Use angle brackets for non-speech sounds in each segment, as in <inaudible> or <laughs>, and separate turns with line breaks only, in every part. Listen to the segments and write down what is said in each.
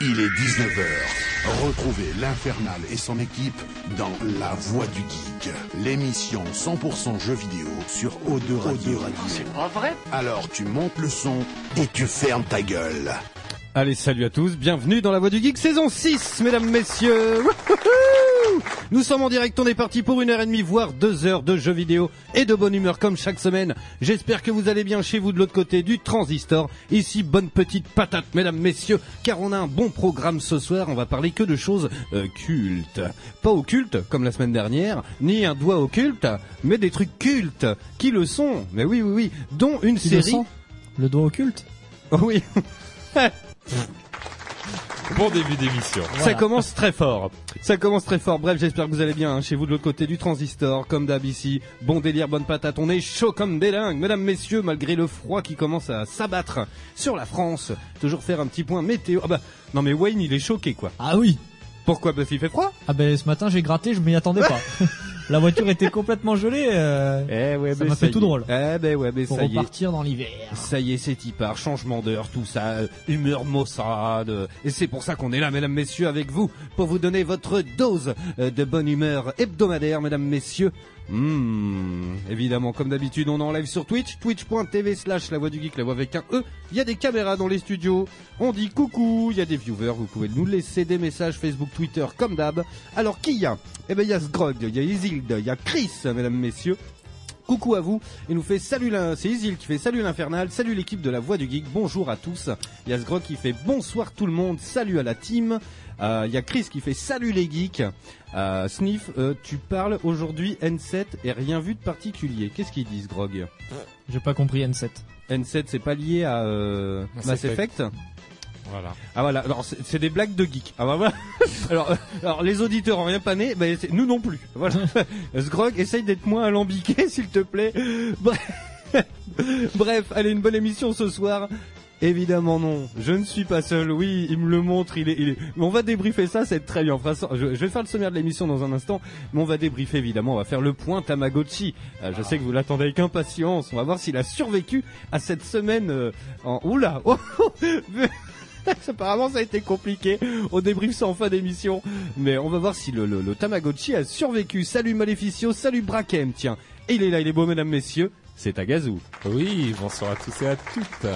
Il est 19h. Retrouvez l'Infernal et son équipe dans La Voix du Geek, l'émission 100% jeux vidéo sur O2 Radio.
C'est pas vrai
Alors tu montes le son et tu fermes ta gueule.
Allez, salut à tous, bienvenue dans la Voix du Geek saison 6, mesdames, messieurs. Wouhouhou Nous sommes en direct, on est parti pour une heure et demie, voire deux heures de jeux vidéo et de bonne humeur comme chaque semaine. J'espère que vous allez bien chez vous de l'autre côté du transistor. Ici, bonne petite patate, mesdames, messieurs, car on a un bon programme ce soir, on va parler que de choses euh, cultes. Pas occultes, comme la semaine dernière, ni un doigt occulte, mais des trucs cultes, qui le sont, mais oui, oui, oui, dont une
Qui le
série...
sont Le doigt occulte
Oh oui
<laughs> Bon début d'émission.
Ça commence très fort. Ça commence très fort. Bref, j'espère que vous allez bien hein, chez vous de l'autre côté du transistor, comme d'hab ici. Bon délire, bonne patate. On est chaud comme des lingues, mesdames, messieurs, malgré le froid qui commence à s'abattre sur la France. Toujours faire un petit point météo. Ah bah, non mais Wayne, il est choqué quoi.
Ah oui
Pourquoi Parce qu'il fait froid
Ah ben ce matin j'ai gratté, je m'y attendais pas. La voiture était complètement gelée. euh,
Eh ouais,
Ça
bah,
m'a fait
y
tout
est.
drôle.
Eh ben ouais, mais
Pour
ça y est.
repartir dans l'hiver.
Ça y est, c'est y part, changement d'heure, tout ça, euh, humeur maussade. euh, Et c'est pour ça qu'on est là, mesdames, messieurs, avec vous, pour vous donner votre dose euh, de bonne humeur hebdomadaire, mesdames, messieurs. Hmm, évidemment, comme d'habitude, on est en live sur Twitch, twitch.tv slash la voix du geek, la voix avec un E. Il y a des caméras dans les studios, on dit coucou, il y a des viewers, vous pouvez nous laisser des messages Facebook, Twitter, comme d'hab. Alors, qui y a Eh ben, il y a Sgrog, il y a Isild, il y a Chris, mesdames, messieurs. Coucou à vous et nous fait salut l'in- c'est Isil qui fait salut l'infernal, salut l'équipe de la voix du geek, bonjour à tous. Il y a Sgrog qui fait bonsoir tout le monde, salut à la team. Euh, Il y a Chris qui fait salut les geeks. Euh, Sniff, euh, tu parles aujourd'hui N7 et rien vu de particulier. Qu'est-ce qu'ils disent Grog
J'ai pas compris N7.
N7 c'est pas lié à euh,
Mass
Mass Effect
Voilà.
Ah voilà, alors c'est c'est des blagues de geek. Ah bah voilà. <laughs> Alors, euh, alors les auditeurs en rien panés, ben c'est- nous non plus.
<laughs>
Voilà. Sgrog, essaye d'être moins alambiqué <laughs> s'il te plaît. Bref. <laughs> Bref, allez une bonne émission ce soir. Évidemment non, je ne suis pas seul. Oui, il me le montre. Il est, il est- mais On va débriefer ça, c'est très bien. Enfin, ça, je, je vais faire le sommaire de l'émission dans un instant, mais on va débriefer évidemment. On va faire le point Tamagotchi. Euh,
Ah.
je sais que vous l'attendez avec impatience. On va voir s'il a survécu à cette semaine. euh, en... Oula, <laughs> oh, Apparemment, ça a été compliqué. On débriefe ça en fin d'émission. Mais on va voir si le, le- le Tamagotchi a survécu. Salut Maleficio, salut Brakem, tiens. Et il est là, il est beau, mesdames, messieurs. C'est Agazou.
Oui, bonsoir à tous et à toutes. Euh,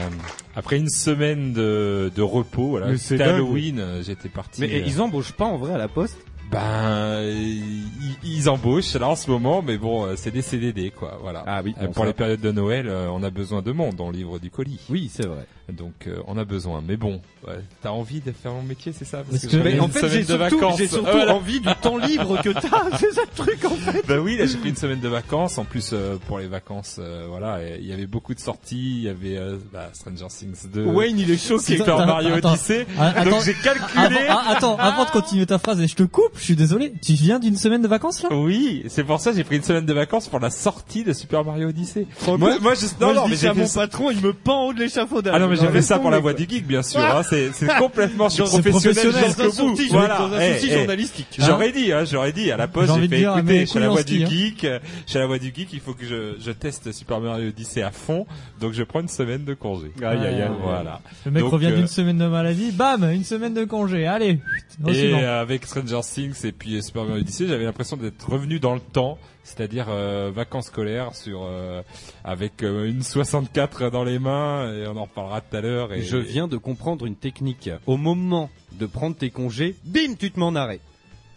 Après une semaine de, de repos, voilà,
Mais
c'était
c'est dingue.
Halloween, euh, j'étais parti.
Mais
euh,
ils embauchent pas en vrai à la poste.
ben, ils, ils embauchent là en ce moment, mais bon, euh, c'est des CDD quoi, voilà.
Ah oui,
Euh,
bon,
pour
ça.
les périodes de Noël, euh, on a besoin de monde dans le livre du colis.
Oui, c'est vrai.
Donc euh, on a besoin. Mais bon, ouais, t'as envie de faire mon métier, c'est ça
Parce que-
j'avais
Mais
Mais
une
en fait, j'ai
semaine de
surtout,
vacances. Ah, Euh,
j'ai surtout
Voilà.
envie du temps libre que t'as. <laughs> C'est ça le truc, en fait.
Bah oui, là j'ai pris une semaine de vacances. En plus euh, pour les vacances, euh, voilà, et il y avait beaucoup de sorties. Il y avait euh, bah, Stranger Things 2,
Wayne, il est choqué.
Super
Attends,
Mario
attends.
Odyssey.
Ah, attends.
Donc j'ai
Avant,
calculé.
ah, attends, avant de continuer ta phrase, et je te coupe, je suis désolé. Tu viens d'une semaine de vacances
ah.
là
Oui, c'est pour ça que j'ai pris une semaine de vacances pour la sortie de Super Mario Odyssey.
rends
Moi,
compte
moi, je, non,
Moi, je
non,
dis
mais
ça
j'ai
à
fait
mon
ça.
patron, il me pend en haut de l'échafaudage.
Ah non, mais j'ai fait ça pour la voix
du
du geek, bien sûr. hein. c'est, c'est complètement, je suis
Dans- c'est
professionnel
professionnel,
jusqu'au bout.
Voilà. Dans un
Eh,
souci
eh.
journalistique.
J'aurais dit, hein, j'aurais dit à la poste,
J'ai
j'ai
envie de
fait
dire, mais
écouter, je suis à la
couille en
voix du
ski,
geek, euh, je suis à la voix du geek, il faut que je, je teste Super Mario Odyssey à fond, donc je prends une semaine de congé.
Aïe, aïe, aïe.
Voilà.
Le mec
Donc,
revient d'une
euh,
semaine de maladie, bam, une semaine de congé. Allez, au
Et
suivant.
euh, avec Stranger Things et puis euh, Super Mario Odyssey, j'avais l'impression d'être revenu dans le temps, c'est-à-dire euh, vacances scolaires sur euh, avec euh, une 64 dans les mains et on en reparlera tout à l'heure. Et
Je viens de comprendre une technique. Au moment de prendre tes congés, bim, tu te mets en arrêt.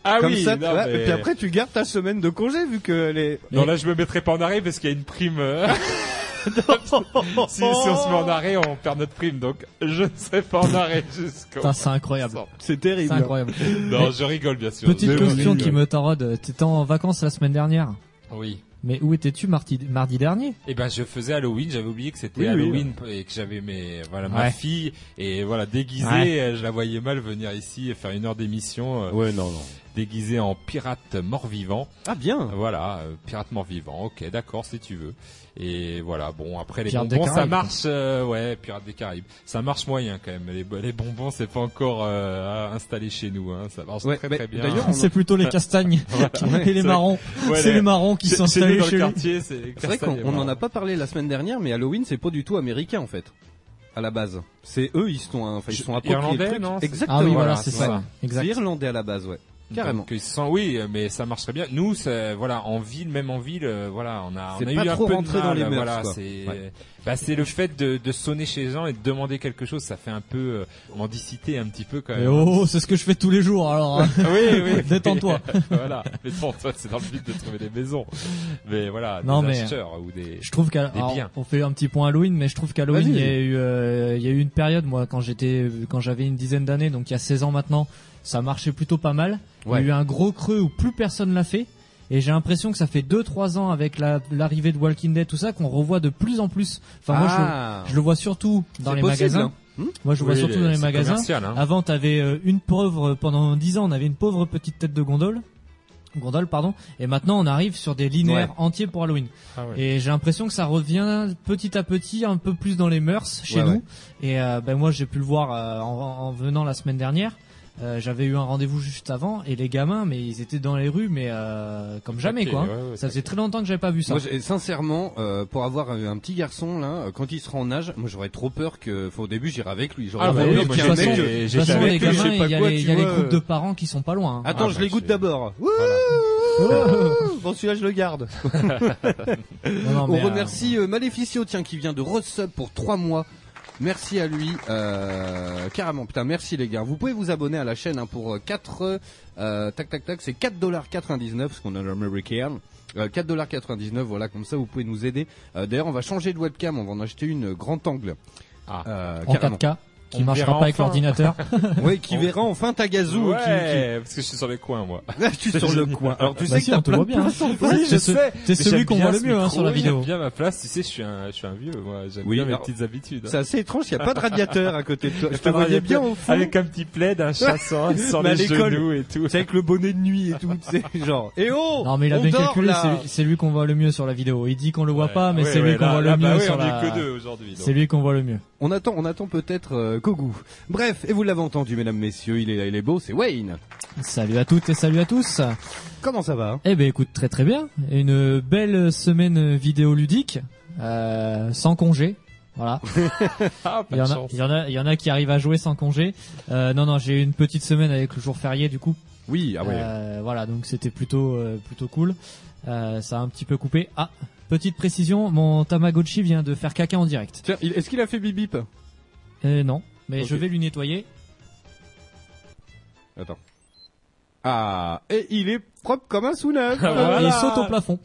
Ah
Comme
oui.
ça, tu
non,
vois,
mais-
et puis après tu gardes ta semaine de congé vu que les.
Non là je me mettrai pas en arrêt parce qu'il y a une prime.
<laughs>
euh, <laughs> si, si on se met en arrêt, on perd notre prime. Donc je ne serai pas
<laughs>
en arrêt jusqu'au.
Putain, c'est incroyable.
C'est
C'est
terrible.
incroyable.
Non, je rigole bien sûr.
Petite
Je
question
rigole.
qui me taraude. T'étais en vacances la semaine dernière.
Oui.
Mais où étais-tu mardi, mardi dernier
Eh ben, je faisais Halloween. J'avais oublié que c'était
Oui, oui,
Halloween et que j'avais mes voilà ma
Ouais.
fille et voilà déguisée.
Ouais.
euh, Je la voyais mal venir ici et faire une heure d'émission euh,
Ouais, non, non.
déguisée en pirate mort-vivant.
Ah bien.
Voilà, euh, pirate mort-vivant. Ok, d'accord, si tu veux. Et voilà. Bon, après les
Pirate des
bonbons, ça
Caraïbes, quoi.
marche. euh, ouais, pirate des Caraïbes. Ça marche moyen quand même. Les, bo- les bonbons, c'est pas encore euh, installé chez nous. Hein. Ça marche
Ouais,
très
bah,
très bien.
d'ailleurs, on-
C'est plutôt les castagnes <laughs> et les
c'est-
marrons.
Ouais,
c'est
les-
les marrons qui
chez-
sont
chez nous,
installés
dans le
chez lui.
quartier. C'est
C'est vrai qu'on on en a pas parlé la semaine dernière, mais Halloween c'est pas du tout américain en fait. à la base. C'est eux, ils sont, hein, enfin, ils
Je-
sont appropriés le
Irlandais,
truc.
non, c'est-
Exactement.
Ah oui, voilà,
Voilà,
c'est
c'est
ça.
ça.
C'est
Exact.
irlandais à la base, ouais. Carrément.
Donc, ils sont- oui, mais ça marcherait bien. Nous, ça- voilà, en ville, même en ville, euh, voilà, on a,
C'est
on a
pas
eu un
trop
peu de
rentré
mal,
dans les mœurs,
Voilà,
quoi.
c'est,
Ouais.
bah, c'est le fait de, de sonner chez les gens et de demander quelque chose, ça fait un peu euh, mendicité, un petit peu quand
Mais
même.
euh,
oh, c'est ce que je fais tous les
<laughs>
jours alors. hein.
oui, <laughs> oui.
<laughs> Détends-toi.
<laughs> voilà. Mais bon, toi, c'est dans le but de trouver des maisons. Mais voilà,
Non,
des
mais-
acheteurs ou des.
Je trouve qu'à
Des
alors,
biens.
on fait un petit point Halloween, mais je trouve qu'Halloween
Vas-y.
il y a eu euh, il y a eu une période moi quand j'étais quand j'avais une dizaine d'années donc il y a 16 ans maintenant ça marchait plutôt pas mal.
Ouais.
Il y a eu un gros creux où plus personne l'a fait et j'ai l'impression que ça fait 2-3 ans avec la- l'arrivée de Walking Dead tout ça qu'on revoit de plus en plus. Enfin moi
Ah.
je, je le vois surtout dans
C'est
les
possible,
magasins.
hein.
Moi je le vois
Oui,
surtout
les-
dans les
c'est
magasins.
commercial, hein.
Avant, t'avais euh, une pauvre pendant 10 ans, on avait une pauvre petite tête de gondole. Gondole, pardon. Et maintenant, on arrive sur des linéaires
Ouais.
entiers pour Halloween.
Ah ouais.
Et j'ai l'impression que ça revient petit à petit, un peu plus dans les mœurs chez
Ouais,
nous.
ouais.
Et euh, ben moi, j'ai pu le voir euh, en, en venant la semaine dernière. Euh, J'avais eu un rendez-vous juste avant et les gamins, mais ils étaient dans les rues, mais euh, comme jamais
Ok,
quoi.
ouais, ouais,
ça faisait très longtemps que j'avais pas vu ça.
Moi, j'ai- sincèrement, euh, pour avoir euh, un petit garçon là, euh, quand il sera en âge, moi j'aurais trop peur que, enfin, au début j'irai avec lui. J'aurais
Ah, bah
trop
oui,
peur
moi,
qu'il y ait un
j'ai-
mec,
j'ai-
euh,
j'ai-
de toute façon,
j'avais
les
que je
gamins,
sais pas
il y a,
quoi,
les,
tu
il y a les
vois,
groupes
euh.
de parents qui sont pas loin. hein.
Attends,
Ah,
je
bah,
l'écoute
c'est-
d'abord. Wouh
Voilà.
Bon, celui-là je le garde.
Non, non,
On
mais, euh,
remercie euh, Maléficio, tiens, qui vient de resub pour trois mois. Merci à lui, euh, carrément. Putain, merci les gars. Vous pouvez vous abonner à la chaîne hein, pour 4 euh, tac tac tac, c'est 4,99$ parce qu'on a l'American. Euh, 4,99$, voilà, comme ça vous pouvez nous aider. Euh, D'ailleurs, on va changer de webcam, on va en acheter une euh, grand angle.
Ah.
Euh,
en
carrément.
4K qui
On
marchera
verra
pas avec
enfin.
l'ordinateur.
Ouais,
<laughs>
qui verra enfin ta gazou.
Ouais,
<laughs> Qui,
parce que je suis sur les coins, moi.
qui... Là, je suis sur le coin. Alors tu
Bah
sais
si,
que t'as
on te
plein
voit
de
bien.
places en face.
Oui,
c'est
je
ce-
sais.
c'est celui
J'aime
qu'on
bien
voit le
ce
mieux, hein,
micro,
sur la vidéo.
J'aime bien ma place, tu sais, je suis un, je suis un vieux, moi. J'aime
Oui,
bien mes
alors-
petites habitudes. hein.
C'est assez étrange, il y a pas de radiateur à côté de toi. Je te
Alors,
voyais
avec-
bien au fond.
Avec un petit plaid, un chasseur, sans
Mais à
les
l'école-
genoux et tout.
C'est avec le bonnet de nuit et tout, tu <laughs> sais, genre. Et oh
Non mais il a
on
bien
dort,
calculé,
là.
c'est- c'est lui qu'on voit le mieux sur la vidéo. Il dit qu'on le voit
Ouais.
pas, mais
Ouais,
c'est lui
ouais,
qu'on
là-
voit
là,
le
bah
mieux
oui,
sur
on est que
la.
deux aujourd'hui. donc.
C'est lui qu'on voit le mieux.
On attend, on attend peut-être euh, Kogu. Bref, et vous l'avez entendu, mesdames, messieurs, il est là, il est beau, c'est Wayne.
Salut à toutes et salut à tous.
Comment ça va hein
Eh ben écoute très très bien. Une belle semaine vidéoludique, euh, sans congé. Voilà.
<laughs> Ah, pas
Il y,
de
en a,
chance.
il y en a, il y en a qui arrivent à jouer sans congé. Euh, non non, j'ai eu une petite semaine avec le jour férié du coup.
Oui, ah ouais.
Euh, voilà, donc c'était plutôt euh, plutôt cool. Euh, ça a un petit peu coupé. Ah, petite précision, mon Tamagotchi vient de faire caca en direct.
Tiens, il- est-ce qu'il a fait bip bip
Euh, non, mais
Ok.
je vais
<laughs>
lui nettoyer.
Attends. Ah, et il est propre comme un sous neuf.
Et il saute au plafond.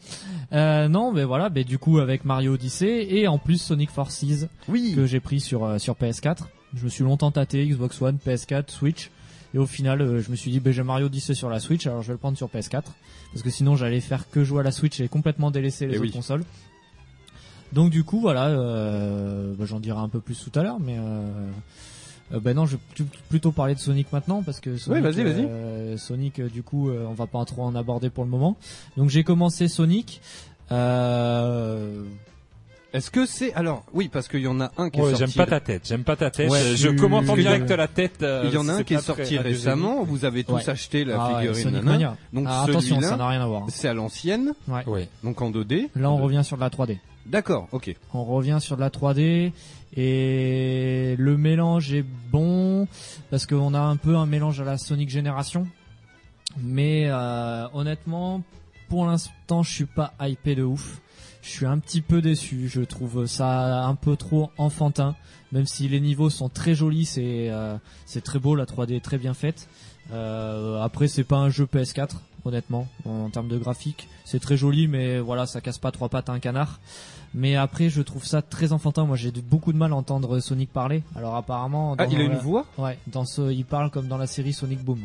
Euh, non, mais voilà, mais du coup avec Mario Odyssey et en plus Sonic Forces
Oui.
que j'ai pris sur euh, sur PS4. Je me suis longtemps tâté Xbox One, PS4, Switch. Et au final, euh, je me suis dit, ben j'ai Mario Odyssey sur la Switch, alors je vais le prendre sur PS4, parce que sinon j'allais faire que jouer à la Switch et complètement délaisser les
Eh
autres
oui.
consoles. Donc du coup, voilà, euh, ben, j'en dirai un peu plus tout à l'heure, mais euh, euh, ben non, je vais pl- plutôt parler de Sonic maintenant, parce que Sonic,
vas-y, vas-y.
euh, Sonic, euh, du coup, euh, on va pas trop en aborder pour le moment. Donc j'ai commencé Sonic. Euh,
Est-ce que c'est alors Oui, parce qu'il y en a un qui
Ouais,
est sorti.
j'aime pas ta tête, j'aime pas ta tête.
Ouais,
je je
tu-
commente en
parce que
direct
j'ai-
la tête. euh,
Il y en a
c'est
un qui est
pas
sorti
très
récemment. Vous avez tous
Ouais.
acheté la
ah ouais,
figurine.
Sonic
nana.
Mania.
Donc
Ah, attention,
celui-là,
ça n'a rien à voir.
C'est à l'ancienne,
Ouais.
radiogénique.
donc en 2D.
Là, on revient sur de la 3D.
D'accord, ok.
On revient sur de la 3D et le mélange est bon parce qu'on a un peu un mélange à la Sonic Génération. Mais euh, honnêtement, pour l'instant, je suis pas hypé de ouf. Je suis un petit peu déçu. Je trouve ça un peu trop enfantin, même si les niveaux sont très jolis, c'est euh, c'est très beau, la 3D est très bien faite. Euh, après, c'est pas un jeu PS4, honnêtement, en termes de graphique. C'est très joli, mais voilà, ça casse pas trois pattes à un canard. Mais après, je trouve ça très enfantin. Moi, j'ai beaucoup de mal à entendre Sonic parler. Alors apparemment,
Ah,
dans-
il a une voix
Ouais, dans ce, il parle comme dans la série Sonic Boom.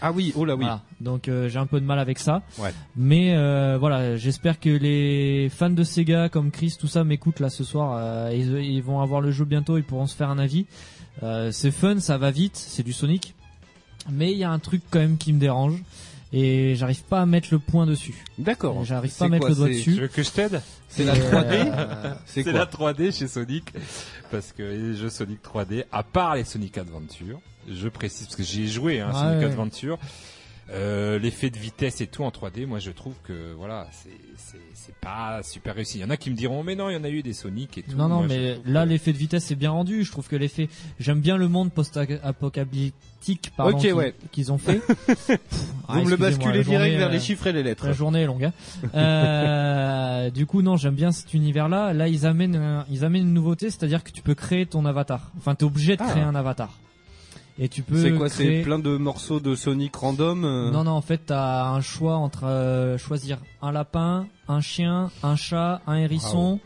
Ah oui, oh là oui.
Voilà. Donc euh, j'ai un peu de mal avec ça.
Ouais.
Mais euh, voilà, j'espère que les fans de Sega comme Chris, tout ça m'écoutent là ce soir. euh, ils, ils vont avoir le jeu bientôt, ils pourront se faire un avis. Euh, c'est fun, ça va vite, c'est du Sonic. Mais il y a un truc quand même qui me dérange et j'arrive pas à mettre le point dessus.
D'accord.
J'arrive pas
C'est
à mettre
quoi,
le doigt
c'est-
Tu
dessus.
veux que je t'aide
C'est la
Et,
3D
<laughs> euh,
C'est
C'est
quoi
la 3D chez Sonic, parce que les jeux Sonic 3D, à part les Sonic Adventure, je précise parce que j'y ai joué, hein,
Ouais,
Sonic
ouais.
Adventure. euh, l'effet de vitesse et tout en 3D, moi je trouve que voilà, c'est- c'est c'est pas super réussi. Il y en a qui me diront mais non, il y en a eu des Sonic et tout.
Non, non,
Moi, je
mais
trouve
là,
que-
l'effet de vitesse est bien rendu. Je trouve que l'effet, j'aime bien le monde post-apocalyptique, pardon,
Ok,
qu'ils-
ouais.
qu'ils
<laughs>
ont fait.
Vous
Pff, ah,
me le
excusez-moi, la
basculez
journée,
direct vers
euh,
les chiffres et les lettres.
La journée
<laughs>
est longue. hein. Euh, du coup, non, j'aime bien cet univers-là. Là, ils amènent, un- ils amènent une nouveauté, c'est-à-dire que tu peux créer ton avatar. Enfin, t'es obligé de
Ah.
créer un avatar. Et tu peux.
C'est quoi
créer-
C'est plein de morceaux de Sonic random euh,
Non, non, en fait, t'as un choix entre euh, choisir un lapin, un chien, un chat, un hérisson.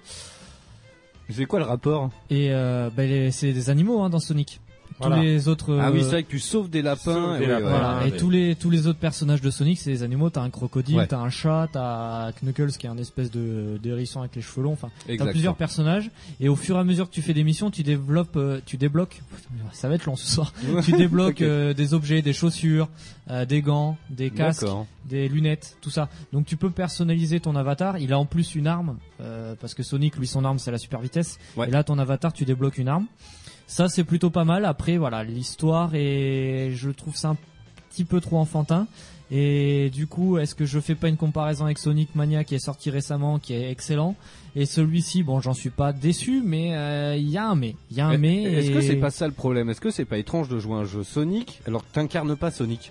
C'est quoi le rapport
Et euh, bah, les- c'est des animaux hein, dans Sonic. Tous
Voilà.
les autres.
Ah oui,
euh,
c'est vrai que tu sauves des lapins.
Sauve des
oui,
lapins.
ouais.
Voilà.
Ah,
et
mais-
tous les tous les autres personnages de Sonic, c'est des animaux. T'as un crocodile,
Ouais.
t'as un chat, t'as Knuckles qui est un espèce de d'hérisson avec les cheveux longs. Enfin, t'as
Exact.
plusieurs personnages. Et au fur et à mesure que tu fais des missions, tu développes, euh, tu débloques. Putain, Ça va être long ce soir. tu débloques
<laughs> Ok.
euh, des objets, des chaussures, euh, des gants, des casques,
D'accord.
des lunettes, tout ça. Donc tu peux personnaliser ton avatar. Il a en plus une arme euh, parce que Sonic, lui, son arme c'est la super vitesse.
Ouais.
Et là, ton avatar, tu débloques une arme. Ça, c'est plutôt pas mal. Après, voilà, l'histoire et je trouve ça un petit peu trop enfantin. Et du coup, est-ce que je fais pas une comparaison avec Sonic Mania qui est sorti récemment, qui est excellent, et celui-ci, bon, j'en suis pas déçu, mais euh, il y a un mais, il y a un mais.
Eh, Est-ce
et-
que c'est pas ça le problème Est-ce que c'est pas étrange de jouer à un jeu Sonic alors que t'incarnes pas Sonic,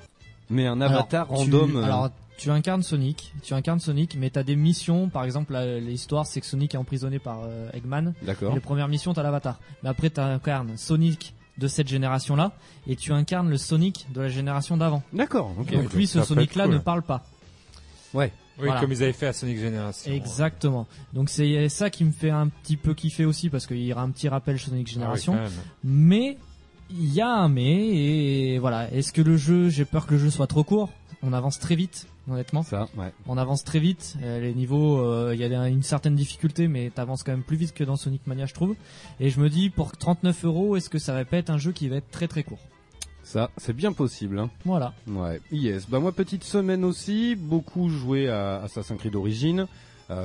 mais un
Alors,
avatar
tu-
random euh,
alors, tu incarnes Sonic, tu incarnes Sonic, mais t'as des missions. Par exemple, la- l'histoire, c'est que Sonic est emprisonné par euh, Eggman. Et
D'accord.
les premières missions, t'as l'avatar. Mais après, t'incarnes Sonic de cette génération-là, et tu incarnes le Sonic de la génération d'avant.
D'accord. Ok.
Oui,
Donc lui,
donc ça
ce
peut être
Sonic-là
cool.
ne parle pas.
Oui,
Voilà.
comme ils avaient fait à Sonic Ah Generation.
Exactement. Donc c'est ça qui me fait un petit peu kiffer aussi, parce qu'il y aura un petit rappel Sonic
Ah oui,
Génération.
quand même.
Mais il y a un mais et voilà. Est-ce que le jeu, j'ai peur que le jeu soit trop court On avance très vite, honnêtement.
Ça. Ouais.
On avance très vite. euh, Les niveaux, euh, il y a une certaine difficulté, mais t'avances quand même plus vite que dans Sonic Mania, je trouve. Et je me dis, pour 39 euros, est-ce que ça va pas être un jeu qui va être très très court
Ça, c'est bien possible. Hein.
Voilà.
Ouais, yes. Bah moi petite semaine aussi, beaucoup joué à Assassin's Creed d'origine.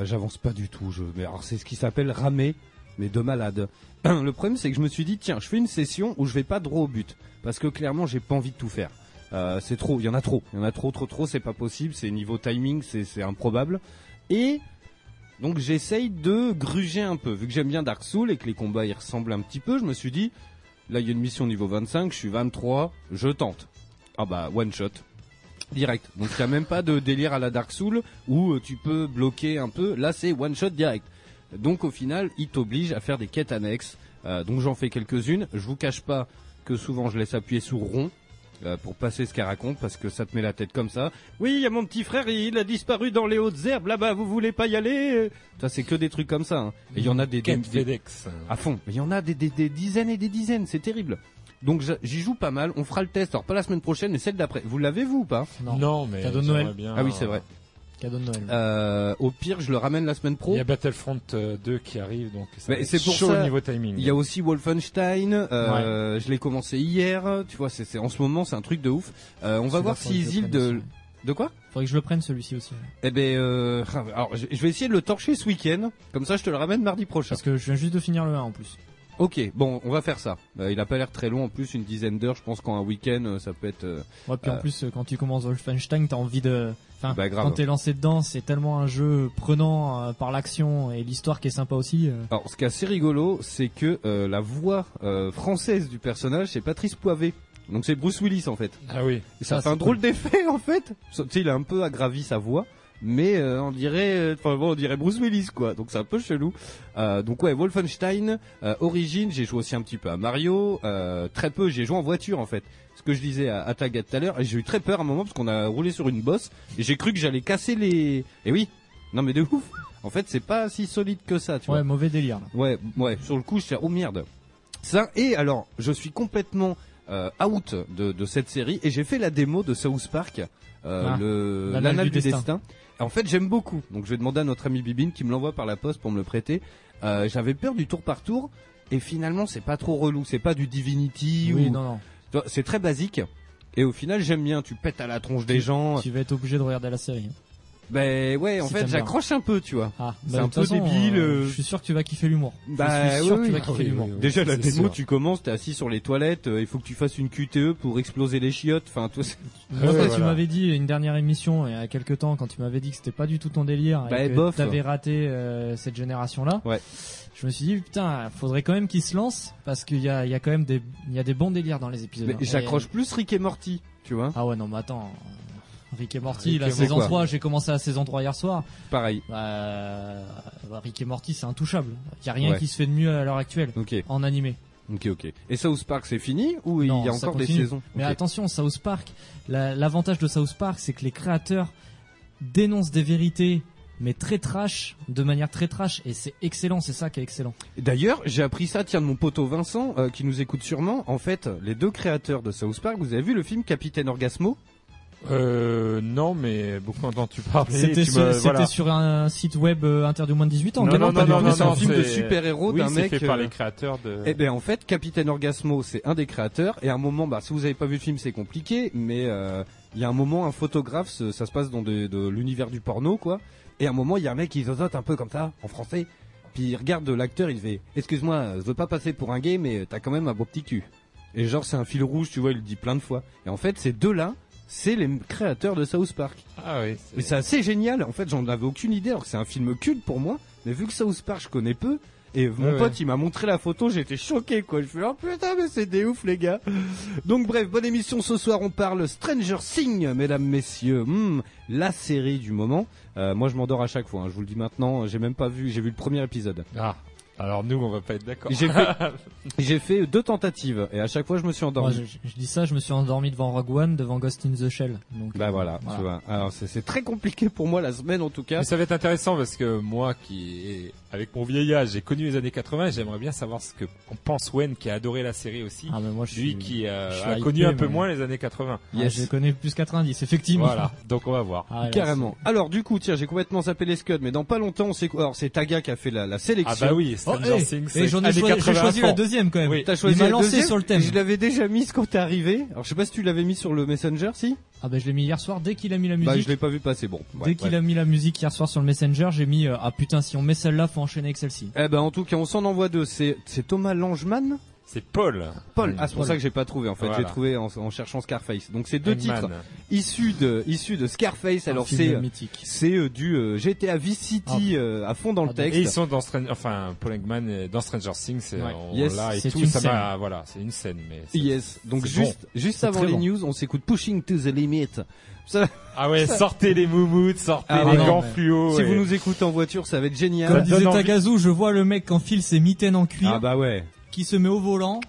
J'avance pas du tout. Je, mais alors c'est ce qui s'appelle ramer, mais de malade. <clears throat> Le problème c'est que je me suis dit tiens, je fais une session où je vais pas droit au but parce que clairement j'ai pas envie de tout faire. Euh, c'est trop, il y en a trop, il y en a trop, trop, trop. C'est pas possible. C'est niveau timing, c'est c'est improbable. Et donc j'essaye de gruger un peu. Vu que j'aime bien Dark Souls et que les combats y ressemblent un petit peu, je me suis dit là il y a une mission niveau 25, je suis 23, je tente. Ah bah one shot. Direct. Donc il n'y a même pas de délire à la Dark Soul où euh, tu peux bloquer un peu. Là c'est one shot direct. Donc au final, il t'oblige à faire des quêtes annexes. Euh, donc j'en fais quelques-unes. Je vous cache pas que souvent je laisse appuyer sur rond euh, pour passer ce qu'elle raconte parce que ça te met la tête comme ça. Oui, il y a mon petit frère, il a disparu dans les hautes herbes là-bas, vous voulez pas y aller Ça c'est que des trucs comme ça. hein. Et il y en a des, des,
Quête
des-
FedEx.
à fond. Mais il y en a des, des- des dizaines et des dizaines, c'est terrible. Donc j'a- j'y joue pas mal, on fera le test, alors pas la semaine prochaine, mais celle d'après. Vous l'avez vous ou pas
Non.
mais
Cadeau de Noël.
j'aimerais bien-
Ah oui, c'est vrai.
Cadeau de Noël.
Euh, au pire, je le ramène la semaine pro.
Il y a Battlefront euh, 2 qui arrive, donc ça
Mais
va être
c'est pour
chaud
ça-
au niveau timing.
Il y a aussi Wolfenstein. euh, Je l'ai commencé hier. Tu vois, c'est c'est- en ce moment, c'est un truc de ouf. Euh, on va voir si Isil de de quoi
Faudrait que je le prenne celui-ci aussi.
Eh ben, euh, alors je je vais essayer de le torcher ce week-end. Comme ça, je te le ramène mardi prochain.
Parce que je viens juste de finir le 1 en plus.
Ok, bon, on va faire ça. Euh, il a pas l'air très long. En plus, une dizaine d'heures. Je pense qu'en un week-end, euh, ça peut être. euh,
Ouais, puis
Euh.
en plus, euh, quand tu commences Wolfenstein, t'as envie de. Enfin,
Bah, grave.
quand t'es lancé dedans, c'est tellement un jeu prenant euh, par l'action et l'histoire qui est sympa aussi. euh.
Alors, ce qui est assez rigolo, c'est que euh, la voix euh, française du personnage, c'est Patrice Poivet. Donc c'est Bruce Willis en fait.
Ah oui.
Et ça
Ah,
fait un
c'est
drôle d'effet en fait. Tu sais, il a un peu aggravi sa voix, mais euh, on dirait, euh, enfin bon, on dirait Bruce Willis quoi. Donc c'est un peu chelou. Euh, donc ouais, Wolfenstein, euh, Origin, j'ai joué aussi un petit peu à Mario, euh, très peu, j'ai joué en voiture en fait. Ce que je disais à, à Tagat tout à l'heure, et j'ai eu très peur à un moment parce qu'on a roulé sur une bosse et j'ai cru que j'allais casser les. Et oui, non mais de ouf. En fait, c'est pas si solide que ça, tu vois.
Ouais, mauvais délire. là.
Ouais, ouais, sur le coup, je suis oh merde. Ça, et alors, je suis complètement euh, out de, de cette série et j'ai fait la démo de South Park, euh,
Ah,
le-
l'anal
l'anal
du
du,
destin.
destin. Et en fait, j'aime beaucoup. Donc, je vais demander à notre ami Bibine qui me l'envoie par la poste pour me le prêter. Euh, J'avais peur du tour par tour et finalement, c'est pas trop relou. C'est pas du Divinity
Oui,
ou.
non, non.
Tu vois, C'est très basique. Et au final, j'aime bien. Tu pètes à la tronche des gens.
Tu vas être obligé de regarder la série.
Ben ouais, en
Si
fait,
t'aimes bien.
j'accroche un peu, tu vois.
Ah,
C'est
bah,
un
de toute
peu
façon,
débile,
euh,
euh.
Je suis sûr que tu vas kiffer l'humour.
Bah,
je suis sûr
oui,
que tu vas
oui.
kiffer
Ah, oui,
l'humour.
oui, oui.
Déjà la
C'est
démo,
sûr.
tu commences, t'es assis sur les toilettes, euh, il faut que tu fasses une QTE pour exploser les chiottes. Enfin, toi, c'est-
Moi,
Ouais,
quand tu
voilà.
m'avais dit une dernière émission il y a quelques temps, quand tu m'avais dit que c'était pas du tout ton délire
Bah,
et que
bof.
t'avais raté euh, cette génération-là,
Ouais.
je me suis dit putain, faudrait quand même qu'ils se lancent parce qu'il y a, il y a quand même des, il y a des bons délires dans les épisodes. hein.
Mais
Et-
j'accroche plus Rick et Morty, tu vois.
Ah ouais, non, mais attends. Rick et Morty,
Rick et
la
Morty,
saison
quoi.
3, j'ai commencé la saison 3 hier soir.
Pareil.
Bah, euh, Rick et Morty, c'est intouchable. Il y a rien
Ouais.
qui se fait de mieux à l'heure actuelle
Ok,
en animé.
ok, ok. Et South Park, c'est fini ou
Non,
il y a
ça
encore des
continue.
saisons
Mais
Ok.
attention, South Park, la- l'avantage de South Park, c'est que les créateurs dénoncent des vérités, mais très trash, de manière très trash, et c'est excellent, c'est ça qui est excellent.
D'ailleurs, j'ai appris ça, tiens, de mon poteau Vincent, euh, qui nous écoute sûrement. En fait, les deux créateurs de South Park, vous avez vu le film Capitaine Orgasmo
Euh, non, mais beaucoup entendu parler.
C'était
tu
sur,
me-
c'était
voilà.
sur un site web euh, interdit au moins de 18 ans.
Non,
mais
non,
pas
non,
du
non,
tout, c'est un
non,
film.
film de
c'est-
super-héros
Oui,
d'un
c'est
mec.
fait par
euh,
les créateurs de.
Eh ben en fait, Capitaine Orgasmo, c'est un des créateurs. Et à un moment, bah, si vous avez pas vu le film, c'est compliqué. Mais euh, il y a un moment, un photographe, ce- ça se passe dans de, de l'univers du porno, quoi. Et à un moment, il y a un mec qui zozote un peu comme ça, en français. Puis il regarde l'acteur, il fait "Excuse-moi, euh, je veux pas passer pour un gay, mais t'as quand même un beau petit cul." Et genre, c'est un fil rouge, tu vois, il le dit plein de fois. Et en fait, ces deux-là, c'est les créateurs de South Park.
Ah oui.
Mais c'est assez génial. En fait, j'en avais aucune idée. Alors que c'est un film culte pour moi. Mais vu que South Park, je connais peu. Et mon
Ouais,
pote, il m'a montré la photo. J'étais choqué, quoi. Je fais, oh putain, mais c'est des ouf, les gars. Donc, bref, bonne émission ce soir. On parle Stranger Things, mesdames, messieurs. Hmm, la série du moment. Euh, moi, je m'endors à chaque fois. hein. Je vous le dis maintenant. J'ai même pas vu. J'ai vu le premier épisode.
Ah. Alors nous, on va pas être d'accord.
J'ai
<laughs>
fait, j'ai fait deux tentatives. Et à chaque fois, je me suis
Moi,
endormi.
je, je- je dis ça, je me suis endormi devant Rogue One, devant Ghost in the Shell. Donc,
Bah voilà,
Voilà.
tu vois. Alors, c'est- c'est très compliqué pour moi la semaine, en tout cas.
Mais ça va être intéressant parce que moi qui, ai- avec mon vieil âge, j'ai connu les années 80, j'aimerais bien savoir ce que on pense Wen qui a adoré la série aussi.
ah, mais moi, je
lui
suis,
qui euh,
je suis
a
hypé,
connu un peu
mais-
moins les années 80.
ah, je connais plus 90, effectivement.
Voilà, donc on va voir.
<laughs> Ah, là,
Carrément. Alors du coup, tiens, j'ai complètement zappé les scuds, mais dans pas longtemps, c'est quoi Alors c'est Taga qui a fait la, la
Ah
sélection.
bah oui,
c'est- Oh,
Stranger
hey,
Things,
hey,
c'est
j'en ai
années
choisi, j'ai
80
choisi la
fond.
deuxième quand même.
Oui.
T'as choisi
Il m'a
la
lancé
deuxième,
sur le thème.
et Je l'avais déjà mise quand t'es arrivé. Alors je sais pas si tu l'avais mis sur le Messenger, si
Ah bah je l'ai mis hier soir dès qu'il a mis la musique.
Bah je l'ai pas vu passer. Bon. ouais,
Dès qu'il
ouais.
a mis la musique hier soir sur le Messenger, j'ai mis euh, ah putain si on met celle-là faut enchaîner avec celle-ci.
Eh ben en tout cas, on s'en envoie deux. C'est c'est Thomas Langeman,
C'est Paul.
Paul.
Mm.
Ah c'est pour
Paul.
ça que j'ai pas trouvé. En fait,
Voilà.
j'ai trouvé en, en cherchant Scarface. Donc c'est deux
Hellman.
titres issus de issus de Scarface. Alors
Un film
c'est
mythique.
c'est euh, du euh, GTA Vice
Ah.
City euh, à fond dans le
Ah, donc-
Et ils
texte.
sont dans Stranger, enfin Paul Eggman est dans Stranger Things, et
Ouais.
on
Yes,
l'a et
c'est
tout.
une
Ça
scène.
m'a, voilà, c'est une scène, mais. c'est-
Yes. Donc
C'est bon.
juste juste
C'est
avant
très
les
bon.
news, on s'écoute Pushing to the Limit. Ça,
Ah ouais, sortez les moumoutes, sortez
Ah
les
non,
gants
mais-
fluo.
Si
et-
vous nous écoutez en voiture, ça va être génial.
Comme
donne
disait
envie.
Tagazu, je vois le mec qui enfile ses mitaines en cuir,
ah bah ouais.
qui se met au volant,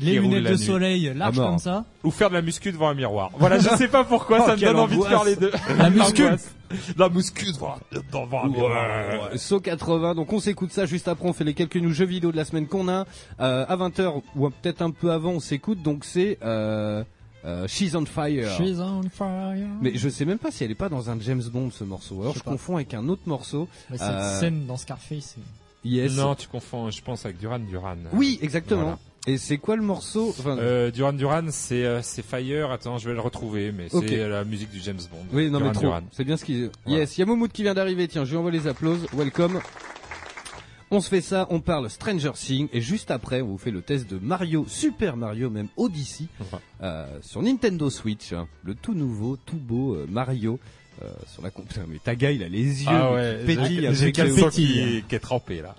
les
Qui roule
lunettes
la
de
nuit.
soleil larges
À Ah mort.
comme ça.
ou faire de la muscu devant un miroir.
<laughs>
Voilà, je sais pas pourquoi ça me
Oh, quelle
donne envie de
angoisse.
faire les deux. <laughs>
La muscu.
L'angoisse. La muscu devant, devant un miroir.
Ouais. So 80, donc on s'écoute ça juste après, on fait les quelques nous jeux vidéo de la semaine qu'on a. Euh, à 20h ou peut-être un peu avant, on s'écoute, donc c'est euh, euh, She's on Fire.
She's on fire.
Mais je sais même pas si elle est pas dans un James Bond ce morceau. Alors je,
Je sais pas.
confonds avec un autre morceau.
Mais cette
euh,
scène dans Scarface, c'est-
Yes.
Non, tu confonds, je pense, avec Duran Duran.
Oui, exactement.
Voilà.
Et c'est quoi le morceau enfin,
Euh, Duran Duran, c'est euh, c'est Fire. Attends, je vais le retrouver, mais
Ok.
c'est la musique du James Bond.
Oui, non
Duran
mais trop.
Duran.
C'est bien ce qu'il.
Voilà.
Yes, il y a Moumoud qui vient d'arriver. Tiens, je lui envoie les applauses. Welcome. On se fait ça, on parle Stranger Things et juste après, on vous fait le test de Mario, Super Mario, même Odyssey,
Enfin.
euh, sur Nintendo Switch, hein. le tout nouveau, tout beau euh, Mario euh, sur la. comp- <laughs> Putain, mais Taga, il a les yeux.
Ah ouais,
pétille,
j'ai-
un
j'ai
truc
qu'un
de
sang
ouf.
qui, qui est trempé là.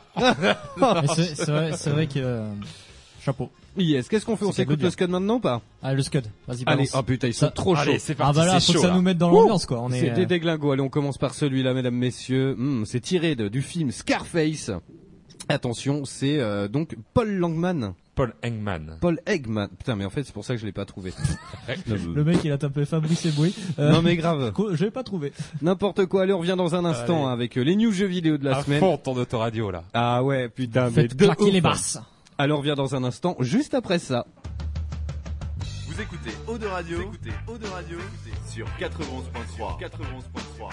mais c'est c'est vrai, c'est vrai que euh, chapeau.
Yes, qu'est-ce qu'on fait On
C'est
s'écoute
cadeau.
le scud maintenant ou pas
Ah le scud, vas-y
Allez,
balance.
oh putain, ils sont
Ça-
trop chauds.
Allez, c'est
ah
parti,
bah là
c'est
faut
chaud.
que ça
là.
nous mette dans
Ouh
l'ambiance quoi. On est,
C'est
euh,
des déglingos. Allez, on commence par celui-là, mesdames, messieurs. Hmm, c'est tiré de- du film Scarface. Attention, c'est euh, donc Paul Langman,
Paul Engman.
Paul Eggman. Putain, mais en fait, c'est pour ça que je l'ai pas trouvé.
euh, le mec il a tapé Fabrice Eboué. Euh, <laughs>
non mais Ah, grave,
co- je l'ai pas trouvé.
n'importe quoi. Allez, on revient dans un instant
Allez.
avec euh, les news jeux vidéo de la
À
semaine.
fond ton autoradio là.
Ah ouais, putain, mais
Faites
de
claquer
ouf. hein.
les basses.
Allez, on revient dans un instant, juste après ça.
Vous écoutez Eau de Radio, Vous écoutez Eau de Radio sur 91.3. 91.3.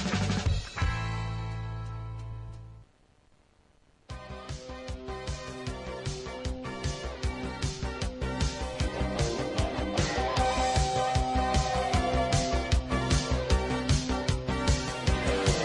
Thank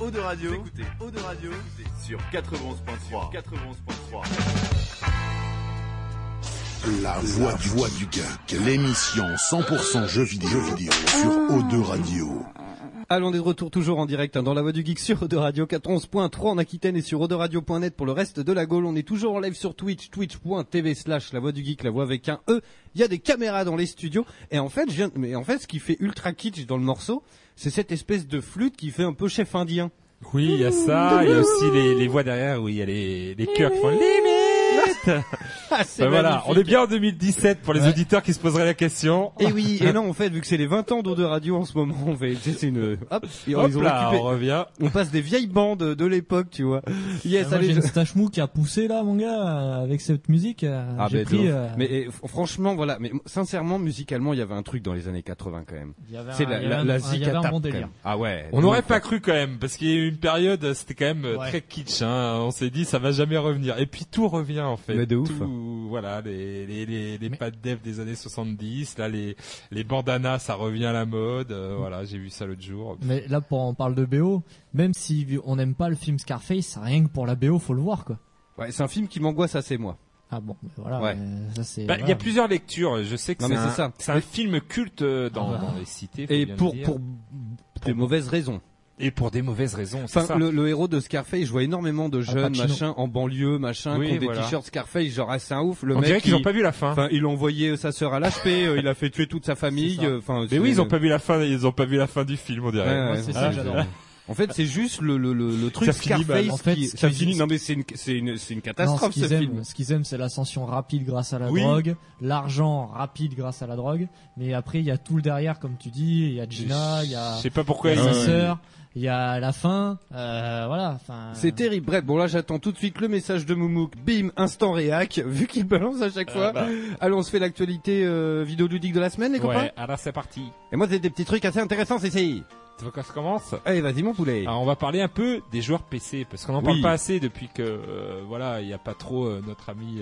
Eau de Radio. Vous écoutez Eau de Radio sur 91.3. 91.3.
La voix du, voix du geek, l'émission 100% jeux vidéo, jeux vidéo sur O2 Radio.
Allons des retours toujours en direct hein, dans la voie du geek sur Ode Radio 411.3 en Aquitaine et sur odoradio.net pour le reste de la Gaule. On est toujours en live sur Twitch, twitch.tv slash la voix du geek, la voix avec un E. Il y a des caméras dans les studios et en fait, je viens- mais en fait, ce qui fait ultra kitsch dans le morceau, c'est cette espèce de flûte qui fait un peu chef indien.
Oui, il y a ça. Il y a aussi les, les voix derrière où il y a les, les chœurs qui font limite.
Ah, c'est
Ben voilà,
magnifique.
on est bien en 2017 pour les auditeurs qui se poseraient la question.
Et Eh oui, et non, en fait, vu que c'est les 20 ans d'Eau de Radio en ce moment, on fait, c'est une, hop, et
Hop
ils ont
là,
récupéré-
on revient.
on passe des vieilles bandes de l'époque, tu vois.
Ah,
Yes,
moi,
allez,
j'ai
je-
une stache mou qui a poussé là, mon gars, euh, avec cette musique. euh,
Ah ben,
j'ai
de
pris.
ouf.
euh,
Mais eh, f- franchement, voilà. Mais m- sincèrement, musicalement, il y avait un truc dans les années 80 quand même.
il y avait
C'est
un-
la,
Ben, il y
la,
avait
la
un- il y
Zika
avait un
tape,
bon
quand
délire.
même. Ah ouais.
On n'aurait pas
cru.
cru quand même, parce qu'il y a eu une période, c'était quand même euh,
Ouais.
très kitsch. Hein. On s'est dit, ça va jamais revenir. Et puis tout revient en fait.
Mais de ouf.
Tout, voilà, les les les, les pattes dev des années 70, là les les bandanas, ça revient à la mode.
Mm.
euh, voilà, j'ai vu ça l'autre jour.
Mais là, pour, on parle de BO. Même si on n'aime pas le film Scarface, rien que pour la BO, faut le voir, quoi.
Ouais, c'est un film qui m'angoisse assez moi.
Ah bon, mais voilà.
Ouais.
euh, ça c'est.
Bah, Il y
voilà.
a plusieurs lectures. euh, Je sais que
Non,
c'est
mais
un,
c'est ça.
c'est un film culte euh, dans, dans les cités. faut
Et
bien
pour
le dire.
pour des mauvaises raisons.
et pour des mauvaises raisons. c'est
Enfin,
ça.
le, le héros de Scarface, je vois énormément de jeunes,
Pacino.
machin, en banlieue, machin,
Oui,
qui ont des
voilà.
t-shirts Scarface, genre ah, c'est un ouf. Le
On
mec,
dirait qu'ils
il-
n'ont pas vu la fin.
Enfin, il a envoyé sa sœur à l'HP, euh, il a fait tuer toute sa famille.
C'est ça.
euh, Enfin,
Mais oui,
c'est-
ils ont pas vu la fin. Ils ont pas vu la fin du film, on
Ouais,
dirait.
Moi,
ouais.
c'est
Ah,
ça que j'adore.
En fait, c'est juste le, le, le, le truc
Ça finit mal.
Scarface.
En fait,
qui-
ce
ça
qu'ils-
finit. Non, mais c'est une, c'est une, c'est une
Non,
catastrophe
ce
ce
qu'ils
film.
aiment, ce qu'ils aiment, c'est l'ascension rapide grâce à la
Oui.
drogue, l'argent rapide grâce à la drogue, mais après il y a tout le derrière, comme tu dis, il y a Gina, il y a
Je sais pas
il y
pourquoi.
a sa
ils-
sœur, il y a la fin, euh, voilà. Enfin,
C'est terrible. Bref, bon là j'attends tout de suite le message de Moumouk. Bim, instant réac, <laughs> vu qu'il balance à chaque fois. Allez, on se fait l'actualité euh, vidéoludique de la semaine, les copains.
Ouais, alors c'est parti.
Et moi j'ai des petits trucs assez intéressants ici.
Tu veux qu'on se commence
Allez, vas-y mon poulet.
alors on va parler un peu des joueurs PC parce qu'on en
Oui.
parle pas assez depuis que euh, voilà il n'y a pas trop euh, notre ami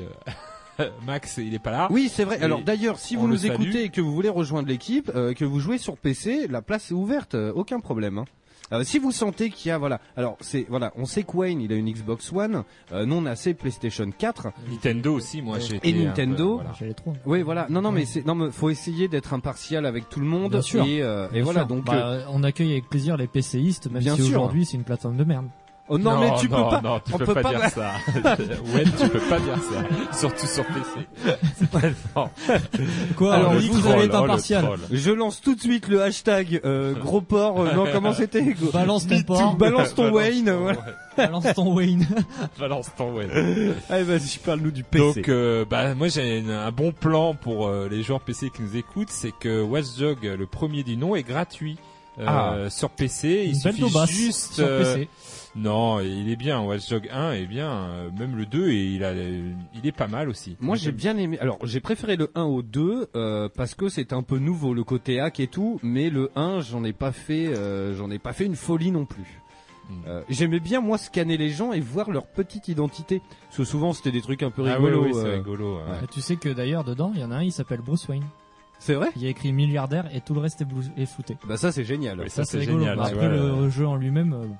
euh, <laughs> Max il est pas là.
Oui, c'est vrai. Alors
Ah. Et
d'ailleurs, si
on
vous
le
nous
salue.
écoutez et que vous voulez rejoindre l'équipe, euh, que vous jouez sur PC, la place est ouverte, euh, aucun problème. hein. Euh, si vous sentez qu'il y a voilà, alors c'est voilà, on sait que Wayne il a une Xbox One, euh, non on a ses PlayStation 4,
Nintendo aussi moi j'ai
Et
été un
Nintendo.
peu, voilà.
J'ai les trois.
Oui, voilà. Non, non, mais
Ouais.
c'est, non, mais faut essayer d'être impartial avec tout le monde.
Bien sûr.
Et, euh, et
Bien
voilà.
sûr.
Donc,
Bah,
euh,
euh, on accueille avec plaisir les PCistes, même
Bien
si
sûr.
aujourd'hui c'est une plateforme de merde.
oh, non, mais tu
non,
peux pas.
Non, tu
on
peux
peut
pas,
pas- <laughs>
dire ça. ouais, tu peux pas dire ça. Surtout sur PC. C'est pas non.
Ah,
Quoi
Alors,
Alors,
le
vous
troll,
allez être
oh, le
impartial. <laughs>
troll.
Je lance tout de suite le hashtag euh, gros porc. euh, non, comment c'était gros-
Balance ton
Me too,
porc.
Balance ton Wayne.
ton-
Voilà.
ouais,
Balance ton Wayne.
Balance ton Wayne.
Allez, vas-y, parle-nous du PC.
Donc, euh, bah, moi j'ai une- un bon plan pour euh, les joueurs PC qui nous écoutent, c'est que Watch Dog, le premier du nom, est gratuit. euh,
Ah.
sur PC, <laughs>
Une belle
il
hein,
suffit
daubasse
juste
sur
euh,
PC.
non, il est bien Watch Dog 1 est bien, euh, même le 2 et il a euh, il est pas mal aussi. Ah
Moi j'ai bien aimé. Alors j'ai préféré le 1 au 2 euh, parce que c'est un peu nouveau le côté hack et tout, mais le 1 j'en ai pas fait, euh, j'en ai pas fait une folie non plus.
Mm.
Euh, J'aimais bien moi scanner les gens et voir leur petite identité. Parce que souvent c'était des trucs un peu
Ah
rigolos.
oui, oui, c'est
euh.
rigolo. ouais.
Et Tu sais que d'ailleurs dedans, il y en a un, il s'appelle Bruce Wayne.
C'est vrai
Il y a écrit milliardaire et tout le reste est, blou- est flouté.
Bah ça c'est génial.
Oui,
Ça, c'est rigolo.
génial,
Mais
tu
après
vois.
le jeu en lui-même, euh, bon.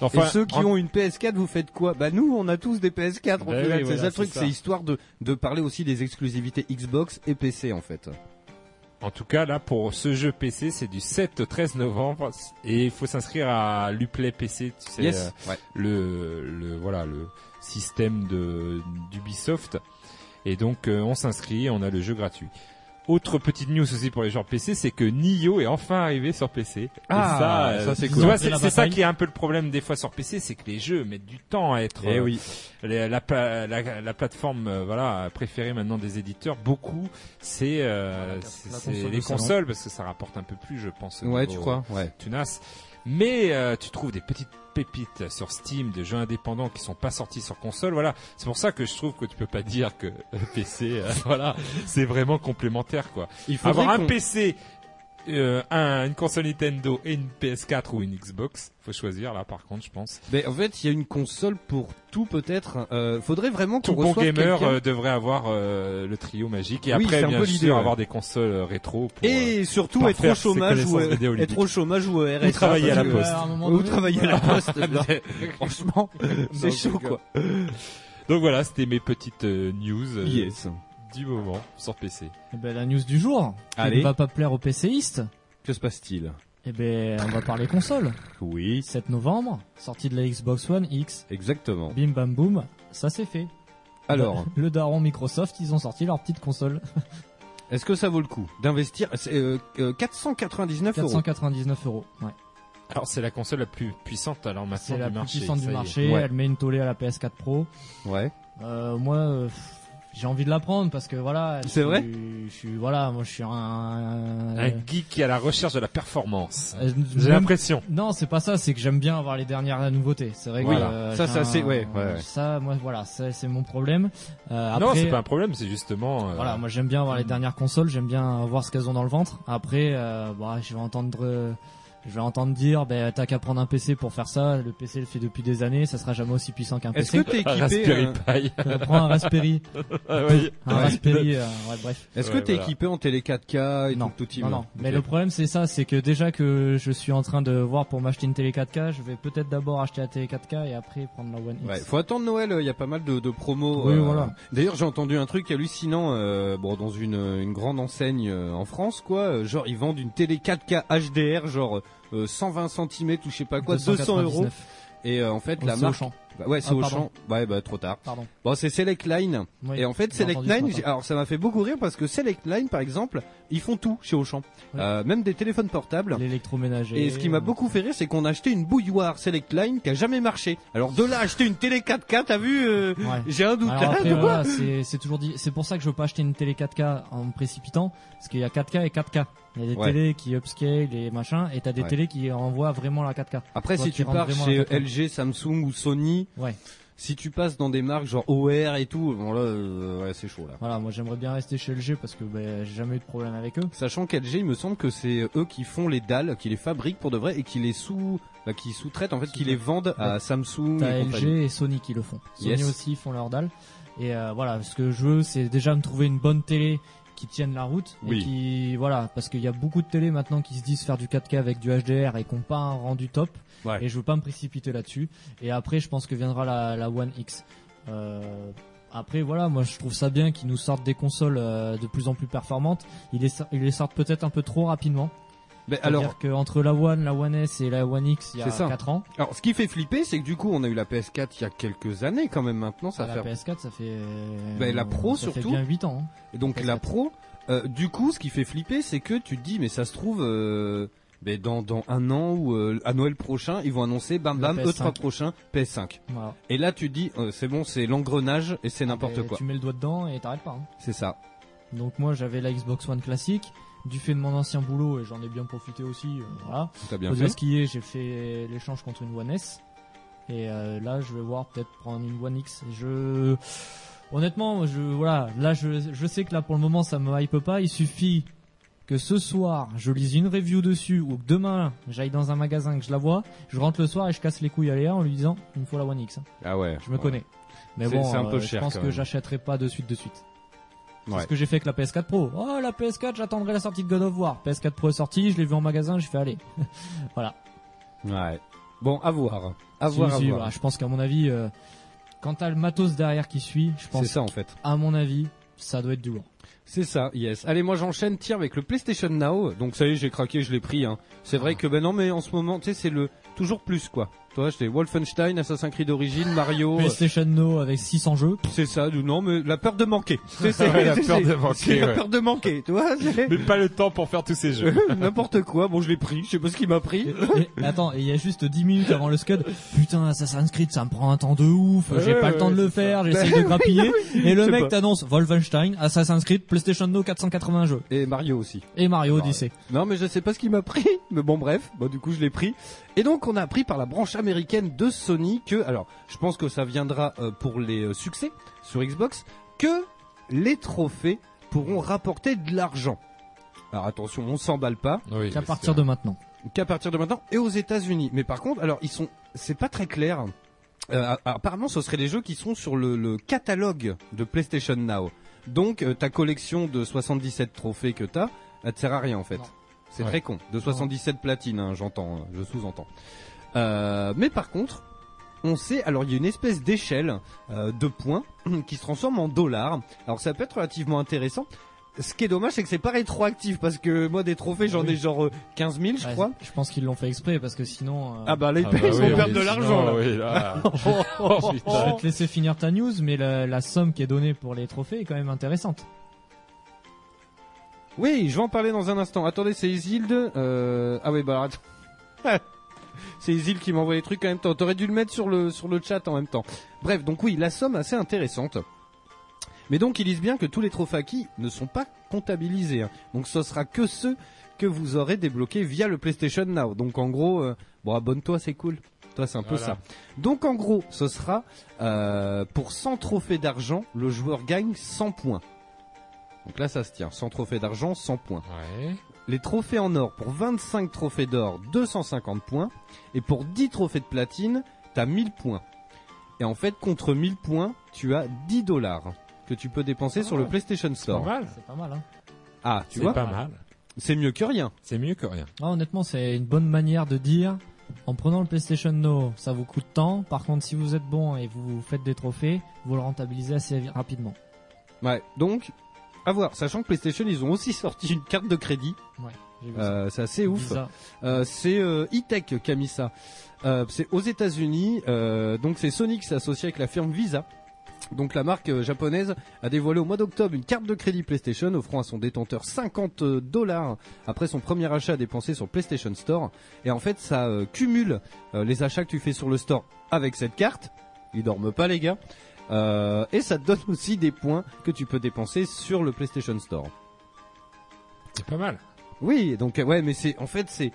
Enfin,
et ceux qui
en-
ont une PS4, vous faites quoi Bah nous, on a tous des PS4. en
Bah
fait.
oui,
c'est
voilà,
ça le
c'est
truc,
ça.
c'est histoire de de parler aussi des exclusivités Xbox et PC en fait.
En tout cas, là, pour ce jeu PC, c'est du 7 au 13 novembre et il faut s'inscrire à l'Uplay PC, tu sais, euh,
yes. Eh Ouais.
le, le voilà le système de d'Ubisoft et donc euh, on s'inscrit on a le jeu gratuit autre petite news aussi pour les joueurs PC c'est que Nioh est enfin arrivé sur PC Et
Ah,
euh,
ça, c'est
tu
cool.
vois,
C'est
c'est
la
c'est ça
bataille.
qui est un peu le problème des fois sur PC c'est que les jeux mettent du temps à être
Eh
euh,
oui.
la, la pla- la- la plateforme euh, voilà préférée maintenant des éditeurs beaucoup c'est
Ah,
euh,
la-
c'est-
la
c'est
console
les
de salon.
consoles parce que ça rapporte un peu plus je pense au
Ouais,
niveau-
tu crois Ouais.
Tunas. Mais euh, tu trouves des petites pépites sur Steam de jeux indépendants qui sont pas sortis sur console. Voilà, c'est pour ça que je trouve que tu peux pas dire que <laughs> PC, euh, voilà, c'est vraiment complémentaire quoi.
Il
Avoir
faudrait
un
qu'on-
PC euh, un- une console Nintendo et une PS4 ou une Xbox. Faut choisir là par contre, je pense.
Mais Ben, en fait, il y a une console pour tout peut-être. Euh, faudrait vraiment qu'on
Tout bon
reçoive
gamer
quelqu'un.
euh, devrait avoir euh, le trio magique et
Oui, c'est
après
un
bien
peu
sûr
l'idée, ouais.
avoir des consoles euh, rétro pour euh,
Et surtout
Par
être au
faire ses
chômage ou
connaissances
euh,
vidéoludiques.
être au chômage ou euh,
Ou
RSA,
travailler à la
parce que-
poste. Ah, bah,
à un moment
Ou
donné,
travailler à
<laughs>
la poste. Franchement, c'est
Non, je
chaud
rigole.
quoi.
Donc voilà, c'était mes petites euh, news euh,
Yes.
du moment sur PC.
Eh ben, la news du jour, qui
Allez.
ne va pas plaire aux PCistes,
Que se passe-t-il
eh ben, on va parler console.
Oui,
7 novembre, sortie de la Xbox One X,
exactement.
bim bam boum, ça c'est fait.
Alors,
<laughs> Le daron Microsoft, ils ont sorti leur petite console.
est-ce que ça vaut le coup d'investir C'est, euh, euh, 499 euros.
499 euros. Ouais.
Alors c'est la console la plus puissante alors maintenant
C'est la
du
plus
marché.
puissante
ça
du
y est.
marché,
Ouais.
elle met une tollée à la PS4 Pro.
Ouais.
Euh, moi, euh, pff, j'ai envie de la prendre parce que voilà. je
C'est vrai
suis- Je suis, voilà, moi je suis un...
Un geek qui est à la recherche de la performance.
Euh,
J'ai
même-
l'impression.
Non, c'est pas ça, c'est que j'aime bien avoir les dernières nouveautés. C'est vrai
Voilà.
que euh,
Ça,
j'ai
ça,
un-
c'est- ouais, ouais, ouais.
Ça, moi, voilà, ça, c'est mon problème. Euh, après,
non, c'est pas un problème, c'est justement. euh,
Voilà, moi j'aime bien avoir
mm.
les dernières consoles, j'aime bien euh, voir ce qu'elles ont dans le ventre. Après, euh, bah, je vais entendre, euh, je vais entendre dire, ben t'as qu'à prendre un PC pour faire ça. Le PC le fait depuis des années, ça sera jamais aussi puissant qu'un
Est-ce
PC.
que t'es
un
équipé
Ah, Raspberry
euh,
Pi.
<laughs> Euh, Prends
<laughs>
un Raspberry,
Ah oui.
un
Ouais.
Raspberry, euh, ouais, bref.
Est-ce que
Ouais,
t'es
voilà.
équipé en télé 4K et
Non,
tout, tout team
non, non. Mais
Ok.
le problème c'est ça, c'est que déjà que je suis en train de voir pour m'acheter une télé 4K, je vais peut-être d'abord acheter la télé 4K et après prendre la One X.
Ouais, faut attendre Noël, euh, il y a pas mal de, de promos. euh.
Oui, voilà.
D'ailleurs, j'ai entendu un truc hallucinant euh, bon dans une, une grande enseigne euh, en France quoi, euh, genre ils vendent une télé 4K HDR genre euh, 120 cm ou je sais pas quoi 200 euros
299.
et euh, en fait
Oh,
la
c'est
marque
Auchan,
Bah ouais, c'est
Ah,
au
pardon.
champ. Ouais, bah trop tard.
pardon.
Bon, c'est Select Line.
Oui.
Et en fait,
j'ai
Select
entendu ce
Line,
matin.
j'ai- alors ça m'a fait beaucoup rire parce que Select Line, par exemple, ils font tout chez Auchan,
Oui.
Euh, même des téléphones portables.
l'électroménager. euh,
Et ce qui m'a beaucoup fait rire, c'est qu'on a acheté une bouilloire Select Line qui a jamais marché. Alors de là, acheter une télé 4K, t'as vu euh,
Ouais.
J'ai un doute. <laughs>
Alors
là,
après,
de quoi
voilà, c'est c'est toujours dit. C'est pour ça que je veux pas acheter une télé 4K en me précipitant, parce qu'il y a 4K et 4K. Il y a des
Ouais.
télés qui upscale et machin, et t'as des
Ouais.
télés qui renvoient vraiment la 4K.
Après,
Toi
si
qui
tu
rentres
pars
vraiment
chez
dans ton-
LG, Samsung ou Sony,
Ouais.
si tu passes dans des marques genre OR et tout, bon là, euh, ouais, c'est chaud là.
Voilà, moi j'aimerais bien rester chez LG parce que ben, j'ai jamais eu de problème avec eux.
Sachant qu'LG, il me semble que c'est eux qui font les dalles, qui les fabriquent pour de vrai et qui les sous, bah, qui sous-traitent en fait, qui les vendent à Samsung.
T'as
et
LG
compagnie.
et Sony qui le font. Sony
Yes.
aussi font leur dalle. Et euh, voilà, ce que je veux, c'est déjà me trouver une bonne télé qui tienne la route
Oui.
et qui voilà parce qu'il y a beaucoup de télé maintenant qui se disent faire du 4K avec du HDR et qui n'ont pas un rendu top
Ouais.
et je veux pas me précipiter là-dessus et après je pense que viendra la, la One X Euh, après voilà moi je trouve ça bien qu'ils nous sortent des consoles euh, de plus en plus performantes ils les, sor- ils les sortent peut-être un peu trop rapidement
Mais alors,
alors qu'entre la One la One S et la One X il y a
C'est ça.
4 ans
alors, ce qui fait flipper, c'est que du coup, on a eu la PS4 il y a quelques années quand même. Maintenant, ça
Ah,
fait
la PS4 ça fait euh,
Ben, la Pro,
ça fait
surtout.
bien 8 ans hein.
Et donc
PS4.
la Pro. euh, du coup, ce qui fait flipper, c'est que tu te dis, mais ça se trouve, euh, ben, dans dans un an ou euh, à Noël prochain, ils vont annoncer, bam
La
bam,
PS5.
E3 prochain, PS5.
Voilà.
Et là, tu te dis, euh, c'est bon, c'est l'engrenage et c'est n'importe
Et
quoi.
Ah, tu mets le doigt dedans et t'arrêtes pas hein.
C'est ça.
donc moi j'avais la Xbox One classique du fait de mon ancien boulot et j'en ai bien profité aussi euh, voilà
T'as bien
Au
fait.
lieu de skier, j'ai fait l'échange contre une One S. Et euh, là, je vais voir peut-être prendre une One X. Je honnêtement, je voilà, là je, je sais que là pour le moment ça me hype pas. Il suffit que ce soir je lise une review dessus ou que demain j'aille dans un magasin que je la vois, je rentre le soir et je casse les couilles à Léa en lui disant il me faut la One X. hein.
Ah ouais.
Je me connais. Mais
C'est-
bon,
c'est un peu
euh,
cher,
je pense
quand
que
même.
j'achèterai pas de suite de suite. C'est
Ouais.
ce que j'ai fait avec la PS4 Pro. Oh la PS4, j'attendrai la sortie de God of War. PS4 Pro est sortie, je l'ai vu en magasin, j'ai fait aller.
Ouais. Bon, à voir. À
Si,
voir, à
si,
voir.
bah, je pense qu'à mon avis, euh, quand t'as le matos derrière qui suit, je
C'est
pense,
ça en fait.
à mon avis, ça doit être du lourd.
C'est ça, yes. Allez, moi j'enchaîne, tiens, avec le PlayStation Now. Donc ça y est, j'ai craqué, je l'ai pris. Hein. C'est vrai
Ah.
que, ben non, mais en ce moment, tu sais, c'est le toujours plus quoi. Toi, j'étais Wolfenstein, Assassin's Creed d'origine, Mario. euh,
PlayStation No avec 600 jeux.
C'est ça, du- non, mais la peur de manquer. C'est
<laughs>
c'est-
Ouais,
<laughs>
la
c'est-
peur
c'est-
de manquer,
c'est la
ouais.
peur de manquer, tu vois. c'est-
Mais pas le temps pour faire tous
<laughs>
ces jeux.
N'importe quoi. Bon, je l'ai pris, je sais pas ce qui m'a pris.
Et- et attends, et il y a juste 10 minutes avant le scud. Putain, Assassin's Creed, ça me prend un temps de ouf. Euh, J'ai
Ouais,
pas
ouais,
le temps de
c'est
le
ça.
faire. J'essaye de
<laughs>
grappiller. et le
je sais
mec
pas.
t'annonce Wolfenstein, Assassin's Creed, PlayStation No 480 jeux.
Et Mario aussi.
Et Mario
Ah Ouais.
Odyssey.
Non, mais je sais pas ce qui m'a pris. Mais bon, bref. Bah, du coup, je l'ai pris. Et donc, on a appris par la branche américaine de Sony que, alors, je pense que ça viendra euh, pour les euh, succès sur Xbox, que les trophées pourront rapporter de l'argent. Alors attention, on s'emballe pas.
Oui,
qu'à
oui,
partir de
c'est
maintenant.
Qu'à partir de maintenant et aux États-Unis. Mais par contre, alors ils sont, c'est pas très clair. Euh, a- apparemment, ce seraient des jeux qui sont sur le, le catalogue de PlayStation Now. Donc euh, ta collection de 77 trophées que t'as, elle te sert à rien en fait.
Non.
C'est
Ouais.
très con. De 77 platines, hein, j'entends, hein, je sous-entends. Euh, mais par contre, on sait, alors il y a une espèce d'échelle euh, de points <clears throat> qui se transforme en dollars. Alors ça peut être relativement intéressant. Ce qui est dommage, c'est que c'est pas rétroactif parce que moi des trophées, j'en ai genre euh, 15 000, je
Ouais,
crois.
Je pense qu'ils l'ont fait exprès parce que sinon. euh,
Ah bah là, ils
Ah bah
payent, ils
oui,
vont
oui,
perdre de
sinon,
l'argent. là.
<laughs>
oui, là. <laughs> Oh,
Je
putain.
vais te laisser finir ta news, mais la, la somme qui est donnée pour les trophées est quand même intéressante.
Oui, je vais en parler dans un instant. Attendez, c'est Isild. Euh... Ah oui, bah alors, attends. <laughs> c'est Isild qui m'envoie les trucs en même temps. T'aurais dû le mettre sur le, sur le chat en même temps. Bref, donc oui, la somme assez intéressante. Mais donc, ils disent bien que tous les trophées acquis ne sont pas comptabilisés. hein. Donc, ce sera que ceux que vous aurez débloqués via le PlayStation Now. Donc, en gros, euh, bon, abonne-toi, c'est cool. Toi, c'est un peu
Voilà.
ça. Donc, en gros, ce sera euh, pour 100 trophées d'argent, le joueur gagne 100 points. Donc là, ça se tient. 100 trophées d'argent, 100 points.
Ouais.
Les trophées en or, pour 25 trophées d'or, 250 points. Et pour 10 trophées de platine, t'as 1000 points. Et en fait, contre 1000 points, tu as 10 dollars que tu peux dépenser sur le PlayStation
Pas
Store.
mal.
C'est pas mal. Hein.
Ah, tu
Ah. C'est
vois,
pas mal.
c'est mieux que rien.
C'est mieux que rien.
Ah, honnêtement, c'est une bonne manière de dire en prenant le PlayStation Now, ça vous coûte tant. Par contre, si vous êtes bon et vous faites des trophées, vous le rentabilisez assez vi- rapidement.
Ouais, donc, à voir. Sachant que PlayStation, ils ont aussi <laughs> sorti une carte de crédit.
Ouais, j'ai vu ça.
Euh, c'est assez ouf.
Visa.
Euh, c'est euh, E-Tech qui a mis ça. Euh, c'est aux États-Unis. euh, donc c'est Sony qui s'est associé avec la firme Visa. Donc la marque euh, japonaise a dévoilé au mois d'octobre une carte de crédit PlayStation offrant à son détenteur 50 dollars après son premier achat dépensé sur PlayStation Store. Et en fait ça euh, cumule euh, les achats que tu fais sur le store avec cette carte. Ils dorment pas les gars. Euh, et ça te donne aussi des points que tu peux dépenser sur le PlayStation Store.
C'est pas mal.
Oui, donc euh, ouais, mais c'est en fait c'est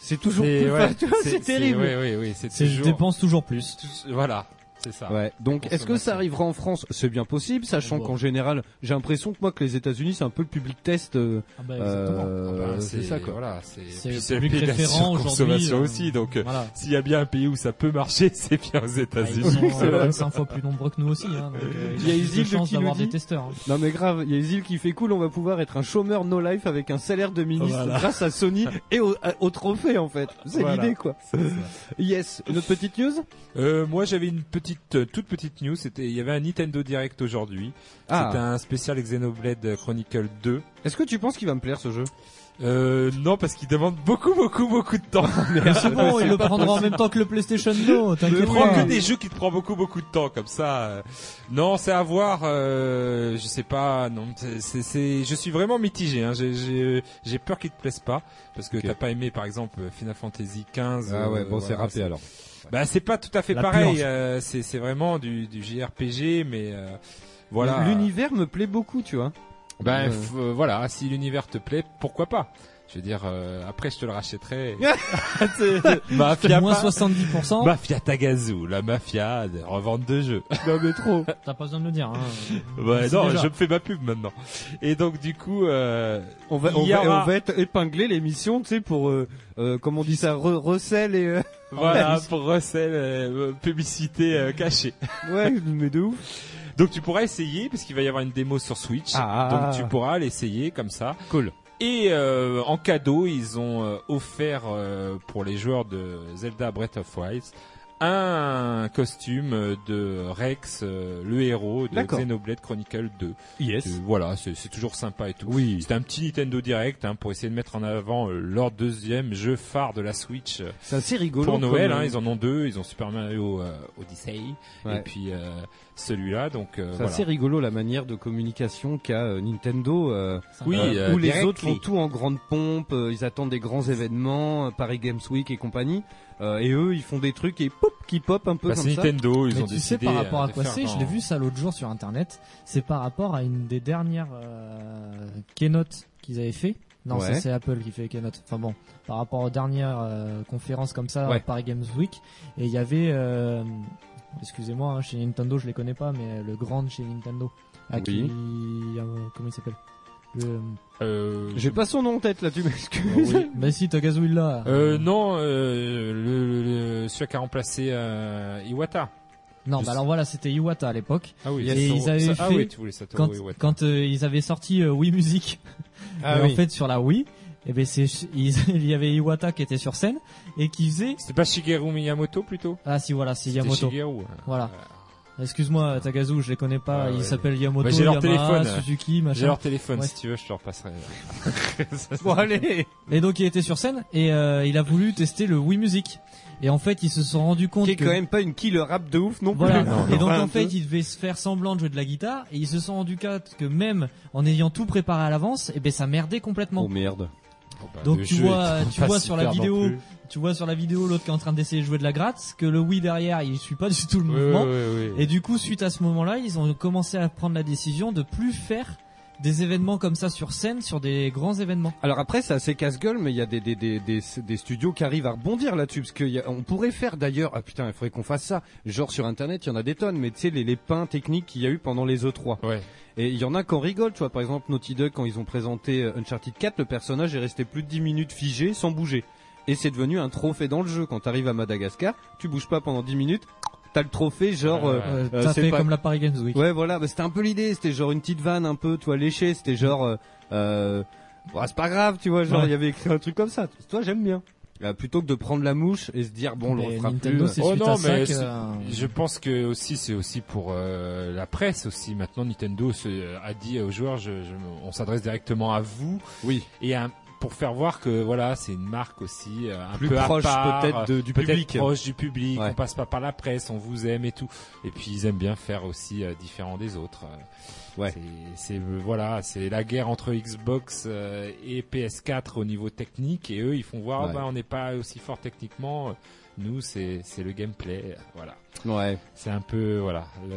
c'est toujours
C'est-
plus
ouais,
fa- <laughs> tu vois, c'est terrible.
Oui, oui, oui. C'est
C'est je
toujours.
dépense toujours plus.
tout- Voilà. C'est ça.
Ouais. Donc, est-ce que
consommation.
ça arrivera en France C'est bien possible, sachant
Ouais.
qu'en général, j'ai l'impression que moi, que les États-Unis, c'est un peu le public test. euh,
Ah bah,
Ah
euh,
ben,
c'est ça quoi.
Voilà, c'est
C'est
puis
le
c'est le
public
pays de la
référent aujourd'hui,
surconsommation
euh,
aussi. Donc, euh,
Voilà.
s'il y a bien un pays où ça peut marcher, <laughs> c'est bien
Bah,
aux
Ah, ils
<laughs> États-Unis.
sont euh, 25 fois plus nombreux que nous aussi. Hein, donc, euh,
Il y a
plus de
Isil de
chances
qui nous
d'avoir
dit-
des testeurs. hein.
Non mais grave, il y a les îles qui fait cool, on va pouvoir être un chômeur no life avec un salaire de ministre
Voilà.
grâce à
<laughs>
Sony et au, à- au trophée en fait. C'est
Voilà.
l'idée quoi.
C'est ça.
Yes, une autre petite news
Euh, moi, j'avais une petite, euh, toute petite news. C'était, il y avait un Nintendo Direct aujourd'hui.
Ah,
C'était un spécial Xenoblade Chronicle 2.
est-ce que tu penses qu'il va me plaire ce jeu
Euh, non, parce qu'il demande beaucoup, beaucoup, beaucoup de temps.
Mais c'est bon, il le prendra en même temps que le PlayStation Now.
Ne
T'inquiète
prends
pas. hein.
que des jeux qui te prend beaucoup, beaucoup de temps, comme ça. euh. Non, c'est à voir. Euh, je sais pas. Non, c'est, c'est, c'est- je suis vraiment mitigé. Hein. J'ai, j'ai, j'ai peur qu'il te plaise pas, parce que t'as pas aimé, par exemple, Final Fantasy 15.
Ah alors.
Bah, c'est pas tout à fait
La
pareil.
purge.
euh, c'est, c'est vraiment du, du JRPG, mais euh, voilà.
L'univers me plaît beaucoup, tu vois. Euh.
Ben f- euh, voilà, si l'univers te plaît, pourquoi pas Je veux dire, euh, après je te
<laughs>
le rachèterai. mafia,
Moins
pas- Bah-
70%.
mafia Tagazu, la mafia de revente de jeux.
Non mais trop.
T'as pas besoin de le dire. Hein.
<laughs> Ouais,
C'est
non,
déjà.
je me fais ma pub maintenant. Et donc du coup, euh,
On va,
Il
on
y
va,
aura-
on va être épinglé l'émission, tu sais, pour, euh, euh, comment on dit ça, re- recel et... euh, <laughs>
voilà pour Russell, euh, publicité euh, cachée.
Ouais, mais de ouf.
Donc tu pourras essayer parce qu'il va y avoir une démo sur Switch.
Ah.
Donc tu pourras l'essayer comme ça.
Cool.
Et euh, en cadeau, ils ont euh, offert euh, pour les joueurs de Zelda Breath of Wild un costume euh, de Rex, euh, le héros de
D'accord.
Xenoblade Chronicle 2.
Yes.
Euh, voilà, c'est c'est toujours sympa et tout.
Oui.
C'était un petit Nintendo Direct hein, pour essayer de mettre en avant euh, leur deuxième jeu phare de la Switch euh,
C'est assez rigolo.
pour Noël.
euh,
comme- euh,
Hein, ils en ont deux, ils ont Super Mario euh, Odyssey
Ouais.
et puis euh, celui-là. Donc euh,
C'est
voilà.
assez rigolo la manière de communication qu'a euh, Nintendo, euh,
Oui,
euh,
euh,
où les
directly.
autres font tout en grande pompe, euh, ils attendent des grands événements, euh, Paris Games Week et compagnie, euh, et eux ils font des trucs et pop qui pop un peu
Bah, c'est
comme ça.
Nintendo, ils
Mais
ont
tu sais
décidé.
par
euh,
rapport à
de
quoi
faire
c'est Je
dans-
l'ai vu ça l'autre jour sur internet. C'est par rapport à une des dernières euh, keynote qu'ils avaient fait. Non,
Ouais.
ça c'est Apple qui fait les keynote. Enfin bon, par rapport aux dernières euh, conférences comme ça,
Ouais.
Paris Games Week, et il y avait, euh, excusez-moi, hein, chez Nintendo je les connais pas, mais le grand de chez Nintendo, à
Oui.
qui, euh, comment il s'appelle Le...
Euh,
J'ai pas son nom en tête là, tu m'excuses.
Ah oui.
Bah si, t'as Gazouille là.
Euh, non, euh, le, le- le- celui qui a remplacé euh, Iwata.
non,
je
bah
sais.
alors voilà, c'était Iwata à l'époque.
Ah oui,
Et
Satoru-
ils avaient
Sa- ah
fait-
oui, tu voulais Satoru
Quand,
Iwata.
quand euh, ils avaient sorti euh, Wii Music,
Ah
euh,
oui.
en fait sur la Wii, et ben c'est <laughs> ils- il y avait Iwata qui était sur scène et qui faisait
C'était pas Shigeru Miyamoto plutôt
ah si voilà c'est
C'était
Yamoto.
Shigeru.
Voilà.
Euh,
Excuse-moi Tagazu, je les connais pas.
Ouais,
ils
ouais.
s'appellent Yamoto,
Bah, j'ai leur
Yamaha,
téléphone.
Suzuki,
J'ai
machin.
leur téléphone,
Ouais.
si tu veux, je
<laughs>
te repasserai.
<laughs> Bon allez.
Et donc il était sur scène et euh, il a voulu tester le Wii Music. Et en fait ils se sont rendu compte
Qui est
que
quand même pas une killer rap de ouf non plus.
Voilà.
Non,
et donc
Enfin,
en fait,
un peu.
ils devaient se faire semblant de jouer de la guitare et ils se sont rendus compte que même en ayant tout préparé à l'avance, et ben ça merdait complètement.
Oh merde.
Donc, tu vois- tu vois sur la vidéo, Tu vois sur la vidéo l'autre qui est en train d'essayer de jouer de la gratte, que le oui derrière, il suit pas du tout le mouvement. Et du coup, suite à ce moment-là, ils ont commencé à prendre la décision de plus faire des événements comme ça sur scène, sur des grands événements.
Alors après, c'est assez casse-gueule, mais il y a des, des, des, des, des studios qui arrivent à rebondir là-dessus. Parce qu'on pourrait faire d'ailleurs, ah putain, il faudrait qu'on fasse ça. Genre sur Internet, il y en a des tonnes, mais tu sais, les, les pains techniques qu'il y a eu pendant les E3.
Ouais.
Et il y en a qu'on rigole, tu vois. Par exemple, Naughty Dog, quand ils ont présenté euh, Uncharted 4, le personnage est resté plus de 10 minutes figé, sans bouger. Et c'est devenu un trophée dans le jeu. Quand t'arrives à Madagascar, tu bouges pas pendant 10 minutes, t'as le trophée genre... euh,
Ouais.
Euh,
Euh,
ça
c'est
fait
pas-
comme la Paris Games Week.
Ouais, voilà, bah, c'était un peu l'idée, c'était genre une petite vanne un peu, tu vois, léchée, c'était genre, euh, euh, bah, c'est pas grave, tu vois, genre, il
Ouais.
y avait écrit un truc comme ça. Toi, j'aime bien. Euh, plutôt que de prendre la mouche et se dire, bon, on le
Mais
refera
Nintendo,
plus.
c'est
Oh
suite
non,
à ça
mais
que,
c'est-
euh,
Je pense que aussi c'est aussi pour euh, la presse aussi. Maintenant, Nintendo se- euh, a dit aux joueurs, je- je- on s'adresse directement à vous
Oui,
et à- pour faire voir que voilà, c'est une marque aussi euh, un
plus
peu à
proche
part, euh,
peut-être de- du
peut-être
public.
proche du public.
Ouais.
On passe pas par la presse, on vous aime et tout. Et puis ils aiment bien faire aussi euh, différent des autres. Euh,
Ouais.
c'est- C'est euh, voilà, c'est la guerre entre Xbox euh, et PS4 au niveau technique et eux ils font voir,
Ouais.
Ah bah, on n'est pas aussi fort techniquement. Nous c'est c'est le gameplay, voilà.
Ouais.
C'est un peu voilà le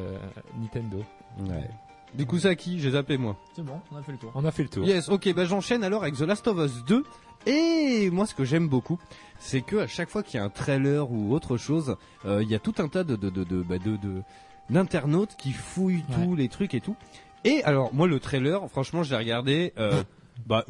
Nintendo.
ouais. Du coup, ça qui J'ai zappé, moi.
C'est bon, on a fait le tour.
On a fait le tour.
Yes, ok, bah j'enchaîne alors avec The Last of Us 2. Et moi, ce que j'aime beaucoup, c'est que à chaque fois qu'il y a un trailer ou autre chose, euh, il y a tout un tas de de de de bah, de- de- d'internautes qui fouillent
Ouais.
tous les trucs et tout. Et alors, moi, le trailer, franchement, je l'ai regardé.
<laughs>
euh, bah,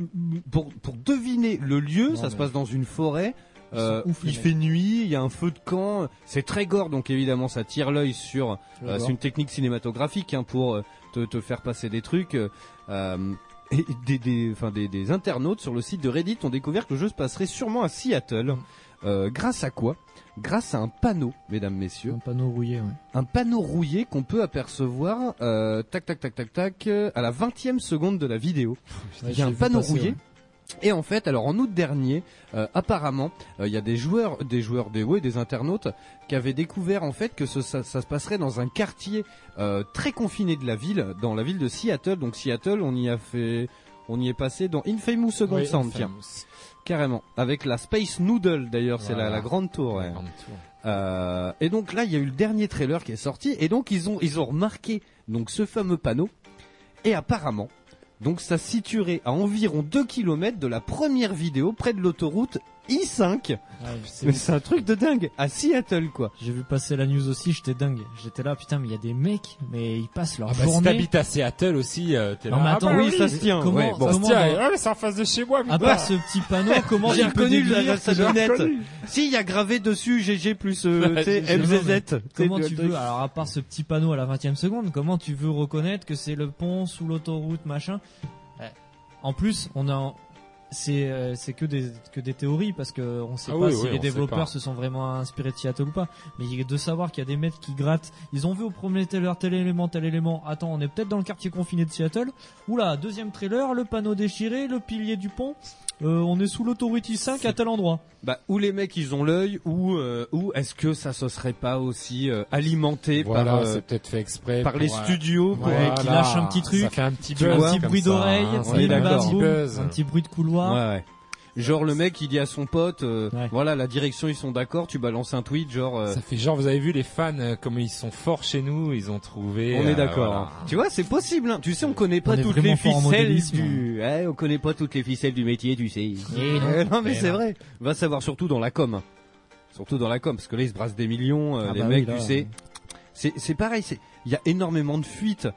pour pour deviner le lieu,
Non,
ça se
mais-
passe dans une forêt.
Ils sont
Euh,
ouf, les
il
mecs.
fait nuit, il y a un feu de camp, c'est très gore, donc évidemment ça tire l'œil sur
Je vais
euh,
voir.
c'est une technique cinématographique hein, pour euh, te, te faire passer des trucs. euh, euh, et des, des, enfin, des, des internautes sur le site de Reddit ont découvert que le jeu se passerait sûrement à Seattle. Euh, grâce à quoi Grâce à un panneau, mesdames, messieurs.
Un panneau rouillé, ouais.
Un panneau rouillé qu'on peut apercevoir, euh, tac, tac, tac, tac, tac, euh, à la 20 e seconde de la vidéo. Il
Ouais,
y
je
a un
l'ai vu
panneau
passer,
rouillé.
ouais.
Et en fait, alors en août dernier, euh, apparemment, euh, il y a des joueurs, des joueurs des ouais, des internautes qui avaient découvert en fait que ce- ça, ça se passerait dans un quartier euh, très confiné de la ville, dans la ville de Seattle. Donc Seattle, on y a fait, on y est passé dans Infamous Second
Oui,
Sound,
enfin,
tiens, carrément, avec la Space Noodle d'ailleurs, c'est la,
Voilà.
la grande tour. ouais.
en dessous.
Euh, et donc là, il y a eu le dernier trailer qui est sorti, et donc ils ont ils ont remarqué donc ce fameux panneau, et apparemment, donc ça se situerait à environ 2 km de la première vidéo près de l'autoroute I5.
Ouais, c'est
Mais c'est un truc de dingue à Seattle quoi.
J'ai vu passer la news aussi, j'étais dingue. J'étais là, putain, mais il y a des mecs, mais ils passent leur
Ah bah, si
journée.
t'habites à Seattle aussi, euh, t'es là.
Non, mais
Ah
attends,
bah
oui, ça se tient.
Comment,
ouais, bon.
Ça se
comment,
tient,
dans-
et, oh, c'est en face de chez moi.
à part ce petit panneau, comment
J'ai
tu peux
reconnu la
déduire que-
sabinette. Si il y a gravé dessus GG plus euh, tu sais,
J'ai-
MZZ. tu hein. sais,
Comment
le
tu
truc.
veux, alors à part ce petit panneau à la 20 e seconde, comment tu veux reconnaître que c'est le pont sous l'autoroute, machin Eh, En plus, on a, en- c'est, euh, c'est que des, que des théories parce que on sait
Ah
pas
oui,
si
oui,
les
on sait pas.
développeurs se sont vraiment inspirés de Seattle ou pas. Mais il- de savoir qu'il y a des mecs qui grattent, ils ont vu au premier trailer tel élément, tel élément, attends, on est peut-être dans le quartier confiné de Seattle. Oula, deuxième trailer, le panneau déchiré, le pilier du pont, euh, on est sous l'autoroute I5 à tel endroit.
Bah, ou les mecs ils ont l'œil, ou euh, ou est-ce que ça se serait pas aussi euh, alimenté
Voilà,
par euh,
c'est peut-être fait exprès.
par les
pour, euh,
studios pour-
voilà,
qui lâchent un petit
Ça
truc,
fait un petit
tu
buzz.
vois,
un petit
comme
bruit
ça,
d'oreille,
hein,
on
ça
est
fait un
d'accord.
petit
boum,
buzz.
un petit bruit de couloir.
Ouais, ouais. Genre le mec il dit à son pote, euh,
Ouais.
voilà la direction ils sont d'accord, tu balances un tweet genre euh,
Ça fait genre, vous avez vu les fans, euh, comme ils sont forts chez nous, ils ont trouvé.
on
euh,
est d'accord.
voilà.
hein. Tu vois c'est possible. Hein. Tu sais on connaît pas
On est
toutes
vraiment
les
fort en
ficelles
modélisme.
du, Ouais, on connaît pas toutes les ficelles du métier tu sais.
Eh non.
Eh non mais
Eh
c'est
non.
vrai. Va savoir surtout dans la com. hein. Surtout dans la com parce que là ils se brassent des millions, euh,
Ah
les
bah oui,
mecs
là,
tu sais. C'est c'est pareil, c'est il y a énormément de fuites.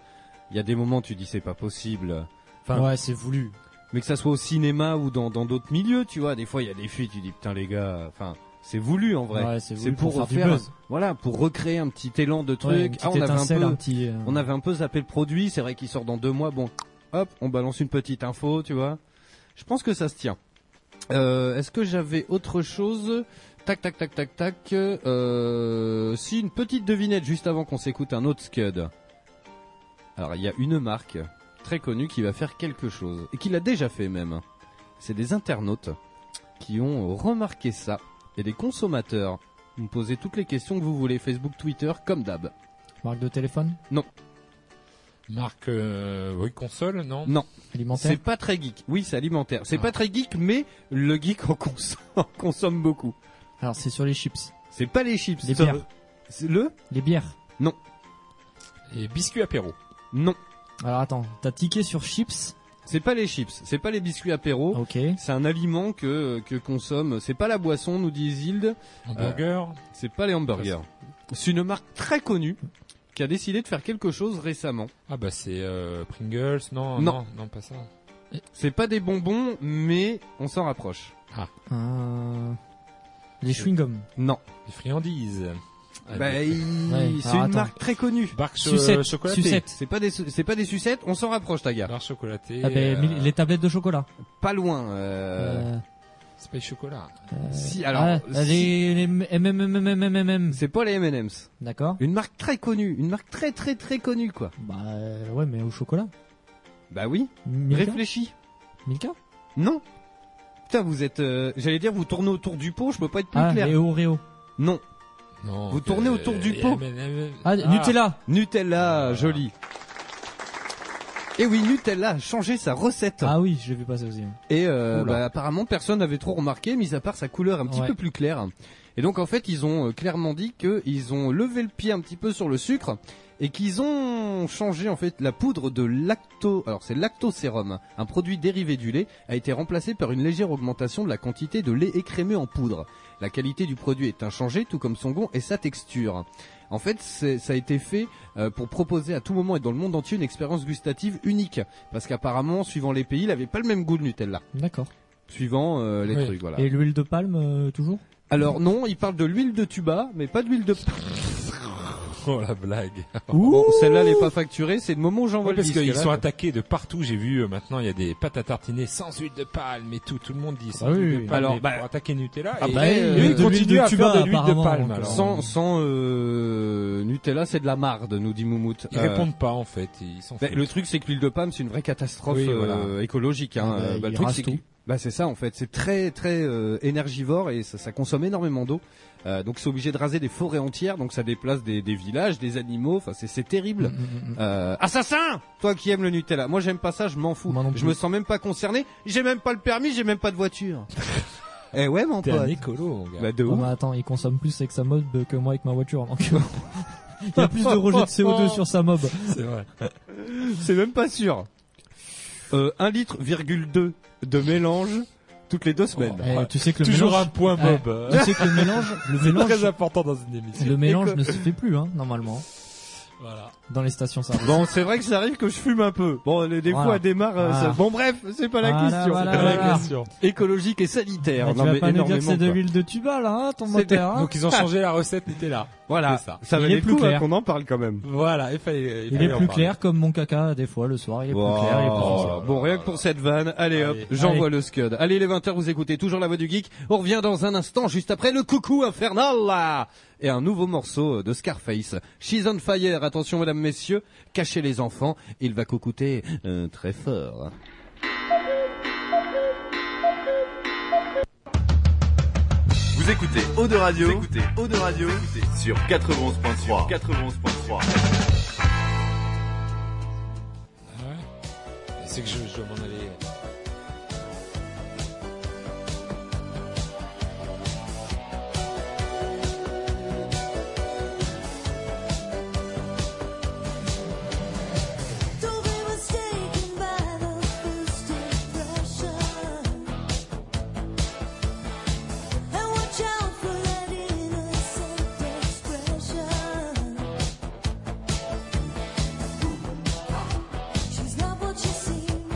Il y a des moments tu dis c'est pas possible.
Enfin-
ouais, c'est voulu.
Mais que ça soit au cinéma ou dans dans d'autres milieux, tu vois, des fois il y a des fuites, tu dis putain les gars, enfin c'est voulu en vrai.
Ouais, c'est
c'est
voulu
pour,
pour, faire,
faire-
du buzz.
Voilà, pour recréer un petit élan de truc.
Ouais, une petite
ah, on avait un
étincelle,
peu,
un petit, euh,
on avait un peu zappé le produit. C'est vrai qu'il sort dans deux mois. Bon, hop, on balance une petite info, tu vois. Je pense que ça se tient. Euh, Est-ce que j'avais autre chose Tac, tac, tac, tac, tac. Euh, si une petite devinette juste avant qu'on s'écoute un autre scud. Alors il y a une marque très connue qui va faire quelque chose et qui l'a déjà fait même. C'est des internautes qui ont remarqué ça et des consommateurs. Vous me posez toutes les questions que vous voulez, Facebook, Twitter, comme d'hab.
marque de téléphone
Marque, euh, oui, console, non
alimentaire. Ah.
C'est pas très geek. Oui, c'est alimentaire. C'est pas très geek, mais le geek en, cons- <laughs> en consomme beaucoup.
Alors c'est sur les chips,
C'est pas les chips.
Les
ça-
bières.
C'est le
les bières.
Et biscuit apéro.
Non.
Alors attends, t'as tiqué sur chips
C'est pas les chips. C'est pas les biscuits apéro.
Ok. Euh,
C'est un aliment que que consomme. C'est pas la boisson, nous dit Isilde.
Hamburger.
C'est pas les hamburgers. C'est une marque très connue qui a décidé de faire quelque chose récemment.
Ah bah c'est euh, Pringles, non,
Non.
non, non, pas ça.
C'est pas des bonbons, mais on s'en rapproche.
Euh, Les chewing-gums.
Non.
Des friandises. Ah,
Bah,
des-
il-
Ouais,
c'est une
alors attends.
marque très connue.
Barque cho-
Sucette,
chocolatée.
sucette.
C'est pas des su- c'est pas des sucettes. On s'en rapproche, ta gars.
Barre chocolatée.
Ah ben,
euh,
mille- les tablettes de chocolat.
Pas loin. euh,
Euh,
C'est pas du chocolat.
Si, alors,
ah,
si-
les, les MMMMMMM.
c'est pas les M&M's.
D'accord.
Une marque très connue, une marque très très très connue quoi.
Bah euh, ouais, mais au chocolat.
Bah oui.
Milka.
Réfléchis.
Milka.
Non. Putain, vous êtes. euh, J'allais dire, vous tournez autour du pot. Je peux pas être plus
Ah,
clair.
les Oreo.
Non.
Non. euh,
Vous tournez autour du
et
pot.
M&M.
Ah, Nutella.
Nutella,
Ah.
joli. Et oui, Nutella a changé sa recette.
Ah oui, j'ai vu passer aussi.
Et euh,
Oula.
bah, apparemment, personne n'avait trop remarqué, mis à part sa couleur un petit
Ouais.
peu plus claire. Et donc, en fait, ils ont euh, clairement dit qu'ils ont levé le pied un petit peu sur le sucre et qu'ils ont changé en fait la poudre de lacto. Alors, c'est lactosérum, hein, un produit dérivé du lait, a été remplacé par une légère augmentation de la quantité de lait écrémé en poudre. La qualité du produit est inchangée, tout comme son goût et sa texture. En fait, c'est- ça a été fait euh, pour proposer à tout moment et dans le monde entier une expérience gustative unique. Parce qu'apparemment, suivant les pays, il n'avait pas le même goût de Nutella
D'accord.
suivant euh, les
Oui.
trucs voilà.
Et l'huile de palme euh, toujours
Alors non, il parle de l'huile de tuba, mais pas de l'huile de
<laughs> Oh
<laughs>
la blague.
Bon, celle-là elle est pas facturée, c'est le moment où j'envoie le
Ouais, parce
disque.
qu'ils
là.
sont attaqués de partout. J'ai vu euh, maintenant il y a des pâtes à tartiner sans huile de palme et tout. Tout le monde dit sans
Ah oui,
huile de
oui.
palme.
Alors,
mais
bah,
pour attaquer Nutella.
Ah
et-
bah, euh,
et eux, ils
de l'huile
continuent à faire de l'huile de
apparemment,
palme.
donc,
alors.
sans sans euh, Nutella, c'est de la marde, nous dit Moumout.
Ils
Euh,
répondent pas en fait. Ils s'en
bah,
foutent.
le truc c'est que l'huile de palme c'est une vraie catastrophe
Oui, voilà. ben,
euh, écologique hein.
Ah bah,
Euh,
ils
le truc
rasent
c'est que-
tout.
bah c'est ça en fait, c'est très très euh, énergivore et ça, ça consomme énormément d'eau. Euh, donc c'est obligé de raser des forêts entières, donc ça déplace des, des villages, des animaux, enfin c'est c'est terrible. Euh, assassin Toi qui aimes le Nutella. Moi j'aime pas ça, je m'en fous.
Moi non plus.
Je me sens même pas concerné. J'ai même pas le permis, j'ai même pas de
<laughs>
voiture. eh ouais mon
T'es un
pote.
écolo, mon gars.
Bah de
Oh,
ouf.
bah, attends, il consomme plus avec sa mob que moi avec ma voiture. Donc... euh, il y a plus de rejets de CO2 sur sa mob.
c'est vrai.
C'est même pas sûr. Euh, 1 litre virgule 2 de mélange toutes les deux semaines.
Ouais.
Eh, tu sais que le
Toujours un
mélange,
point
Ouais.
mob.
<laughs> tu sais que le mélange, le
C'est
mélange,
très important dans une émission.
le mélange ne se fait plus hein, normalement
Voilà.
dans les stations service.
Bon, c'est vrai que ça arrive que je fume un peu. Bon, les- des
eh. Voilà.
fois, elle démarre. euh,
Voilà.
ça- Bon, bref, c'est pas la
Voilà,
question.
voilà,
C'est pas la
voilà.
question. Écologique et sanitaire. Non,
Eh, tu vas
mais
pas nous dire que c'est de
énormément, quoi.
l'huile de tuba là, hein, ton
C'est-
moteur. hein
Donc ils ont changé la recette Nutella.
Voilà,
C'est
ça,
ça.
Il
valait
est
le
plus
coup, hein,
clair.
qu'on en parle quand même.
Voilà, il fallait.
Il est plus clair comme mon caca des fois le soir, il est plus clair, il est plus
Oh,
foncé.
bon, rien que pour cette vanne, allez hop,
Allez.
j'envoie le scud. Allez les 20h, vous écoutez toujours la voix du geek. On revient dans un instant, juste après le coucou infernal là. et un nouveau morceau de Scarface. She's on fire, attention mesdames, messieurs, cachez les enfants, il va coucouter euh, très fort.
Vous écoutez Eau de Radio, vous écoutez Eau de Radio vous écoutez sur 91.3. 91.3.
C'est que je, je dois m'en euh, aller.
Don't be mistaken by the first impression, and watch out for that innocent expression. She's not what she seems.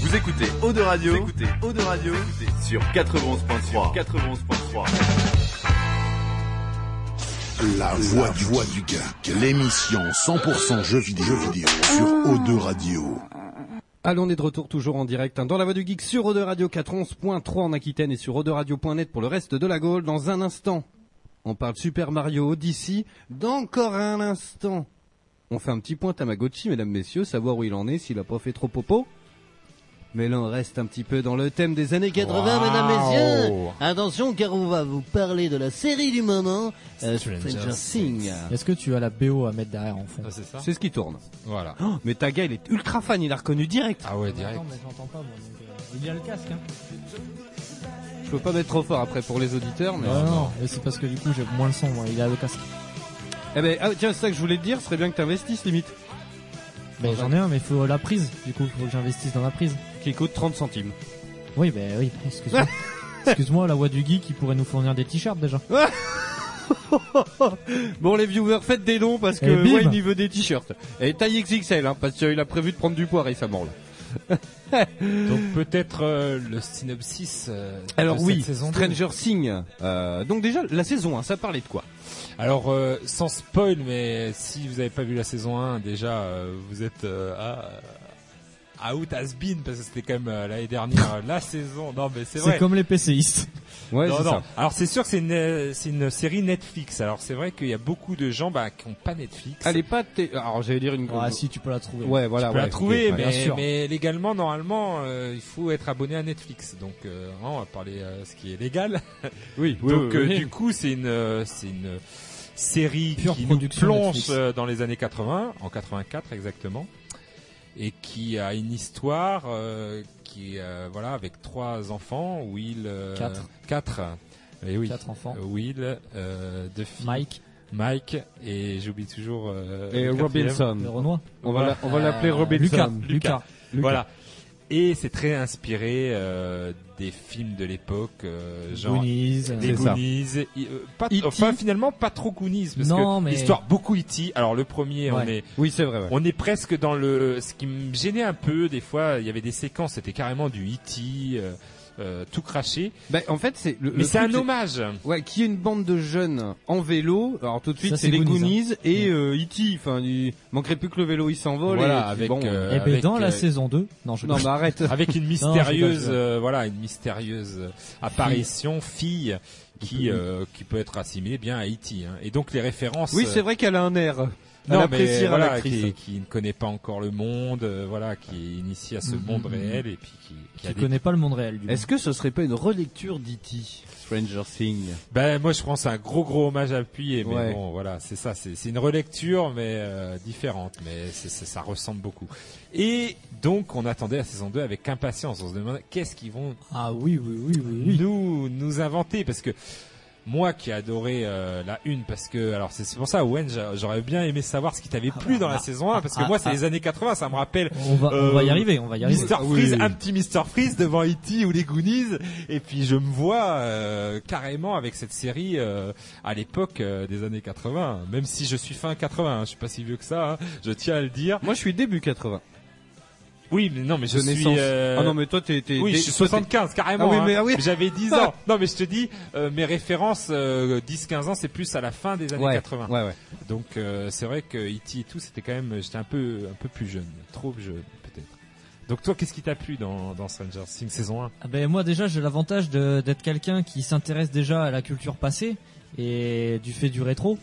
Vous écoutez Eau de Radio, vous écoutez Eau de Radio vous écoutez sur 91.3, 91.3.
La voix du, voix du geek. L'émission 100% jeux vidéo, jeux vidéo sur O2 Radio.
Allons, on est de retour toujours en direct hein, dans la voix du geek sur Ode Radio 411.3 en Aquitaine et sur Radio.net pour le reste de la Gaule. Dans un instant, on parle Super Mario Odyssey. D'encore un instant, on fait un petit point Tamagotchi, mesdames, messieurs, savoir où il en est, s'il a pas fait trop popo. Mais là, on reste un petit peu dans le thème des années 80, mesdames, messieurs. Attention, car on va vous parler de la série du moment, euh, Stranger Things.
Est-ce que tu as la BO à mettre derrière en fond
Ah, c'est ça
C'est ce qui tourne.
Voilà.
Oh, mais ta gars, il est ultra fan, il a reconnu direct.
Ah ouais, direct.
Bah, mais j'entends pas moi. Il y a le casque. Hein.
Je peux pas mettre trop fort après pour les auditeurs, mais...
Non, non, mais c'est parce que du coup j'ai moins le son. Moi. Il a le casque.
Eh ben, ah, tiens, c'est ça que je voulais te dire, ce serait bien que t'investisses limite.
Mais Bah, j'en ai un, mais faut la prise. Du coup, faut que j'investisse dans la prise.
Qui coûte 30 centimes. <laughs>
Oui, ben oui. Excuse-moi. <laughs> Excuse-moi, la voix du geek qui pourrait nous fournir des t-shirts déjà.
Bon, les viewers, faites des dons parce
Et
Eh
que
bim.
Wayne il veut des t-shirts. Et taille XXL, hein, parce qu'il a prévu de prendre du poids récemment là.
Donc peut-être euh, le synopsis euh,
Alors
de
oui,
cette saison deux.
Stranger Things. euh, donc déjà, la saison 1, ça parlait de quoi
Alors euh, sans spoil, mais si vous n'avez pas vu la saison 1, déjà euh, vous êtes euh, à, à out has been parce que c'était quand même euh, l'année dernière euh, la saison. Non mais c'est
C'est
vrai.
comme les PCistes.
Ouais,
Non,
c'est
non.
ça.
Alors c'est sûr que c'est une, euh, c'est une série Netflix. Alors c'est vrai qu'il y a beaucoup de gens bah, qui n'ont pas Netflix.
Elle est pas... t- Alors j'allais dire une...
<laughs> Ah si, tu peux la trouver.
Ouais, voilà.
On peut
Ah ouais,
la trouver,
ok, ouais.
bien
mais,
sûr.
mais légalement, normalement, euh, il faut être abonné à Netflix. Donc, euh, hein, on va parler euh, ce qui est légal.
Oui, oui,
Donc,
oui,
euh,
oui.
du coup, c'est une, euh, c'est une série
Pure
qui nous
production
plonge
Netflix.
euh, dans les années 80, en 84 exactement, et qui a une histoire euh, qui, est, euh, voilà, avec trois enfants, Will, euh,
Quatre.
quatre, et oui,
Quatre enfants.
Will, euh, deux filles,
Mike,
Mike, et j'oublie toujours euh,
Et
le quatrième.
le
Robinson.
Renoir.
On va la- on va
Euh,
l'appeler Robinson.
Lucas,
Lucas.
Lucas.
Voilà. Et c'est très inspiré euh, des films de l'époque, euh, genre
Goonies, euh,
les
C'est ça. E
Goonies. i- euh, pas,
E.T..
enfin, finalement, pas trop Goonies parce
Non,
que
mais-
l'histoire beaucoup E.T. Alors le premier, on
Ouais.
est
Oui, c'est vrai. ouais.
on est presque dans le. Ce qui me gênait un peu des fois, il y avait des séquences, c'était carrément du E.T. euh, euh, tout craché.
Bah, en fait, c'est... le- le
Mais c'est un
truc,
hommage.
Ouais, qui est une bande de jeunes en vélo. Alors tout de suite,
Ça,
c'est
c'est
les
Goonies,
hein.
Goonies et euh, E.T. Enfin, il manquerait plus que le vélo, il s'envole.
Voilà,
et puis,
avec,
E bon,
euh,
Eh ben
avec,
dans
euh,
la saison 2. Non, bah, je
Non, mais arrête.
avec
<laughs> je rigole,
une
je
mystérieuse
rigole.
euh, voilà une mystérieuse euh, apparition fille qui euh, qui peut être assimilée bien à E.T. hein. et donc les références
Oui, c'est
euh,
vrai qu'elle a un air. Elle
non, mais,
appréciera
voilà,
l'actrice.
qui, qui ne connaît pas encore le monde euh, voilà qui est initiée à ce
Mhm,
monde
mhm.
réel et puis qui, qui
qui
a des-
connais pas le monde réel. Du
Est-ce que ce serait pas une relecture d'E.T. Stranger Things
ben moi je pense à un gros gros hommage appuyé mais
Ouais.
bon voilà c'est ça c'est c'est une relecture mais euh, différente mais c'est c'est- ça ressemble beaucoup et donc on attendait la saison 2 avec impatience on se demandait qu'est-ce qu'ils vont
Ah oui, oui, oui, oui, oui.
nous nous inventer parce que moi qui ai adoré euh, la une parce que alors c'est c'est pour ça Owen j'a- j'aurais bien aimé savoir ce qui t'avait plu dans la saison 1 parce que
ah,
moi c'est
ah.
les années 80 ça me rappelle
On va, on va y
Euh,
arriver, on va y arriver.
Mister
Oui.
Freeze un petit Mister Freeze devant E.T. ou les Goonies et puis je me vois euh, carrément avec cette série euh, à l'époque euh, des années 80 même si je suis fin 80 hein, je suis pas si vieux que ça hein, je tiens à le dire
Moi, je suis début 80.
oui mais non mais je
de
suis
naissance.
euh,
Ah non, mais toi, t'es... t'es-
oui,
t'es-
je suis
toi,
75 carrément.
Ah oui,
hein.
mais- ah oui.
J'avais 10 ans. Non, mais je te dis, euh, mes références euh, 10-15 ans, c'est plus à la fin des
t'es-
années
ouais,
80.
Ouais, ouais.
Donc euh, c'est vrai que E.T. et tout, c'était quand même, j'étais un peu, un peu plus jeune, trop jeune peut-être. Donc toi, qu'est-ce qui t'a plu dans, dans Stranger Things saison 1
Ah ben moi déjà j'ai l'avantage de- d'être quelqu'un qui s'intéresse déjà à la culture passée et du fait du rétro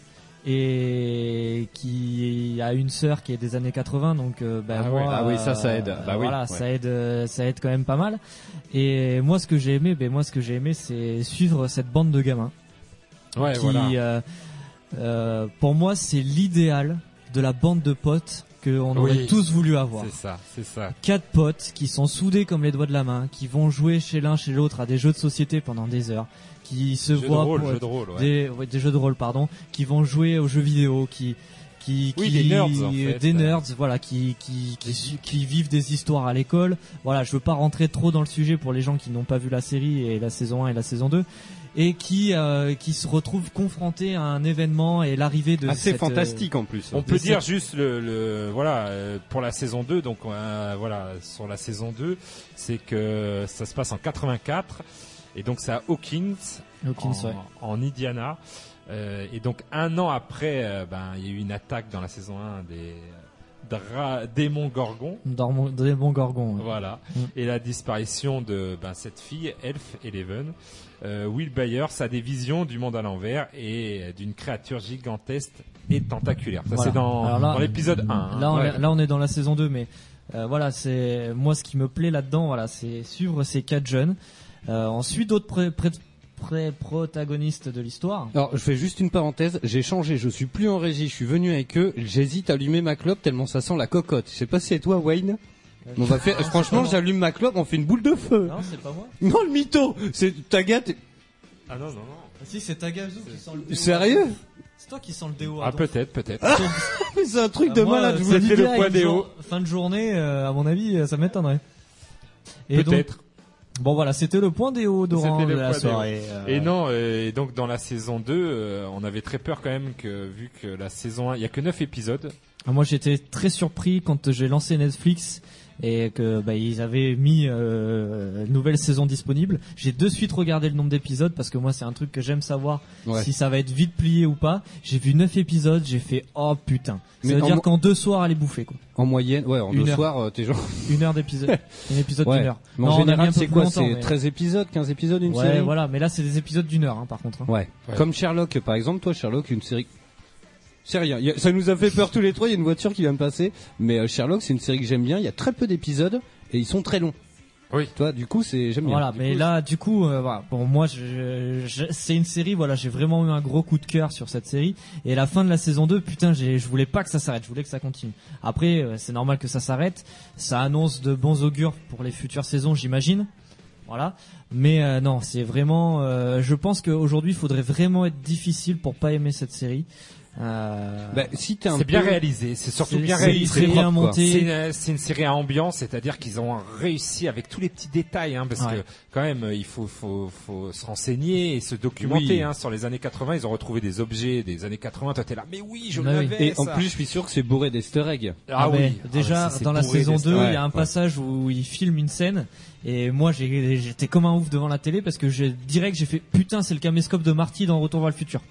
et qui a une sœur qui est des années 80 donc euh, ben
Ah
moi,
oui.
Ah oui, ça, ça aide.
euh,
Bah oui,
voilà
ouais.
ça aide euh, ça aide quand même pas mal et moi ce que j'ai aimé ben moi ce que j'ai aimé c'est suivre cette bande de gamins
Ouais,
qui,
voilà.
euh, euh, pour moi c'est l'idéal de la bande de potes que on
Oui.
aurait tous voulu avoir
C'est ça, c'est ça.
quatre potes qui sont soudés comme les doigts de la main, qui vont jouer chez l'un chez l'autre à des jeux de société pendant des heures, qui se
Jeu de
voient
rôle,
pour
jeu
être-
de rôle. Ouais.
des, ouais, des jeux de rôle pardon, qui vont jouer aux jeux vidéo, qui qui, qui-
Oui, des nerds, en fait. euh.
des nerds, voilà, qui, qui, qui, qui vivent des histoires à l'école. Voilà, je veux pas rentrer trop dans le sujet pour les gens qui n'ont pas vu la série et la saison 1 et la saison 2 et qui, euh, qui se retrouvent confrontés à un événement et l'arrivée de
Assez
cette, euh,
fantastique en plus.
Ah, On
De
peut
cette-
dire juste le, le- voilà euh, pour la saison 2 donc euh, voilà sur la saison 2 c'est que ça se passe en 84 et donc c'est à Hawkins
Hawkins,
en,
ouais.
en Indiana Euh, et donc un an après euh, ben il y a eu une attaque dans la saison 1 des euh, dra- démons gorgons
Dans mon- des bons gorgons. ouais.
voilà
Mm.
et la disparition de ben, cette fille Elf Eleven Euh, Will Byers a des visions du monde à l'envers et euh, d'une créature gigantesque et tentaculaire. Ça
Voilà.
c'est dans,
Alors là-
dans l'épisode 1. hein.
Là, on,
Ouais.
est- là, on est dans la saison 2, mais euh, voilà, c'est moi ce qui me plaît là-dedans, voilà, c'est suivre ces quatre jeunes. Euh, on suit d'autres pré- pré- pré- protagonistes de l'histoire.
Alors, je fais juste une parenthèse. J'ai changé. Je suis plus en régie. Je suis venu avec eux. J'hésite à allumer ma clope tellement ça sent la cocotte. Je sais pas si c'est toi, Wayne. Mais on va faire. Franchement, j'allume ma clope. On fait une boule de feu.
Non, c'est pas moi.
Non, le mytho. C'est ta gâte.
Ah non, non, non.
Si, c'est Tagazu qui sent le déo.
Sérieux
C'est toi qui sent le déo.
Ah
Adam.
peut-être, peut-être.
Mais c'est un truc de
Ah, moi,
malade. Je
euh,
vous le dis.
c'était le
gars,
poids
une
déo.
jour- Fin de journée, euh, à mon avis, euh, ça m'étonnerait. Et donc,
peut-être.
bon voilà, c'était le point déo d'Oran
C'était
de
le
la
point déo.
soirée. euh,
Et non, euh, et donc dans la saison 2, euh, on avait très peur quand même que vu que la saison 1, il y a que 9 épisodes.
Ah, Moi, j'étais très surpris quand j'ai lancé Netflix et que bah, ils avaient mis euh, une nouvelle saison disponible. J'ai de suite regardé le nombre d'épisodes parce que moi, c'est un truc que j'aime savoir
Ouais.
si ça va être vite plié ou pas. J'ai vu 9 épisodes, j'ai fait oh putain. Ça
Mais
veut
en
dire
mo-
qu'en deux soirs, elle est bouffée quoi.
En moyenne, ouais, en
Une
deux
heure.
soirs, euh, t'es genre.
Une
<laughs>
heure d'épisode, un épisode
Ouais.
d'une heure.
Mais en
Non, on a mis un
général,
peu
c'est
plus
quoi
longtemps,
C'est
mais-
13 épisodes, 15 épisodes, une
Ouais,
série
voilà. Mais là, c'est des épisodes d'une heure, hein, par contre. hein.
Ouais.
Ouais.
Comme Sherlock, par exemple, toi, Sherlock, une série. C'est rien. Il y a- Ça nous a fait peur tous les trois. Il y a une voiture qui vient de passer. Mais euh, Sherlock, c'est une série que j'aime bien. Il y a très peu d'épisodes et ils sont très longs.
Oui.
Toi, du coup, c'est j'aime
Voilà,
bien.
mais là, du coup, euh, voilà. Bon, moi, je, je- c'est une série. Voilà, j'ai vraiment eu un gros coup de cœur sur cette série. Et la fin de la saison 2, putain, j'ai, je voulais pas que ça s'arrête. Je voulais que ça continue. Après, euh, c'est normal que ça s'arrête. Ça annonce de bons augures pour les futures saisons, j'imagine. Voilà. Mais euh, non, c'est vraiment. euh, je pense qu'aujourd'hui, il faudrait vraiment être difficile pour pas aimer cette série. Euh,
Bah, si t'es un
C'est bien
peu-
réalisé, c'est surtout
c'est-
bien
c'est-
réalisé.
c'est bien
propre, quoi.
monté.
C'est une, euh, c'est une série à ambiance, c'est-à-dire qu'ils ont réussi avec tous les petits détails, hein, parce
Ouais.
que quand même, il faut, faut, faut se renseigner et se documenter
Oui.
hein, sur les années 80. Ils ont retrouvé des objets des années 80. Toi, t'es là, mais oui, je
Bah oui.
l'avais.
Et en
ça.
plus, je suis sûr que c'est bourré d'easter eggs.
ah,
mais
oui,
Déjà,
Ah, c'est- c'est
dans la
bourré
saison
d'estrade.
2, il y
ouais,
a un
ouais.
passage où il filme une scène. Et moi, j'ai- j'étais comme un ouf devant la télé parce que je, direct, j'ai fait putain, c'est le caméscope de Marty dans Retour vers le futur.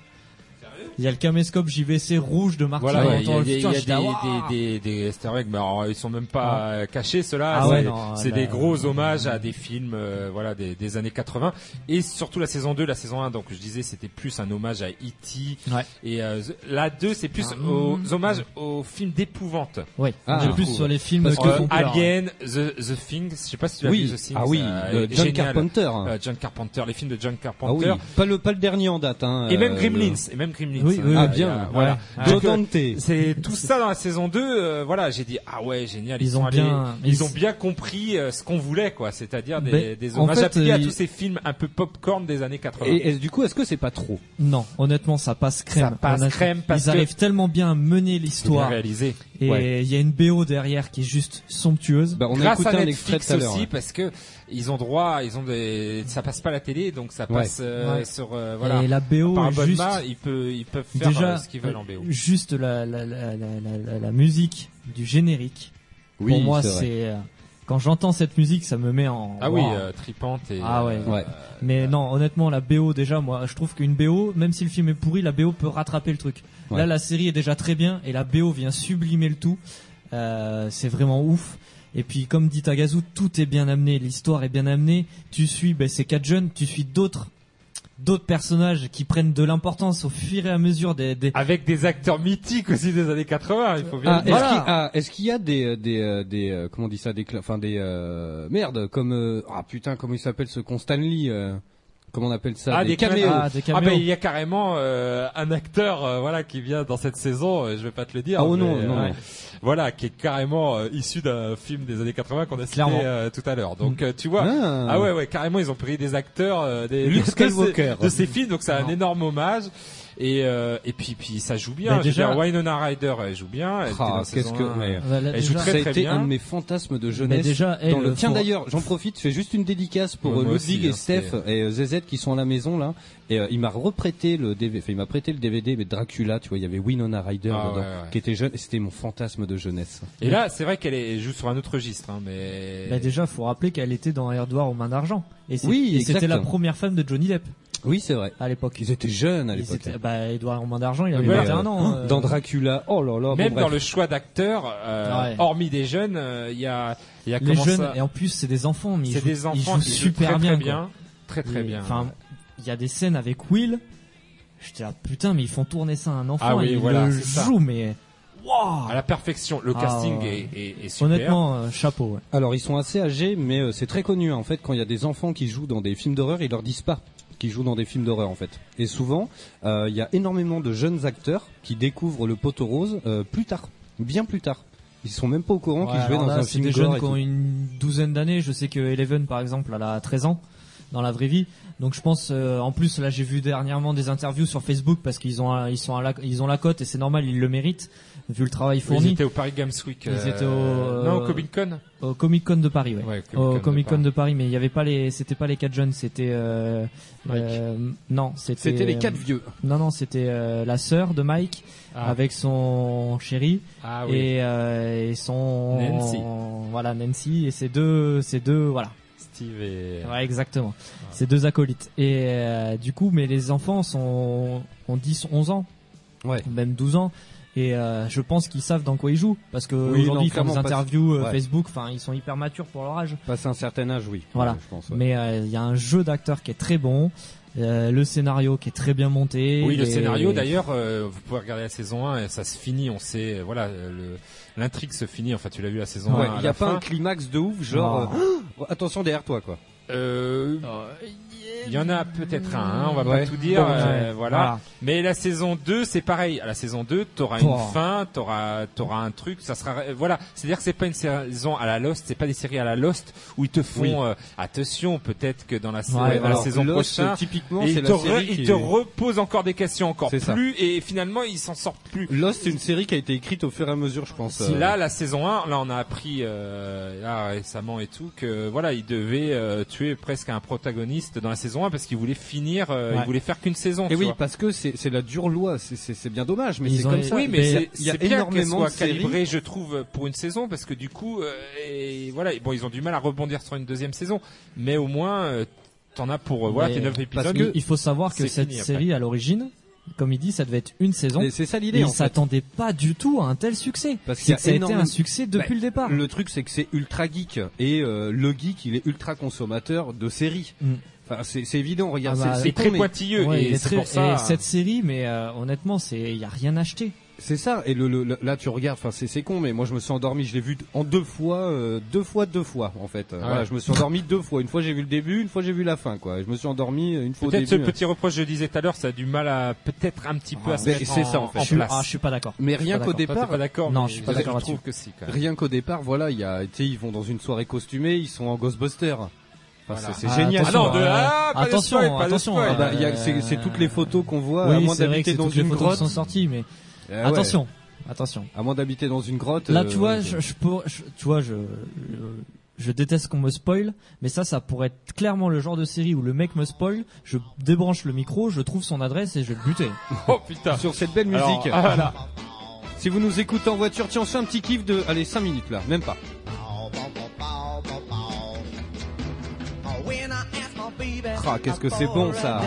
Il y a le caméscope JVC rouge de Marty
Voilà,
dans
ouais, il y
Retour
a,
vers
il
le
y a-
futur.
il y
J'étais là,
a des, des, des, des easter eggs, mais alors, ils sont même pas euh, cachés, ceux-là.
Ah ouais,
c'est
non,
c'est
là-
des gros hommages à des films, euh, voilà, des, des années 80. Et surtout la saison 2, la saison 1, donc je disais, c'était plus un hommage à E E.T.
Ouais.
Et euh, la 2, c'est plus
Ah,
aux
mm.
hommages aux films d'épouvante.
Ouais,
Ah,
j'ai
je
plus
trouve.
sur les films
Parce
qui
que- hein.
font
Euh,
peur.
Alien, The, The Thing, je sais pas si tu l'as
Oui.
vu, The Thing.
Ah oui.
ça,
euh,
est
John
génial.
Carpenter.
Euh, John Carpenter, les films de John
Ah oui.
Carpenter.
Pas le pas le dernier en date. Hein,
Et même
euh,
Gremlins, et même Gremlins.
Oui, oui,
hein,
Ah,
il y a-
bien.
Voilà.
le-
Donc,
Joe
euh,
Dante.
c'est tout ça dans la saison 2 euh, voilà j'ai dit ah ouais génial ils,
Ils
sont
ont
allés-
bien-
ils,
ils-
ont bien compris euh, ce qu'on voulait quoi c'est-à-dire des,
Ben,
des
en
hommages
fait,
appliqués à
euh,
tous ces films un peu popcorn des années 80
Et, et du coup, est-ce que c'est pas trop
Non, honnêtement, ça passe crème.
Ça passe
Honnêtement,
crème parce
Ils arrivent
que-
tellement bien à mener
C'est bien
l'histoire.
réalisé
Et il
Ouais.
y a une BO derrière qui est juste somptueuse.
bah, On a
grâce
écouté
à
un extrait
Netflix
tout à l'heure.
aussi parce que ils ont droit ils ont des ça passe pas à la télé donc ça
Ouais.
passe euh,
Ouais.
sur euh, voilà
Et la BO
par
est juste.
abonnement ils peuvent ils peuvent faire
déjà
euh, ce qu'ils veulent en BO
juste la, la, la, la, la- la- la musique du générique
Oui,
pour moi
c'est vrai.
c'est euh, quand j'entends cette musique ça me met en
ah oui
Waouh.
euh, tripante et
Ah ouais.
euh,
Ouais.
mais non honnêtement la BO déjà moi je trouve qu'une BO même si le film est pourri la BO peut rattraper le truc
Ouais.
là la série est déjà très bien et la BO vient sublimer le tout Euh, c'est vraiment ouf et puis comme dit Tagazu tout est bien amené l'histoire est bien amenée tu suis ben, ces quatre jeunes tu suis d'autres d'autres personnages qui prennent de l'importance au fur et à mesure des, des,
avec des acteurs mythiques aussi des années 80 il faut
Ah,
bien le
est-ce
dire.
Voilà.
qu'il ah, est-ce qu'il y a des euh, des euh, des euh, comment on dit ça des cla- enfin des euh, merde comme euh, ah putain comment il s'appelle ce Con Stanley euh, comment on appelle ça
Ah, des caméos.
Ah, des
Ah
caméos.
ben il y a carrément euh, un acteur euh, voilà qui vient dans cette saison, euh, je vais pas te le dire.
Ah, oh
mais,
non, non,
euh,
non.
Voilà, qui est carrément euh, issu d'un film des années 80 qu'on a cité
Clairement.
euh, tout à l'heure. Donc euh, tu vois,
Ah.
ah ouais ouais, carrément ils ont pris des acteurs euh, des
Luke
de ces-
Skywalker.
de ces films donc c'est un énorme hommage. Et, euh, et puis, puis ça joue bien.
Bah,
Je veux
déjà-
dire, Winona Ryder, elle joue bien. Elle était
Ah,
dans
qu'est-ce
saison
que-
un.
mais-
Voilà,
Elle joue
Bah, déjà-
Ça a
très,
été
bien.
un de mes fantasmes de
Mais
jeunesse.
déjà, elle,
dans le... Tiens
faut-
d'ailleurs, j'en profite, je fais juste une dédicace pour
Ouais,
euh,
moi
Ludwig
aussi,
et
hein,
Steph et euh, ZZ qui sont à la maison là. Et euh, il m'a reprêté le DVD, enfin il m'a prêté le DVD mais Dracula, tu vois, il y avait Winona Ryder
Ah,
dedans,
ouais, ouais.
qui était jeune. et C'était mon fantasme de jeunesse.
Et là, c'est vrai qu'elle est- elle joue sur un autre registre, hein, mais.
Bah déjà, faut rappeler qu'elle était dans Erdogan aux mains d'argent. Et c'est-
Oui,
et c'était
exact.
la première femme de Johnny Depp
Oui, c'est vrai.
à l'époque.
Ils étaient jeunes à
Ils
l'époque.
hein.
étaient- bah, Edouard aux mains d'argent, il avait
voilà.
21 ans. euh,
Dans Dracula, oh là là.
Même
bon, bref.
dans le choix d'acteurs, euh,
Ouais.
hormis des jeunes, euh, il y a, il y a
les
comment
jeunes,
ça
et en plus, c'est des enfants, mais ils
C'est
jouent,
des
ils
enfants
jouent
qui
super
jouent très,
bien.
très bien, très
quoi.
très
Et-
bien.
Enfin, il y a des scènes avec Will. J'étais là, putain, mais ils font tourner ça à un enfant.
Ah oui,
et ils
voilà,
le
c'est ça.
jouent, mais. Waouh!
à la perfection. Le
Ah,
casting
ouais.
est, est- est super.
Honnêtement, euh, chapeau. ouais.
Alors ils sont assez âgés, mais euh, c'est très connu hein. en fait quand il y a des enfants qui jouent dans des films d'horreur, ils leur disent pas qu'ils jouent dans des films d'horreur en fait. Et souvent, euh, il y a énormément de jeunes acteurs qui découvrent le poteau rose euh, plus tard, bien plus tard. Ils sont même pas au courant
Ouais,
qu'ils jouaient
alors
dans
là,
un
c'est
film
des
gore.
jeunes
et
qui ont
tout.
une douzaine d'années. Je sais que Eleven, par exemple, elle a 13 ans dans la vraie vie. Donc je pense, euh, en plus, là, j'ai vu dernièrement des interviews sur Facebook parce qu'ils ont, un- ils sont, à la, ils ont la cote et c'est normal, ils le méritent vu le travail
Ils
fourni
étaient au Paris Games Week.
Ils
euh,
étaient au-
Non, au Comic Con.
au Comic Con de Paris. Ouais.
Ouais,
au Comic Con
Paris.
de Paris, mais il y avait pas les, c'était pas les quatre jeunes, c'était euh,
Mike.
euh, non, c'était euh,
C'était les quatre vieux.
Non non, c'était euh, la sœur de Mike
Ah.
avec son chéri
Ah oui.
et, euh, et son
Nancy.
voilà Nancy et ces deux, ces deux voilà,
Steve et. euh,
ouais exactement, ces deux acolytes et euh, du coup, mais les enfants sont ont 10, 11 ans,
Ouais.
même 12 ans. Et euh, je pense qu'ils savent dans quoi ils jouent parce que
Oui, non,
aujourd'hui ils font des
clairement, parce-
interviews euh,
ouais.
Facebook, enfin ils sont hyper matures pour leur âge.
Passé un certain âge, oui.
Voilà.
Ouais, je pense, ouais.
Mais euh, il y a un jeu d'acteur qui est très bon, euh, le scénario qui est très bien monté.
Oui, le
et-
scénario d'ailleurs, euh, vous pouvez regarder la saison 1 et ça se finit, on sait, euh, voilà, euh, le- l'intrigue se finit, enfin tu l'as vu la saison
Ouais,
1. à
il y
la
a pas
fin.
un climax de ouf, genre
Oh.
euh, <gasps> attention derrière toi quoi.
Euh, il y en a peut-être un, hein, on va
Oh, Ouais. Ah.
pas tout dire,
Bon,
euh,
ouais.
voilà. Mais la saison 2, c'est pareil. À la saison 2, t'auras
Oh.
une fin, t'auras, t'auras un truc, ça sera, euh, voilà. C'est-à-dire que c'est pas une saison à la Lost, c'est pas des séries à la Lost où ils te font,
Oui.
euh, attention, peut-être que dans la, sa-
Ouais,
dans la
Alors,
saison
Lost,
prochaine,
typiquement,
et
c'est
ils
la
te, re-
série
ils
qui
te
est-
reposent encore des questions encore
C'est ça.
plus et finalement ils s'en sortent plus.
Lost, c'est une série qui a été écrite au fur et à mesure, je pense. euh,
Là, la saison 1, là, on a appris euh, là, récemment et tout que voilà, il devait euh, tuer presque un protagoniste dans la saison 1 parce qu'il voulait finir, euh,
Ouais.
il voulait faire qu'une saison.
Et
tu
oui,
vois.
parce que c'est c'est la dure loi, c'est- c'est c'est bien dommage, mais
Ils
c'est
ont-
comme ça.
oui,
mais
mais c'est-
il y a
c'est bien qu'elle
énormément de
soit
séries.
calibrée, je trouve, pour une saison parce que du coup, euh, et voilà, et bon, ils ont du mal à rebondir sur une deuxième saison, mais au moins, euh, t'en as pour euh, voilà
Mais
tes neuf
Parce
épisodes.
que il faut savoir que
c'est
cette
fini après.
série à l'origine, comme il dit, ça devait être une saison.
Mais c'est ça
Et
l'idée.
ils
en fait.
s'attendaient pas du tout à un tel succès.
Parce qu'il y
C'est
a
que ça a été
énorme-
un succès depuis
Bah,
le départ.
Le truc, c'est que c'est ultra geek et euh, le geek, il est ultra consommateur de séries.
Mm.
Enfin, c'est c'est évident. Regarde,
Ah bah,
c'est-
c'est
c'est
très
con, mais
pointilleux
Ouais, il
et
est
c'est
très-
pour ça.
et cette série, mais euh, honnêtement, c'est il y a rien acheté.
c'est ça. Et le, le- le- là, tu regardes. Enfin, c'est c'est con, mais moi, je me suis endormi. Je l'ai vu en deux fois, euh, deux fois, deux fois, en fait. Euh,
Ah
voilà,
ouais.
je me suis endormi deux fois. Une fois, j'ai vu le début, une fois, j'ai vu la fin, quoi. Et je me suis endormi euh, une fois au
Peut-être
début.
ce petit reproche que je disais tout à l'heure, ça a du mal à peut-être un petit peu
Ah,
à se
mais
mettre
c'est ça, en fait.
Je suis,
place.
ah, je suis pas d'accord.
Mais rien
pas
qu'au
Toi, t'es
départ,
pas d'accord
Non,
mais
je suis pas d'accord
Je trouve
là-dessus.
que si. Quand même.
rien qu'au départ, voilà, il y a, tu sais, ils vont dans une soirée costumée, ils sont en Ghostbusters. Enfin,
Voilà.
c'est- c'est
Ah,
génial. bah,
Ah
Attention,
non, de
euh,
ah, pas de
attention,
spoil, pas de
attention,
spoil.
Ah bah, il y a-
Euh,
c'est c'est toutes les photos qu'on voit, à
oui,
moins
c'est vrai que
d'habiter
c'est
dans
toutes les
une
photos qui
grotte.
sont sorties, mais
Eh ouais.
attention, attention.
À moins d'habiter dans une grotte.
Là,
euh,
tu vois,
ouais.
je, je pour- je- tu vois, je, je, je déteste qu'on me spoil, mais ça, ça pourrait être clairement le genre de série où le mec me spoil, je débranche le micro, je trouve son adresse et je vais le buter.
Oh putain.
Sur cette belle
Alors,
musique.
ah, voilà.
Si vous nous écoutez en voiture, tiens, on se fait un petit kiff de, allez, 5 minutes là, même pas.
Ah, qu'est-ce que c'est bon ça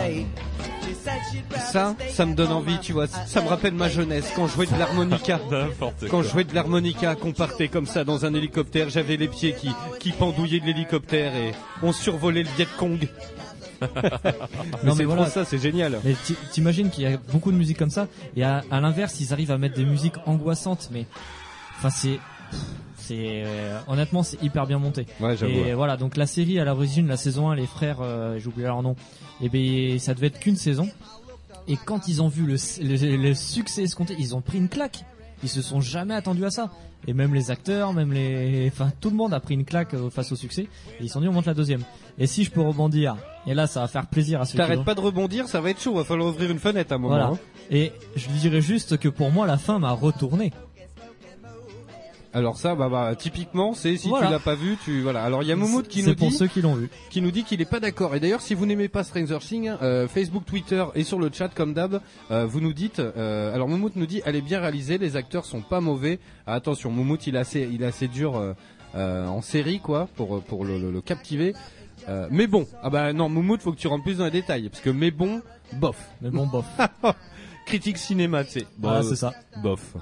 Ça, ça me donne envie, tu vois. Ça me rappelle ma jeunesse quand je jouais de l'harmonica.
N'importe
Quand je jouais de l'harmonica, qu'on partait comme ça dans un hélicoptère, j'avais les pieds qui, qui pendouillaient de l'hélicoptère et on survolait le Viet Cong. <laughs> mais
mais
c'est
voilà.
trop ça, c'est génial.
Mais t'i- t'imagines qu'il y a beaucoup de musique comme ça, et à, à l'inverse, ils arrivent à mettre des musiques angoissantes, mais, enfin, c'est, c'est, euh, honnêtement, c'est hyper bien monté.
Ouais,
Et voilà, donc la série à l'origine, la saison 1, les frères, euh, j'ai oublié leur nom, et ben ça devait être qu'une saison. Et quand ils ont vu le, le, le succès escompté, ils ont pris une claque. Ils se sont jamais attendus à ça. Et même les acteurs, même les, enfin tout le monde a pris une claque euh, face au succès. Et ils se sont dit on monte la deuxième. Et si je peux rebondir, et là ça va faire plaisir à ceux qui
euh, T'arrêtes pas de rebondir, ça va être chaud, va falloir ouvrir une fenêtre à un moment.
Voilà.
hein.
Et je dirais juste que pour moi la fin m'a retourné.
Alors ça, bah, bah typiquement, c'est si
Voilà.
tu l'as pas vu, tu voilà. Alors il y a Moumoud qui
C'est
nous
pour
dit
ceux qui l'ont vu.
qui nous dit qu'il est pas d'accord. Et d'ailleurs, si vous n'aimez pas Stranger Things, euh, Facebook, Twitter et sur le chat comme d'hab, euh, vous nous dites. euh, alors Moumout nous dit, elle est bien réalisée, les acteurs sont pas mauvais. Ah, attention, Moumout, il est assez, il est assez dur euh, euh, en série quoi pour euh, pour le, le- le captiver. Euh, mais bon, ah bah non, Moumout, faut que tu rentres plus dans les détails parce que mais bon, bof.
Mais bon bof.
Bah, Critique cinéma, tu sais.
Voilà, Ah, c'est ça.
Bof.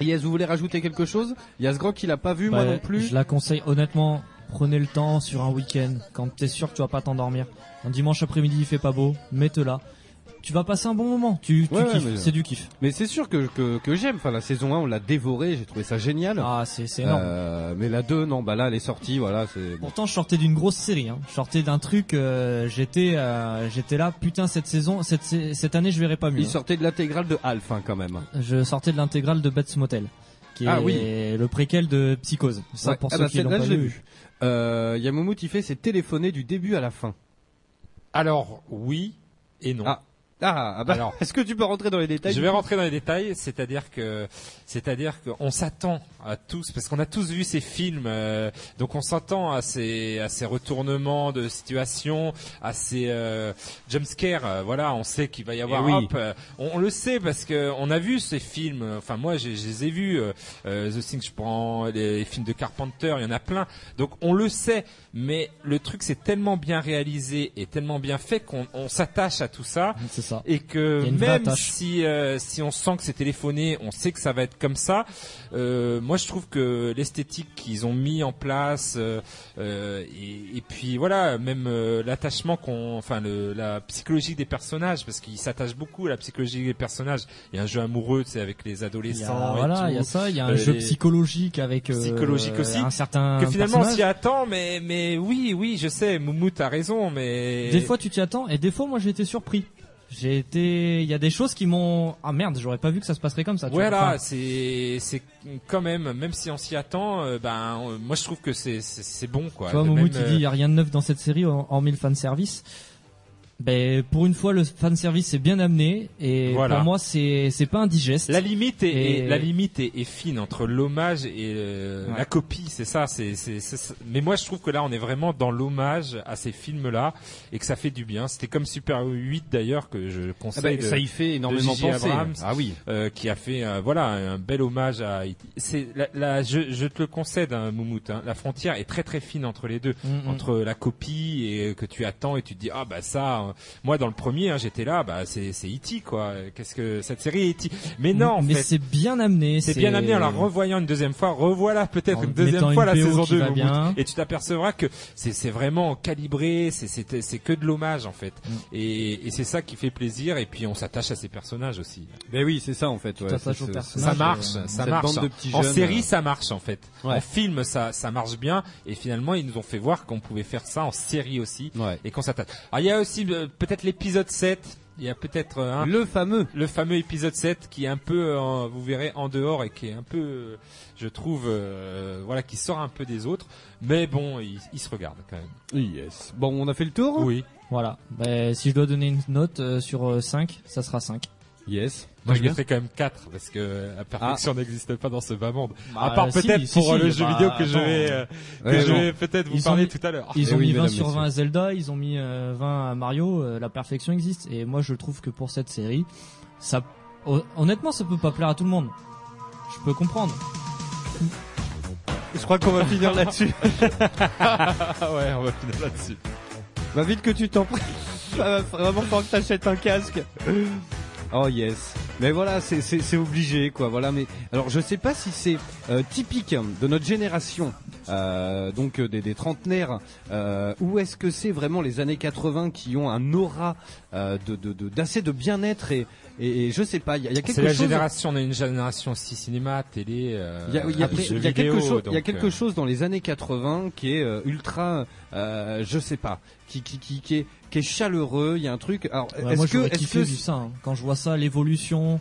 Yes, vous voulez rajouter quelque chose Il y a ce grand qui l'a pas vu,
Bah,
moi non plus.
Je la conseille honnêtement. Prenez le temps sur un week-end quand t'es sûr que tu vas pas t'endormir. Un dimanche après-midi il fait pas beau, mets-te là. Tu vas passer un bon moment. Tu, tu
Ouais,
kiffes,
ouais, mais- euh,
c'est du kiff.
Mais c'est sûr que, que, que j'aime. Enfin, la saison 1, on l'a dévorée, j'ai trouvé ça génial.
Ah c'est c'est énorme.
Euh, mais la 2, non, bah là, elle est sortie, voilà, c'est... bon.
Pourtant je sortais d'une grosse série. Hein. Je sortais d'un truc. euh, j'étais euh, j'étais là. Putain cette saison, cette sa- cette année je verrai pas mieux. hein.
Il sortait de l'intégrale de Alpha quand même.
Je sortais de l'intégrale de Bets Motel, qui est
Ah
le préquel de Psychose. Ça
Ouais.
pour
Ah
ceux
bah,
qui l'ont
celle-là,
pas
je l'ai
vu.
vue. Euh, Yamamoto, il fait, c'est téléphoner du début à la fin.
Alors, oui et non.
Ah, Ah, ah bah,
Alors.
est-ce que tu peux rentrer dans les détails
Je vais rentrer dans les détails, c'est-à-dire que, c'est-à-dire qu'on s'attend à tous, parce qu'on a tous vu ces films, euh, donc on s'attend à ces, à ces retournements de situation, à ces euh, jumpscares. euh, voilà, on sait qu'il va y avoir.
Eh oui.
hop, euh, on, on le sait parce que on a vu ces films. euh, Enfin, moi, j'ai- je les ai vus. euh, euh, The Thing, je prends les, les films de Carpenter, il y en a plein. Donc on le sait, mais le truc c'est tellement bien réalisé et tellement bien fait qu'on on s'attache à tout ça
<laughs> C'est ça.
et
Il y
que
a une vraie
même
attache.
si euh, si on sent que c'est téléphoné, on sait que ça va être comme ça. euh, moi, je trouve que l'esthétique qu'ils ont mis en place euh, euh, et, et puis voilà, même euh, l'attachement qu'on, enfin le, la psychologie des personnages, parce qu'ils s'attachent beaucoup à la psychologie des personnages. Il y a un jeu amoureux, c'est avec les
Il y a-
adolescents. et tout.
voilà, il y a ça, il y a un
Euh,
jeu
les-
psychologique avec euh,
Psychologique aussi,
un certain
que finalement on
personnage.
s'y attend, mais mais oui oui je sais, Moumout a raison, mais
Des fois tu t'y attends et des fois moi j'ai été surpris. J'ai été, il y a des choses qui m'ont ah merde, j'aurais pas vu que ça se passerait comme ça. tu vois.
Voilà,
Enfin,
c'est c'est quand même, même si on s'y attend, euh, ben on- moi je trouve que c'est c'est c'est bon quoi.
tu vois,
De
Moumout,
même, euh,
il dit, il y a rien de neuf dans cette série, hor- hormis le fanservice. Ben, pour une fois, le fanservice c'est bien amené, et
Voilà.
pour moi, c'est, c'est pas indigeste.
euh, La limite est,
Et-
est- la limite est, est fine entre l'hommage et euh,
Ouais.
la copie, c'est ça. C'est, c'est, c'est ça. Mais moi, je trouve que là, on est vraiment dans l'hommage à ces films-là et que ça fait du bien. C'était comme Super 8 d'ailleurs que je
Ah
conseille,
bah,
ben,
de-
Ça y fait énormément
Gigi
penser.
Abrams.
Ah oui.
euh, qui a fait euh, voilà un bel hommage à. C'est la, la- je, je te le concède, hein, Moumout. hein, la frontière est très très fine entre les deux.
Mm, mm.
entre la copie et que tu attends et tu te dis ah bah ça euh, moi dans le premier hein, j'étais là bah c'est c'est E.T. quoi qu'est-ce que cette série est E.T. mais non en
Mm, mais
fait
c'est bien amené.
c'est bien amené en la revoyant une deuxième fois revoilà peut-être
En
une
mettant
deuxième fois
une
la
BO
saison
qui
2
va
au bout.
bien.
et tu t'apercevras que c'est c'est vraiment calibré c'est c'est c'est que de l'hommage en fait et et c'est ça qui fait plaisir et puis on s'attache à ces personnages aussi
Ben oui, c'est ça en fait. ouais,
t'attaches
c'est-
au
c'est-
personnage.
ça
Dommage,
marche,
euh,
ça
cette
marche.
bande de petits
en
jeunes,
série,
euh.
ça marche en fait.
Ouais.
En film, ça, ça marche bien. Et finalement, ils nous ont fait voir qu'on pouvait faire ça en série aussi.
Ouais.
Et qu'on s'attache. Alors, Ah, il y a aussi le- peut-être l'épisode 7. Il y a peut-être euh, un-
Le fameux.
le fameux épisode 7 qui est un peu, euh, vous verrez, en dehors et qui est un peu, euh, je trouve, euh, voilà, qui sort un peu des autres. Mais bon, ils ils se regardent quand même.
Yes. Bon, on a fait le tour. hein
Oui.
Voilà. Ben, si je dois donner une note euh, sur 5, ça sera 5.
Yes.
Moi, je mettrais quand même 4 parce que euh, la perfection
Ah.
n'existe pas dans ce bas monde. à part
si,
peut-être
si,
pour
si,
euh, le
bah,
jeu vidéo que je
attends.
vais, euh, que
Ouais,
je
non.
vais peut-être vous
Ils
parler
ont-
tout à l'heure.
Ils
Eh
ont
oui,
mis 20
mesdames,
sur 20
messieurs.
à Zelda, ils ont mis euh, 20 à Mario, euh, la perfection existe. Et moi, je trouve que pour cette série, ça, hon- honnêtement, ça peut pas plaire à tout le monde. Je peux comprendre.
euh,
Je crois qu'on va finir là-dessus.
<laughs> Ah ouais, on va finir là-dessus.
Va Bah, vite que tu t'en pries. <laughs> Ça va vraiment falloir que t'achètes un casque. Oh yes. Mais voilà, c'est- c'est c'est obligé quoi. Voilà. Mais alors je sais pas si c'est euh, typique hein, de notre génération, euh, donc euh, des, des trentenaires, euh, ou est-ce que c'est vraiment les années 80 qui ont un aura euh, de de- de- d'assez de, bien-être et, et, et je sais pas. Il y a, il y a quelque
C'est la
chose.
génération, on est une génération aussi cinéma, télé, euh,
Il y a, il y a- il
après,
y a
jeux
quelque,
vidéo,
chose, il y a
donc, euh,
quelque chose dans les années 80 qui est euh, ultra, euh, je sais pas, qui qui qui qui est, qui est chaleureux. Il y a un truc. Alors,
Euh,
Ouais,
est-ce
moi,
que
j'aurais
est-ce
kiffé
que
vu ça. hein. Quand je vois ça, l'évolution,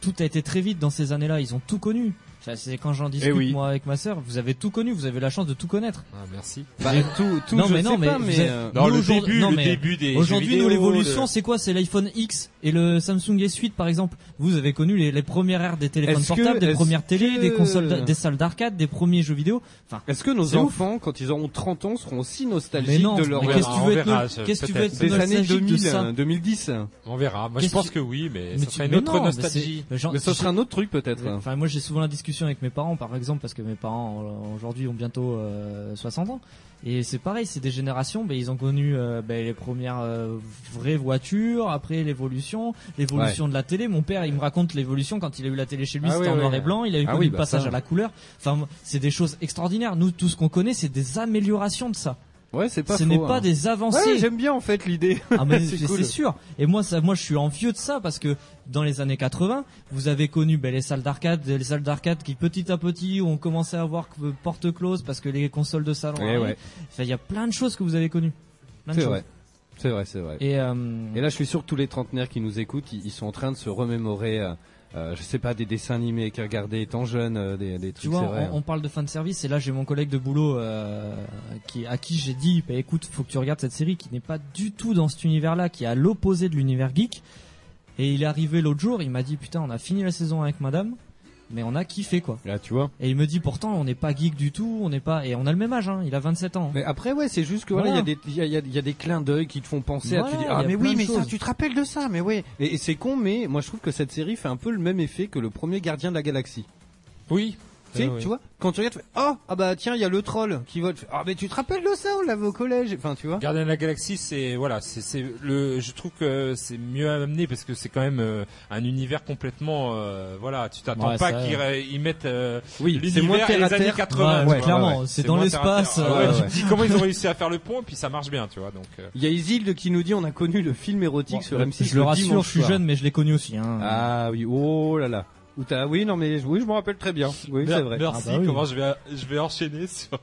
tout a été très vite dans ces années-là. Ils ont tout connu. Ça, C'est quand j'en discute
Eh oui.
moi avec ma sœur, vous avez tout connu, vous avez la chance de tout connaître.
Ah, merci.
Bah, tout, tout,
Non,
je
mais
sais
non, mais
pas,
vous
mais
êtes-
euh,
Non,
Nous,
le
aujourd'hui-
début,
non,
le
mais
début des.
Aujourd'hui, nous,
jeux vidéo,
l'évolution,
le-
c'est quoi C'est l'iPhone X et le Samsung S8, par exemple. Vous avez connu les, les premières ères des téléphones
Est-ce que-
portables, des
est-ce
premières télé,
que-
des consoles, d'a- des salles d'arcade, des premiers jeux vidéo. Enfin,
Est-ce que
C'est
nos
ouf.
enfants, quand ils auront 30 ans, seront aussi
mais
nostalgiques
non.
de leur euh,
mais
on
Qu'est-ce que
verra,
tu
on
veux être,
verra,
no- qu'est-ce que tu
peut-être.
veux être
des années
nostalgique
2000,
de ça
euh, 2010
On verra. Moi, je
Qu'est-ce
pense
que-
que oui, mais
Mais
ça
tu-
serait
mais
une autre
non, mais
nostalgie. Euh,
c'est- mais genre,
Mais ce
j'ai-
serait un autre truc peut-être.
Enfin, moi j'ai souvent la discussion avec mes parents, par exemple, parce que mes parents euh, aujourd'hui ont bientôt euh, 60 ans. Et c'est pareil, c'est des générations, ben, ils ont connu euh, ben, les premières euh, vraies voitures, après l'évolution, l'évolution de la télé. Mon père, il me raconte l'évolution quand il a eu la télé chez lui,
Ah
c'était
oui,
en
oui.
noir et blanc, il a eu
Ah
connu
oui,
le
bah,
passage
ça.
à la couleur. Enfin, moi, c'est des choses extraordinaires. Nous, tout ce qu'on connaît, c'est des améliorations de ça.
Ouais, c'est pas
Ce
faux,
n'est
hein.
pas des avancées.
Ouais, j'aime bien en fait l'idée.
Ah mais
<laughs> C'est
c'est
cool.
c'est sûr. Et moi, ça, moi, je suis envieux de ça parce que dans les années 80, vous avez connu ben, les salles d'arcade, les salles d'arcade qui petit à petit ont commencé à avoir que- porte close parce que les consoles de salon.
Ouais,
arrivent.
Eh ouais.
Enfin, il y a plein de choses que vous avez connues. Plein
<laughs>
de
C'est
choses.
vrai. C'est vrai, c'est vrai.
Et, euh,
Et là, je suis sûr que tous les trentenaires qui nous écoutent, ils ils sont en train de se remémorer, euh, euh, je sais pas, des dessins animés qu'ils regardaient étant jeunes, euh, des, des
tu
trucs,
vois,
c'est vrai.
on, on parle de fin de service et là j'ai mon collègue de boulot euh, qui à qui j'ai dit bah, écoute, faut que tu regardes cette série qui n'est pas du tout dans cet univers-là, qui est à l'opposé de l'univers geek. Et il est arrivé l'autre jour, il m'a dit putain, on a fini la saison avec madame, mais on a kiffé quoi.
Là, tu vois.
Et il me dit pourtant on n'est pas geek du tout, on n'est pas et on a le même âge hein, il a 27 ans.
Mais après, ouais, c'est juste que voilà, il
Voilà.
y a des- il y, a- il y a- il y a des clins d'œil qui te font penser à, tu
Voilà,
dis,
il y
ah,
a
mais
plein
oui,
de
mais ça,
choses.
tu te rappelles de ça, mais ouais. Et, et c'est con, mais moi, je trouve que cette série fait un peu le même effet que le premier Gardien de la Galaxie.
Oui.
Tu sais,
Ah, oui.
tu vois, quand tu regardes, tu fais, oh, ah bah, tiens, il y a le troll qui vole. Tu fais, Ah, mais tu te rappelles de ça, on l'avait au collège. Enfin, tu vois.
Gardien de la Galaxie, c'est voilà, c'est c'est le, je trouve que c'est mieux amené parce que c'est quand même euh, un univers complètement, euh, voilà, tu t'attends
Ouais,
pas
ça,
qu'ils euh, ils mettent euh,
Oui, c'est moins
l'univers et
terre à
les années
terre.
Ouais,
80. tu vois.
clairement, c'est dans
moins terre à
l'espace,
terre. Ah ouais,
euh,
Tu
ouais.
te dis comment ils
<laughs>
ont réussi à faire le pont, puis ça marche bien, tu vois. Donc euh,
Il y a Isilde qui nous dit, on a connu le film érotique sur M6.
je le rassure,
dimanche
je suis
soir.
jeune mais je l'ai connu aussi hein.
Ah oui, oh là là. Ou t'as- oui, non mais oui, je me rappelle très bien. Oui, c'est vrai.
Merci.
Ah bah oui.
Comment je vais, je vais enchaîner sur.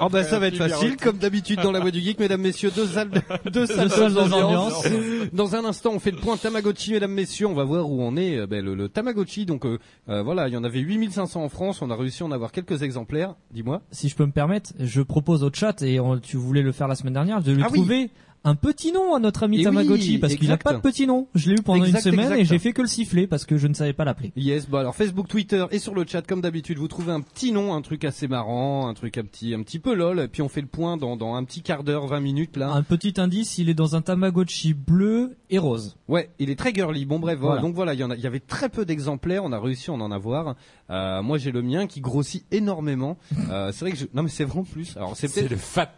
Oh bah ça va être
Film
facile,
érotique.
comme d'habitude dans la voix du geek, mesdames messieurs, deux salles, <laughs> de- deux salles,
salles
dans
d'ambiance.
ambiance. Dans un instant, on fait le point Tamagotchi, mesdames messieurs, on va voir où on est. euh, ben, le, le Tamagotchi, donc euh, euh, voilà, il y en avait 8500 en France, on a réussi à en avoir quelques exemplaires. Dis-moi.
Si je peux me permettre, je propose au chat et on- tu voulais le faire la semaine dernière de lui
Ah oui.
trouver un petit nom à notre ami
Eh oui,
Tamagotchi parce qu'il a
exact.
pas de petit nom. Je l'ai eu pendant
Exact,
une semaine
exact.
et j'ai fait que le siffler parce que je ne savais pas l'appeler.
Yes, bah alors Facebook, Twitter et sur le chat comme d'habitude, vous trouvez un petit nom, un truc assez marrant, un truc un petit, un petit peu lol, et puis on fait le point dans, dans un petit quart d'heure, 20 minutes là.
Un petit indice, il est dans un Tamagotchi bleu et rose.
Ouais, il est très girly. Bon bref, voilà.
Voilà.
donc voilà, il y en a, il y avait très peu d'exemplaires. On a réussi à en en avoir. Euh, moi, j'ai le mien qui grossit
<laughs>
énormément. Euh, c'est vrai que je... non, mais c'est vraiment plus. Alors c'est
<laughs> C'est
peut-être.
le fat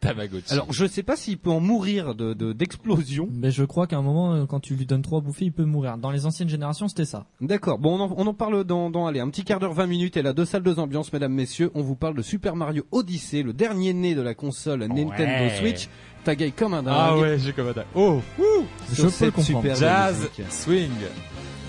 Tamagotchi.
Alors je sais pas s'il peut en mourir de de- d'explosion.
Mais je crois qu'à un moment, euh, quand tu lui donnes trois bouffées, il peut mourir. Dans les anciennes générations, c'était ça.
D'accord. Bon, on en, on en parle dans dans allez un petit quart d'heure, 20 minutes. Et là, deux salles, deux ambiances, mesdames, messieurs. On vous parle de Super Mario Odyssey, le dernier né de la console Nintendo
Ouais.
Switch. Tagaille comme un dingue.
euh,
ah ouais, j'ai comme attaque. Oh,
Je
sur
peux
cette
le comprendre.
super
jazz,
musique.
swing.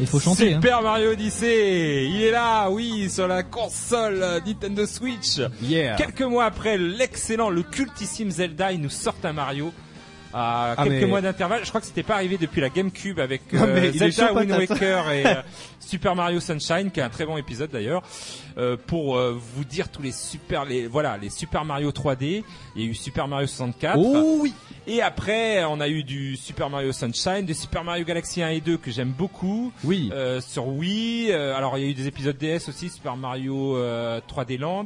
Il faut chanter. hein.
Super Mario Odyssey, il est là, oui, sur la console euh, Nintendo Switch.
Yeah.
Quelques mois après l'excellent, le cultissime Zelda, ils nous sortent un Mario à
Ah,
quelques
mais-
mois d'intervalle. Je crois que c'était pas arrivé depuis la GameCube avec euh,
Ah, mais il est
Zelda
chaud,
Wind
patate.
Waker
<laughs>
et euh, Super Mario Sunshine, qui est un très bon épisode d'ailleurs, euh, pour euh, vous dire tous les super, les voilà, les Super Mario 3D. Il y a eu Super Mario 64.
Oh oui.
Et après, on a eu du Super Mario Sunshine, du Super Mario Galaxy 1 et 2 que j'aime beaucoup.
Oui.
Euh, sur Wii. euh, alors il y a eu des épisodes DS aussi, Super Mario euh, 3D Land.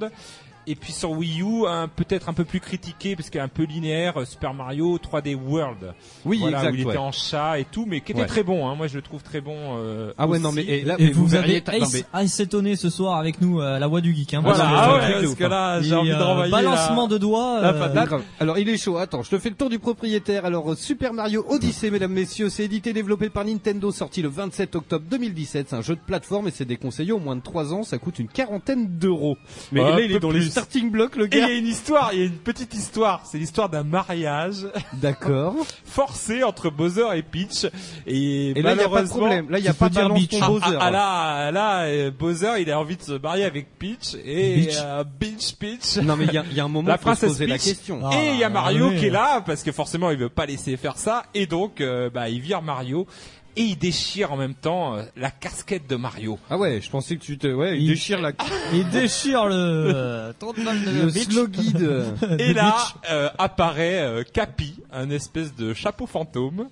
Et puis sur Wii U, un- peut-être un peu plus critiqué parce qu'il est un peu linéaire, euh, Super Mario 3D World.
oui,
voilà,
exact.
où il
ouais.
était en chat et tout, mais qui était
Ouais.
très bon. Hein. Moi, je le trouve très bon. euh,
Ah ouais non mais
aussi.
et là
Et
mais
vous,
verriez-
avez
non, mais-
Ace, Ace étonné ce soir avec nous euh, à la voix du geek. Hein,
Voilà,
parce que-
ah ouais,
euh,
parce que
hein.
là, j'ai envie de
euh,
renvoyer
Balancement
la-
de doigts.
Ah,
euh,
pas grave. Alors il est chaud, attends, je te fais le tour du propriétaire. Alors euh, Super Mario Odyssey, mesdames, messieurs, c'est édité, développé par Nintendo, sorti le 27 octobre 2017. C'est un jeu de plateforme et c'est déconseillé aux moins de 3 ans, ça coûte une quarantaine d'euros. Mais
Ouais,
là il
un
est
peu
dans les
plus.
starting blocks le
Et il y
gars.
a une histoire, il y a une petite histoire. C'est l'histoire d'un mariage
D'accord.
forcé entre Bowser et Peach. Et,
Et là il y a pas de
malheureusement-
problème, là il y a
tu
pas
peux
de
dire
balance
bitch.
pour
Ah,
Bowser.
ah, ah, là, là, euh, Bowser, il a envie de se marier avec Peach et
Bitch.
euh, Peach, Peach.
<laughs> Non mais il y a, il y a un moment
La
où faut se
princesse
poser la
Peach.
question.
Ah,
et il y a Mario
oui.
qui est là parce que forcément il veut pas laisser faire ça et donc euh, bah il vire Mario et il déchire en même temps euh, la casquette de Mario.
Ah ouais, je pensais que tu te. Ouais, il,
Il-
déchire la.
<laughs>
Il déchire le euh, temps de balle de
le
Mitch.
slow guide. euh,
<laughs>
De
Et là
Mitch.
euh, apparaît euh, Capi, un espèce de chapeau fantôme,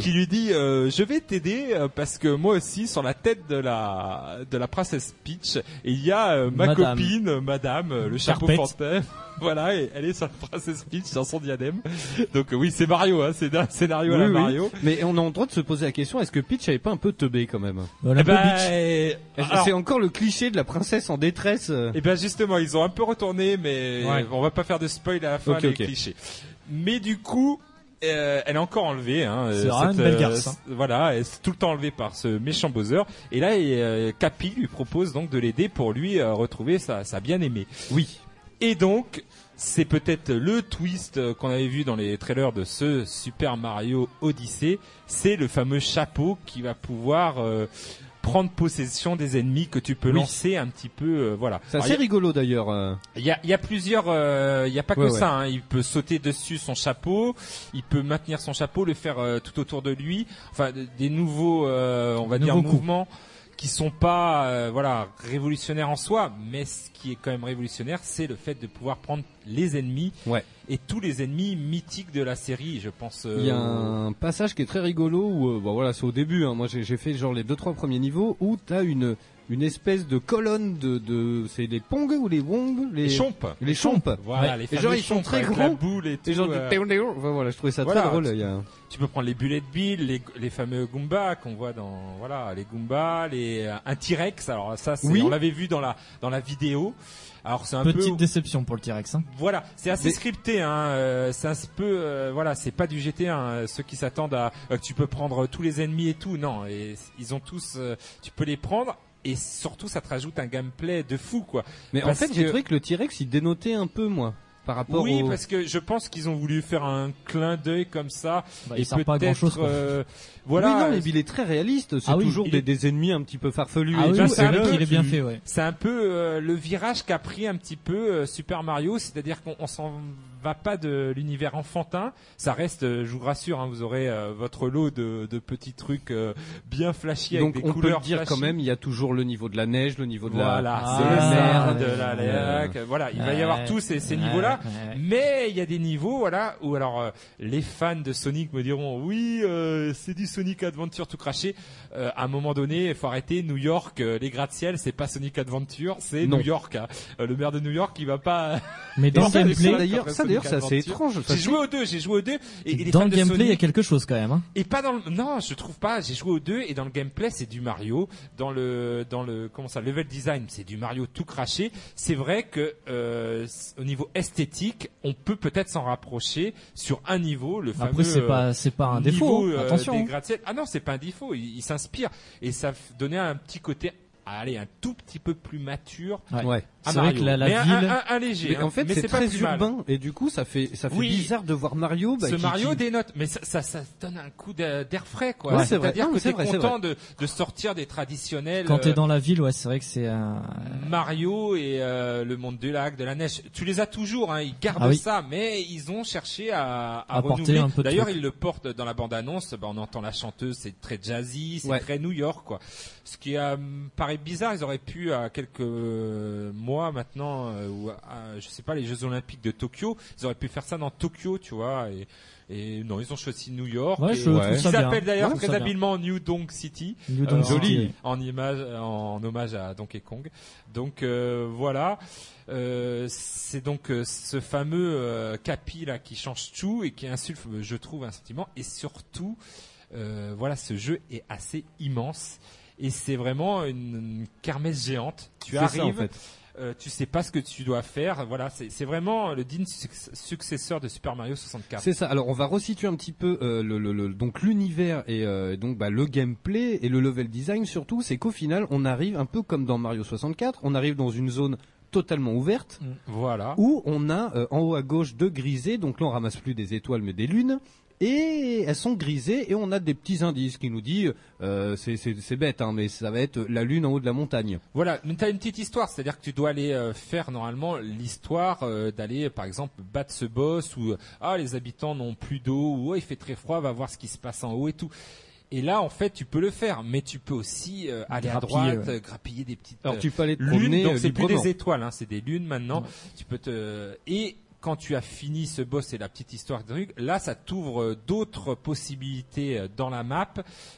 qui lui dit euh, je vais t'aider euh, parce que moi aussi sur la tête de la de la princesse Peach il y a euh, ma
Madame.
copine euh, Madame euh, le chapeau
Carpette.
fantôme. <laughs> voilà, et elle est sur la princesse Peach dans son diadème. Donc euh, oui c'est Mario, hein, c'est un scénario à la
oui, oui.
Mario.
Mais on a le droit de se poser la question est-ce que Peach avait pas un peu teubé quand même
Voilà,
Eh ben,
Mitch.
euh, alors,
C'est encore le cliché de la princesse en détresse. euh.
Eh bien justement, ils ont un peu retourné, mais
Ouais.
on va pas faire de spoil à la fin
Ok,
les
ok.
clichés. Mais du coup, euh, elle est encore enlevée. Hein,
C'est
euh,
vraiment
cette,
une belle
euh,
garce, hein.
c- Voilà, elle est tout le temps enlevée par ce méchant Bowser. Et là, et, euh, Capi lui propose donc de l'aider pour lui euh, retrouver sa, sa bien-aimée.
Oui.
Et donc, c'est peut-être le twist euh, qu'on avait vu dans les trailers de ce Super Mario Odyssey. C'est le fameux chapeau qui va pouvoir euh, prendre possession des ennemis que tu peux
Oui.
lancer un petit peu. euh, voilà.
C'est
Alors,
assez rigolo d'ailleurs. euh.
il y a, il y a plusieurs, euh, il y a pas que
Ouais, ouais.
ça. hein. Il peut sauter dessus son chapeau, il peut maintenir son chapeau, le faire euh, tout autour de lui. Enfin, de- des nouveaux, euh, on va
Nouveaux
dire,
coups.
mouvements qui sont pas, euh, voilà, révolutionnaires en soi, mais ce qui est quand même révolutionnaire, c'est le fait de pouvoir prendre les ennemis
Ouais.
et tous les ennemis mythiques de la série. Je pense. euh,
Il y a
au-
un passage qui est très rigolo où, euh, bah voilà, c'est au début. hein. Moi, j'ai j'ai fait genre les deux trois premiers niveaux où t'as une une espèce de colonne de de c'est les pongs ou les wongs
les
les
chompes.
les chomps.
Voilà,
Ouais.
les
Et
fameux
genre, ils sont
chompes
très
avec
grands.
La boule et tout.
Les gens du
euh,
Enfin, voilà, je trouvais ça
Voilà.
très drôle. il y a-
Tu peux prendre les Bullet Bill, les, les fameux Goombas qu'on voit dans voilà les Goombas, les euh, un T-Rex. Alors ça, c'est-
Oui.
on l'avait vu dans la dans la vidéo. Alors c'est un
Petite
peu
déception pour le T-Rex. Hein.
voilà, c'est assez
Mais-
scripté. Hein, euh, c'est un peu euh, voilà, c'est pas du GT. Hein, ceux qui s'attendent à euh, que tu peux prendre tous les ennemis et tout, non. Et ils ont tous, euh, tu peux les prendre. Et surtout, ça te rajoute un gameplay de fou, quoi.
Mais
Parce
en fait, j'ai
que-
trouvé que le T-Rex il dénotait un peu moi par rapport
oui,
au.
parce que je pense qu'ils ont voulu faire un clin d'œil comme ça.
Bah,
et
il sert pas à grand chose.
peut-être, euh, voilà.
Oui, non, mais il est très réaliste. C'est
Ah oui.
toujours
Il
des,
est-
des ennemis un petit peu farfelus.
Ah
et
oui,
tout.
ben,
oui,
c'est
c'est
un
vrai
peu-
qu'il est bien fait, ouais.
C'est un peu euh, le virage qu'a pris un petit peu euh, Super Mario, c'est-à-dire qu'on on s'en va pas de l'univers enfantin. Ça reste, euh, je vous rassure, hein, vous aurez euh, votre lot de, de petits trucs euh, bien flashy
Donc
avec des
on peut
couleurs
le dire quand
flashy.
même, il y a toujours le niveau de la neige, le niveau de la. euh,
Voilà,
Ah,
c'est
ouais.
la mer,
Ouais.
de la lac, euh, voilà, il va y avoir
Ouais.
tous ces, ces
Ouais,
niveaux-là.
ouais, ouais.
Mais il y a des niveaux, voilà, où alors euh, les fans de Sonic me diront oui, euh, c'est du Sonic Adventure tout craché. Euh, à un moment donné, il faut arrêter. New York, euh, les gratte-ciel, c'est pas Sonic Adventure, c'est
Non.
New York. hein. Euh, le maire de New York, il va pas.
Mais dans
Et
le
c'est
Ça,
Play-
gameplay,
d'ailleurs, ça d'ailleurs, c'est assez
Adventure.
étrange. Enfin,
<laughs> j'ai joué aux deux, j'ai joué aux deux. Et, et les
dans
fans
le
de
gameplay, il y a
Sonic-
quelque chose quand même. Hein.
et pas dans le... non, je trouve pas. J'ai joué aux deux et dans le gameplay c'est du Mario. Dans le dans le comment ça level design c'est du Mario tout craché. C'est vrai que euh, c- au niveau esthétique on peut peut-être s'en rapprocher sur un niveau le fameux.
Après, c'est
euh,
pas, c'est pas un défaut.
niveau, euh,
Attention.
des
hein.
gratte-ciel. Ah non, c'est pas un défaut. Il, il s'inspire et ça f- donnait un petit côté. Allez, un tout petit peu plus mature.
Ouais.
Ouais.
à
C'est vrai
Mario.
que la- la
Mais un-
ville-
un, un- un léger.
Mais
hein.
en fait,
Mais
c'est
pas
très
plus mal.
urbain et du coup, ça fait ça fait
Oui.
bizarre de voir Mario. Bah,
ce
qui-
Mario
qui-
dénote, mais ça, ça, ça donne un coup d'a- d'air frais, quoi.
Ouais, c'est vrai.
C'est-à-dire
Non,
que
mais c'est
t'es
vrai, c'est
content de, de sortir des traditionnels
Quand t'es
euh,
dans la ville, ouais, c'est vrai que c'est un.
Mario et euh, le monde du lac, de la neige. Tu les as toujours, hein, ils gardent
Ah oui.
ça, mais ils ont cherché à, à
Apporter
renouveler.
un peu de
D'ailleurs,
trucs.
ils le portent dans la bande-annonce. Bah, on entend la chanteuse, c'est très jazzy, c'est
Ouais.
très New York, quoi. Ce qui euh, me paraît bizarre, ils auraient pu à quelques euh, mois maintenant, euh, ou à- je sais pas, les Jeux Olympiques de Tokyo, ils auraient pu faire ça dans Tokyo, tu vois. Et, et non, ils ont choisi New York.
Ouais,
et-
je
Ouais.
trouve ça
Ils
bien.
appellent d'ailleurs
Ouais, je trouve
très
ça bien.
habilement New Donk City.
New Donk
Euh,
City, ouais.
en image en hommage à Donkey Kong. Donc euh, voilà, Euh, c'est donc euh, ce fameux euh, Capi là qui change tout et qui insulte, euh, je trouve, un sentiment. Et surtout, euh, voilà, ce jeu est assez immense. Et c'est vraiment une, une kermesse géante. Tu
C'est ça,
arrives,
en fait.
euh, tu sais pas ce que tu dois faire. Voilà, c'est c'est vraiment le digne suc- successeur de Super Mario 64.
C'est ça. Alors, on va resituer un petit peu euh, le, le- le- donc l'univers et euh, donc bah, le gameplay et le level design surtout. C'est qu'au final, on arrive un peu comme dans Mario 64. On arrive dans une zone totalement ouverte
Voilà.
où on a euh, en haut à gauche deux grisés. Donc là, on ramasse plus des étoiles mais des lunes. Et elles sont grisées et on a des petits indices qui nous disent euh, c'est- c'est c'est bête hein, mais ça va être la lune en haut de la montagne.
Voilà, mais t'as une petite histoire, c'est-à-dire que tu dois aller euh, faire normalement l'histoire euh, d'aller par exemple battre ce boss ou euh, ah les habitants n'ont plus d'eau ou oh, il fait très froid, va voir ce qui se passe en haut et tout. Et là, en fait, tu peux le faire, mais tu peux aussi euh, aller à
Grappiller,
droite,
ouais.
euh, grappiller des petites
Alors
euh,
tu peux aller te
lunes.
promener
Donc
euh,
c'est plus
librement.
des étoiles, hein, c'est des lunes maintenant. Tu peux te et quand tu as fini ce boss et la petite histoire de truc, là, ça t'ouvre euh, d'autres possibilités euh, dans la map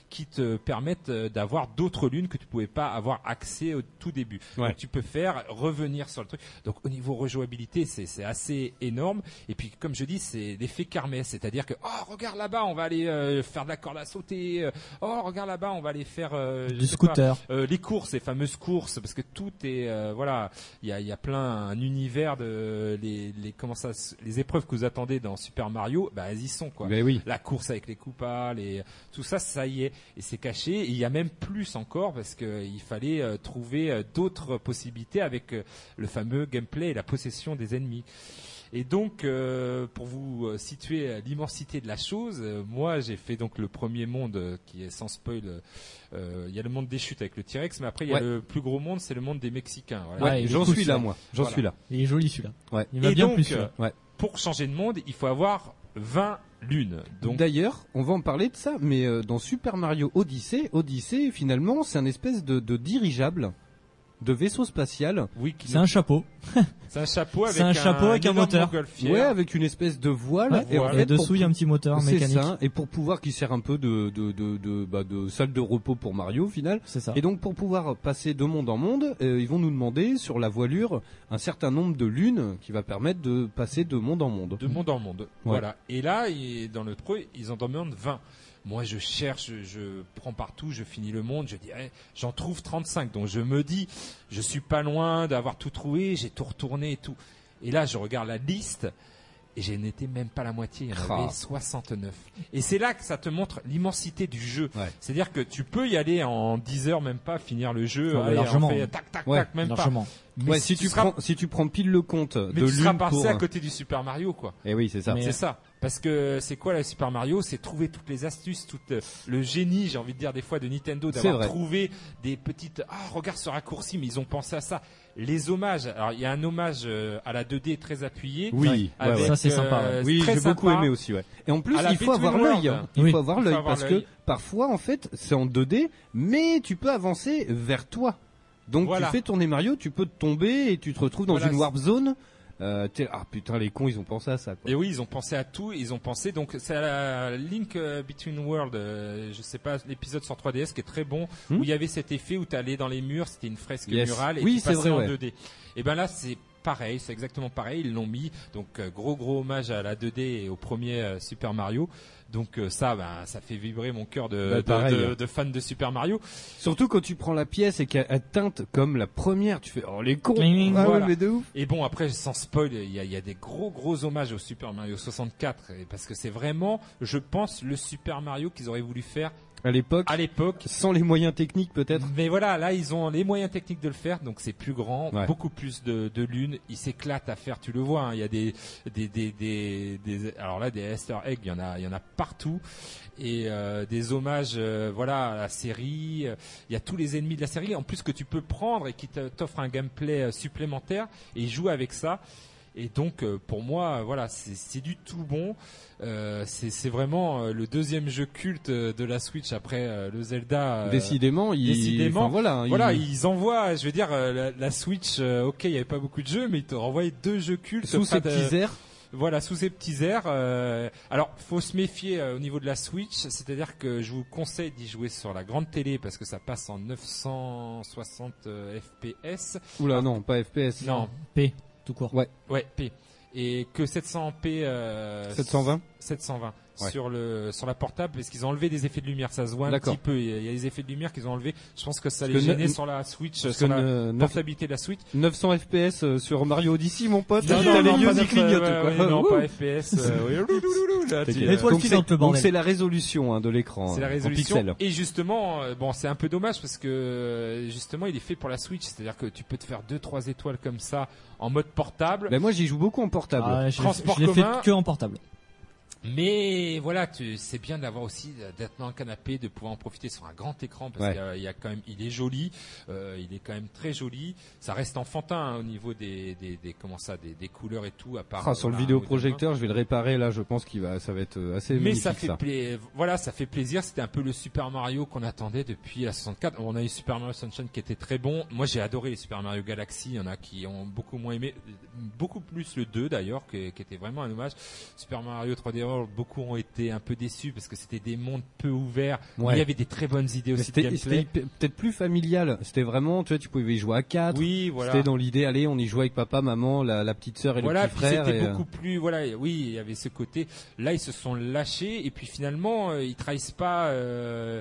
qui te permettent euh, d'avoir d'autres lunes que tu pouvais pas avoir accès au tout début.
Ouais.
Donc tu peux faire revenir sur le truc. Donc au niveau rejouabilité, c'est c'est assez énorme. Et puis comme je dis, c'est l'effet carmé, c'est-à-dire que oh regarde là-bas, on va aller euh, faire de la corde à sauter. Euh, Oh regarde là-bas, on va aller faire euh, je
Du
sais pas,
scooter.
euh, les courses, les fameuses courses, parce que tout est euh, voilà, il y a, il y a plein un univers de les les comment ça s- les épreuves que vous attendez dans Super Mario, bah elles y sont quoi.
Ben oui.
La course avec les Koopas, les tout ça, ça y est, et c'est caché. Et il y a même plus encore parce que il fallait euh, trouver euh, d'autres possibilités avec euh, le fameux gameplay et la possession des ennemis. Et donc, euh, pour vous euh, situer euh, l'immensité de la chose, euh, moi j'ai fait donc le premier monde euh, qui est sans spoil. euh, euh, Il y a le monde des chutes avec le T-Rex, mais après il y a
Ouais.
le plus gros monde, c'est le monde des Mexicains. voilà.
Ouais, il est
J'en
cool,
suis là
celui-là.
moi. J'en
Voilà.
suis là.
Il est joli celui-là.
Ouais.
Il m'a
Et
bien
donc,
plus. celui-là.
Pour changer de monde, il faut avoir 20 lunes. Donc
D'ailleurs, on va en parler de ça, mais euh, dans Super Mario Odyssey, Odyssey finalement c'est un espèce de, de dirigeable, de vaisseau spatial.
oui, qui-
C'est un chapeau.
c'est un chapeau avec
c'est un chapeau avec un
énorme
moteur.
montgolfière.
Ouais, avec une espèce de voile.
Ouais.
en
Voilà.
fait,
Et dessous,
pour-
il y a un petit moteur
c'est
mécanique.
ça. Et pour pouvoir, qui sert un peu de de de de, bah, de salle de repos pour Mario au final.
C'est ça.
Et donc pour pouvoir passer de monde en monde, euh, ils vont nous demander sur la voilure un certain nombre de lunes qui va permettre de passer de monde en monde.
De monde en monde. Voilà. Et là, il- dans le pro, ils en demandent 20. Moi, je cherche, je, je prends partout, je finis le monde, je dis, eh, j'en trouve 35. Donc, je me dis, je suis pas loin d'avoir tout trouvé, j'ai tout retourné et tout. Et là, je regarde la liste et je n'étais même pas la moitié, il y en
Ah.
avait 69. Et c'est là que ça te montre l'immensité du jeu.
Ouais.
C'est-à-dire que tu peux y aller en 10 heures, même pas finir le jeu,
Ah,
Allez,
largement.
on fait tac, tac,
Ouais,
tac, même pas.
Largement.
Mais
ouais, si tu,
seras-
prends si tu prends pile le compte
mais
de
tu seras
l'une
passé
pour.
à côté du Super Mario, quoi.
Et oui, c'est ça.
Mais- euh,
C'est ça. Parce que c'est quoi la Super Mario C'est trouver toutes les astuces, tout euh, le génie, j'ai envie de dire des fois de Nintendo
C'est vrai.
d'avoir trouvé des petites ah regarde ce raccourci, mais ils ont pensé à ça. Les hommages. Alors il y a un hommage euh, à la 2D très appuyé.
Oui, ouais,
avec,
ouais.
Ça, c'est sympa,
euh,
Oui,
très
j'ai beaucoup
sympa.
aimé aussi, ouais. Et en plus,
À la
il faut avoir
Between
l'œil. hein.
Worlds.
Il
Oui.
faut avoir
Il faut
l'œil
avoir
parce que
l'œil.
parfois, en fait, c'est en 2D, mais tu peux avancer vers toi. Donc
Voilà.
tu fais tourner Mario, tu peux tomber et tu te retrouves dans
Voilà,
une warp zone. Euh, t'es- ah putain, les cons, ils ont pensé à ça. Quoi.
Et oui, ils ont pensé à tout, ils ont pensé donc c'est à la Link euh, Between World, euh, je sais pas, l'épisode sur 3DS qui est très bon
Hmm.
où il y avait cet effet où tu allais dans les murs, c'était une fresque
Yes.
murale et
Oui,
tu
c'est
passais
vrai,
en
ouais.
2D. Et ben là, c'est pareil, c'est exactement pareil, ils l'ont mis donc euh, gros gros hommage à la 2D et au premier euh, Super Mario. Donc euh, ça ben ça fait vibrer mon cœur de,
Bah,
de-
pareil.
de- de fan de Super Mario.
Surtout quand tu prends la pièce et qu'elle elle teinte comme la première, tu fais oh les cons.
Cling, cling.
Ah ouais,
Voilà.
mais de ouf.
Et bon, après, sans spoil, il y a, il y a des gros gros hommages au Super Mario 64, et parce que c'est vraiment, je pense, le Super Mario qu'ils auraient voulu faire
À l'époque,
à l'époque.
sans les moyens techniques peut-être.
Mais voilà, là, ils ont les moyens techniques de le faire, donc c'est plus grand,
Ouais.
beaucoup plus de, de lune. Ils s'éclatent à faire, tu le vois. hein, Il y a des, des, des, des, des- alors là, des Easter eggs, il y en a, il y en a partout, et euh, des hommages, euh, voilà, à la série. euh, Il y a tous les ennemis de la série, en plus que tu peux prendre et qui te- t'offre un gameplay euh, supplémentaire et jouer avec ça. Et donc, euh, pour moi, euh, voilà, c'est c'est du tout bon. Euh, c'est c'est vraiment euh, le deuxième jeu culte euh, de la Switch après euh, le Zelda. euh,
décidément, ils,
décidément.
enfin, voilà, hein,
voilà,
ils-
ils envoient, je veux dire, euh, la, la Switch, euh, ok, il n'y avait pas beaucoup de jeux, mais ils te renvoyaient deux jeux cultes.
sous
enfin,
ces
de-
petits airs.
Voilà, sous ces petits airs. euh, alors, faut se méfier euh, au niveau de la Switch, c'est-à-dire que je vous conseille d'y jouer sur la grande télé parce que ça passe en 960 euh, FPS.
Oula non, pas FPS.
Non,
P, tout court.
Ouais.
ouais, P. Et que 700p... euh,
720.
720
Ouais.
sur le sur la portable parce qu'ils ont enlevé des effets de lumière ça se voit un
D'accord.
petit peu il y a- il y a des effets de lumière qu'ils ont enlevé je pense que ça
Parce
les
que
gênait
ne-
sur la Switch
Parce que
sur la
ne- neuf-
portabilité de la Switch
900 FPS euh, sur Mario Odyssey, mon pote.
Non,
T'as
non,
les
non,
yeux
pas
qui
neuf-
clignotent,
ouais,
quoi.
ouais, non,
Ouh.
pas FPS euh, oui, loulouloulou, là, tu-
L'étoile
Donc
qui
c'est-
dans le bordel.
donc c'est la résolution hein, de l'écran.
c'est la
hein, en
résolution
pixels.
et justement euh, bon c'est un peu dommage parce que euh, justement il est fait pour la Switch c'est-à-dire que tu peux te faire deux trois étoiles comme ça en mode portable
Ben moi j'y joue beaucoup en portable.
Ah, je l'ai-
Transport
je l'ai fait
commun.
que en portable.
Mais voilà, tu- c'est bien d'avoir aussi euh, d'être dans le canapé, de pouvoir en profiter sur un grand écran parce
Ouais.
qu'il y a- il y a quand même, il est joli, euh, il est quand même très joli. Ça reste enfantin hein, au niveau des, des, des comment ça, des, des couleurs et tout. À part
Ah, sur le
voilà,
vidéoprojecteur, je vais le réparer là, je pense qu'il va ça va être euh, assez
mais
magnifique,
ça fait pla- voilà ça fait plaisir c'était un peu le Super Mario qu'on attendait depuis la 64 on a eu Super Mario Sunshine qui était très bon moi j'ai adoré les Super Mario Galaxy il y en a qui ont beaucoup moins aimé beaucoup plus le 2 d'ailleurs que- qui était vraiment un hommage Super Mario 3D World beaucoup ont été un peu déçus parce que c'était des mondes peu ouverts
Ouais.
il y avait des très bonnes idées
Mais
aussi de
C'était c'était
gameplay
hyper- peut-être plus familial, c'était vraiment tu vois tu pouvais y jouer à 4.
oui voilà
C'était dans l'idée allez, on y joue avec papa, maman, la, la petite sœur et
voilà,
le petit
puis
frère
c'était
et, euh,
beaucoup plus. Voilà, oui, il y avait ce côté. Là, ils se sont lâchés et puis finalement, euh, ils trahissent pas euh,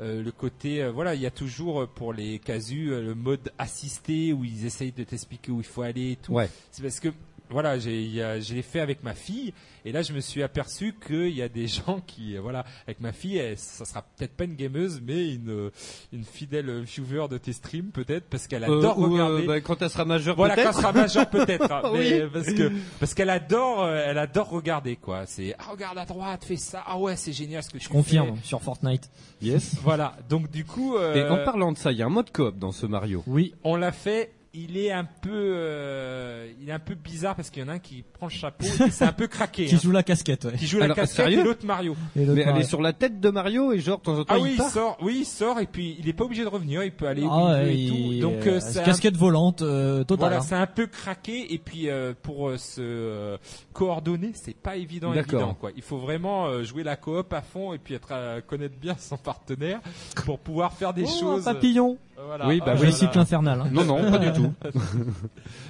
euh, le côté. euh, voilà, il y a toujours euh, pour les casus euh, le mode assisté où ils essayent de t'expliquer où il faut aller et tout.
Ouais.
C'est parce que voilà, j'ai il y a- je l'ai fait avec ma fille et là je me suis aperçu qu'il y a des <laughs> gens qui euh, voilà avec ma fille, elle, ça sera peut-être pas une gameuse mais une une fidèle viewer de tes streams peut-être parce qu'elle
Euh,
adore
ou, euh,
regarder.
bah, quand elle sera majeure
Voilà, quand
peut-être.
elle sera majeure peut-être, hein,
Oui.
mais parce que parce qu'elle adore, euh, elle adore regarder quoi. C'est ah regarde à droite, fais ça, ah ouais c'est génial ce que tu
Je confirme sur Fortnite.
Yes.
fais. Voilà, donc du coup, euh,
Et en parlant de ça, il y a un mode coop dans ce Mario.
Oui,
on l'a fait. Il est un peu, euh, il est un peu bizarre parce qu'il y en a un qui prend le chapeau, et c'est un peu
<laughs>
craqué,
qui
hein,
joue la casquette, ouais.
qui joue la
Alors,
casquette
sérieux
et l'autre Mario.
Et l'autre,
Mais elle
ouais.
est sur la tête de Mario et genre de temps en temps
Ah
il
oui, il
part.
sort, oui il sort et puis il est pas obligé de revenir, il peut aller où
Ah
il veut
ouais,
et tout.
il-
Donc
euh,
euh, c'est un
casquette volante euh, totale.
Voilà,
hein.
c'est un peu craqué et puis euh, pour euh, se euh, coordonner, c'est pas évident
D'accord.
évident quoi. Il faut vraiment euh, jouer la coop à fond et puis être euh, connaître bien son partenaire pour pouvoir faire des
Oh,
choses.
un papillon.
euh, voilà.
Oui, bah
Ah,
oui.
J'ai le
voilà.
cycle infernal. hein.
Non non, pas du tout.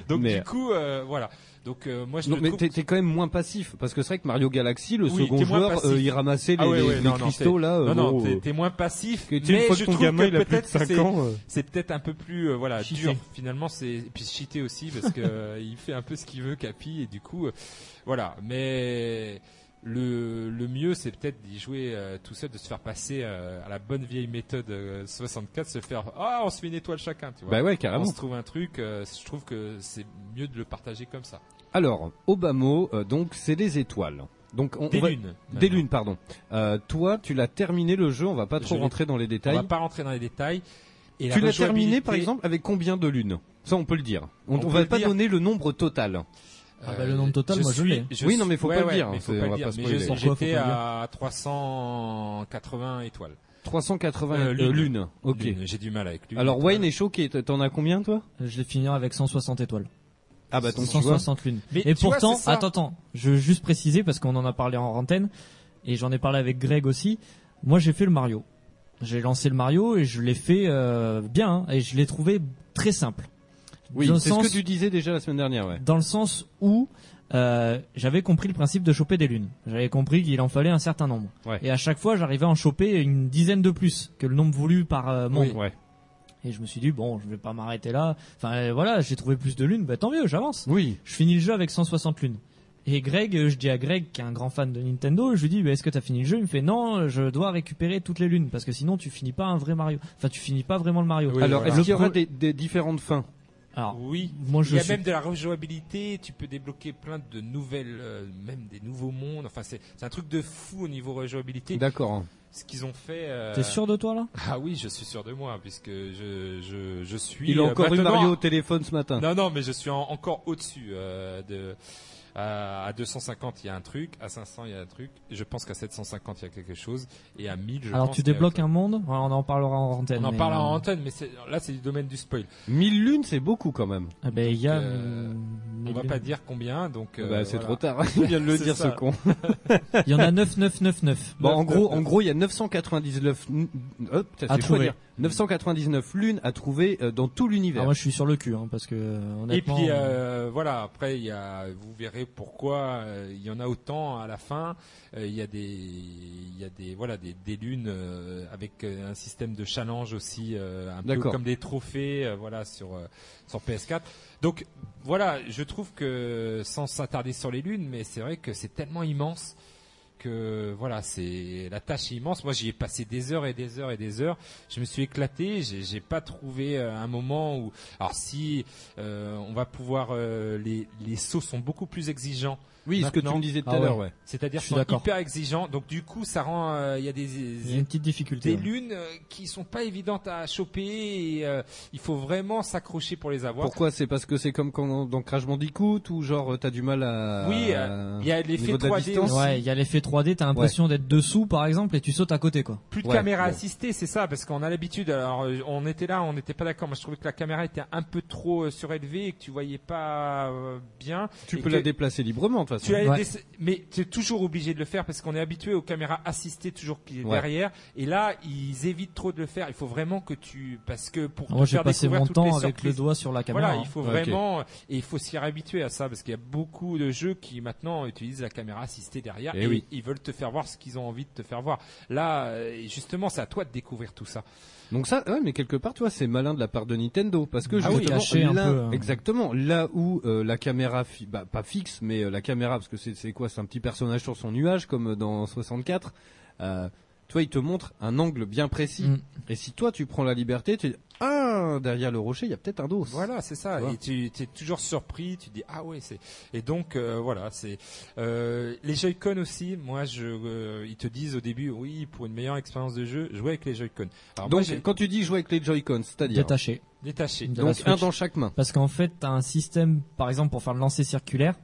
Donc
Mais-
du coup euh, voilà. Donc euh, moi
<laughs>
je
Non,
le
mais
trouve-
t'es t'es quand même moins passif parce que c'est vrai que Mario Galaxy, le
Oui,
second
t'es moins
joueur,
passif.
euh, il ramassait les,
Ah ouais,
les-
ouais,
les
non, non,
cristaux là. euh,
non non,
bon,
t'es-
euh,
t'es moins passif.
que tu-
mais
une fois
je
que ton
trouve
gamin
que
il a plus de
peut-être
5
c'est-
ans. euh,
c'est peut-être un peu plus euh, voilà
Cheaté.
dur finalement c'est et puis cheaté aussi parce que euh, il fait un peu ce qu'il veut Capi et du coup euh, voilà mais le, le mieux c'est peut-être d'y jouer euh, tout seul de se faire passer euh, à la bonne vieille méthode euh, 64 se faire ah on se fait une étoile chacun tu vois
Bah ouais,
on
carrément.
se trouve un truc euh, je trouve que c'est mieux de le partager comme ça
Alors, Obamo, euh, donc c'est des étoiles. Donc on,
des
on va-
lunes
Des
maintenant.
lunes, pardon. Euh, toi, tu l'as terminé le jeu. On va pas trop
Je l'ai-
rentrer dans les
on
détails.
va pas rentrer dans les détails et la
Tu l'as terminé, par
rejouabilité,
exemple, avec combien de lunes Ça, on peut le dire. On,
On
on
peut
va
le
pas
dire.
donner le nombre total.
Ah bah, le nombre total, moi, je
suis-
l'ai.
Oui, non, mais faut
ouais,
pas le
ouais,
dire, hein,
mais faut
c'est-
pas
on va
le dire.
pas
Mais
spoiler.
je-
Pourquoi faut pas
J'étais
le dire
à 380 étoiles.
380
Euh, lunes.
lunes. Ok.
Lune, J'ai du mal avec lui.
Alors Wayne est choqué. T- T'en as combien toi
Je l'ai fini avec 160 étoiles.
Ah bah ton
160 lunes.
Mais
et
tu vois,
pourtant,
c'est ça.
attends, attends, je veux juste préciser parce qu'on en a parlé en antenne et j'en ai parlé avec Greg aussi. Moi, j'ai fait le Mario. J'ai lancé le Mario et je l'ai fait euh, bien hein, et je l'ai trouvé très simple.
Oui,
dans, le
c'est ce
sens,
que tu disais déjà la semaine dernière, ouais.
dans le sens où euh, j'avais compris le principe de choper des lunes. J'avais compris qu'il en fallait un certain nombre.
Ouais.
Et à chaque fois, j'arrivais à en choper une dizaine de plus que le nombre voulu par euh, monde.
Ouais.
Et je me suis dit bon, je vais pas m'arrêter là. Enfin euh, voilà, j'ai trouvé plus de lunes, bah tant mieux, j'avance
Oui.
je finis le jeu avec 160 lunes. Et Greg, euh, je dis à Greg, qui est un grand fan de Nintendo, je lui dis, bah, est-ce que t'as fini le jeu Il me fait, non, je dois récupérer toutes les lunes, parce que sinon tu finis pas un vrai Mario. Enfin, tu finis pas vraiment le Mario.
Alors
voilà.
est-ce qu'il y
Le
aura
pro-
des, des différentes fins
Alors,
Oui.
moi
Il
je
y a
suis...
même de la rejouabilité, tu peux débloquer plein de nouvelles, euh, même des nouveaux mondes. Enfin, c'est c'est un truc de fou au niveau rejouabilité.
D'accord.
Ce qu'ils ont fait. euh,
T'es sûr de toi là
<laughs> Ah oui, je suis sûr de moi, puisque je, je, je suis.
Il a
euh,
encore eu
maintenant-
Mario au téléphone ce matin.
<laughs> Non, non, mais je suis en- encore au-dessus euh, de. À à 250, il y a un truc. À 500, il y a un truc. Je pense qu'à 750, il y a quelque chose. Et à 1000, je
Alors
pense
tu
qu'il y a
débloques
autre
un monde Ouais, On en parlera en antenne.
chose. On en
mais,
parle en
euh,
antenne, mais c'est- là, c'est du domaine du spoil.
1000 lunes, c'est beaucoup quand même.
ah, ben, il y a...
Donc, euh,
euh,
On va pas dire combien, donc. euh,
bah, c'est
voilà.
trop tard. <laughs> Il vient de le
C'est
dire
ça.
ce con.
Il y en a
<laughs>
9999.
Bon,
Neuf,
en
neuf,
gros,
neuf.
en gros, il y a 999 n- hop, ça,
À
c'est chaud
trouver.
à dire. 999 lunes à trouver euh, dans tout l'univers.
Ah, moi je suis sur le cul, hein, parce que euh,
Et
honnêtement...
puis euh, voilà, après il y a, vous verrez pourquoi euh, il y en a autant à la fin. Euh, Il y a des, il y a des voilà des, des lunes euh, avec euh, un système de challenge aussi, euh, un peu
D'accord.
comme des trophées, euh, voilà sur euh, sur PS4. Donc voilà, je trouve que sans s'attarder sur les lunes, mais c'est vrai que c'est tellement immense que voilà, c'est la tâche est immense. Moi, j'y ai passé des heures et des heures et des heures. Je me suis éclaté. J'ai j'ai pas trouvé euh, un moment où. Alors si euh, on va pouvoir, euh, les les sauts sont beaucoup plus exigeants
Oui, ce que tu
Maintenant.
me disais tout
Ah
à l'heure,
ouais.
ouais.
C'est-à-dire
Je suis
qu'ils sont
d'accord.
hyper exigeants. Donc du coup, ça rend euh, il y a des,
Il y a
des,
une petite difficulté. hein.
des
ouais.
lunes euh, qui sont pas évidentes à choper. Et, euh, il faut vraiment s'accrocher pour les avoir.
Pourquoi C'est parce que c'est comme quand dans Crash Bandicoot ou genre euh, t'as du mal à.
Oui, euh, il y a l'effet
niveau de la
3D.
distance.
aussi.
Ouais, il y a l'effet 3D, t'as l'impression d'être dessous par exemple et tu sautes à côté quoi.
Plus de
Ouais,
caméra
bon.
assistée, c'est ça, parce qu'on a l'habitude. Alors, euh, on était là, on n'était pas d'accord. Moi, je trouvais que la caméra était un peu trop euh, surélevée et que tu voyais pas euh, bien.
Tu
Et
peux
que-
la déplacer librement de toute façon.
Tu as
Ouais.
des- mais tu es toujours obligé de le faire parce qu'on est habitué aux caméras assistées toujours qui est
Ouais.
derrière. Et là, ils évitent trop de le faire. Il faut vraiment que tu, parce que pour
Ah, Moi
te
j'ai
faire
passé
découvrir
mon
toutes les
temps avec le
surprises-
doigt sur la caméra.
Voilà,
hein.
il faut
Ok.
vraiment, et il faut s'y réhabituer à ça parce qu'il y a beaucoup de jeux qui maintenant utilisent la caméra assistée derrière
Eh
et,
oui.
ils veulent te faire voir ce qu'ils ont envie de te faire voir. Là, euh, justement, c'est à toi de découvrir tout ça.
Donc ça, ouais, mais quelque part, tu vois, c'est malin de la part de Nintendo parce que
Ah oui,
justement,
cacher un
là,
peu, hein.
exactement, là où euh, la caméra, fi- bah, pas fixe, mais euh, la caméra, parce que c'est c'est quoi, c'est un petit personnage sur son nuage comme euh, dans 64. Euh, tu vois, il te montre un angle bien précis.
Mm.
Et si toi, tu prends la liberté, tu dis ah derrière le rocher, il y a peut-être un dos.
Voilà, c'est ça.
Voilà.
Et tu es toujours surpris. Tu dis ah ouais c'est. Et donc euh, voilà c'est euh, les Joy-Con aussi. Moi je euh, ils te disent au début oui pour une meilleure expérience de jeu jouer avec les Joy-Con. Alors moi,
Donc
j'ai
quand tu dis jouer avec les Joy-Con, c'est-à-dire
Détaché.
détaché
de la
donc
Switch.
un dans chaque main.
Parce qu'en fait, t'as un système, par exemple, pour faire le lancer circulaire,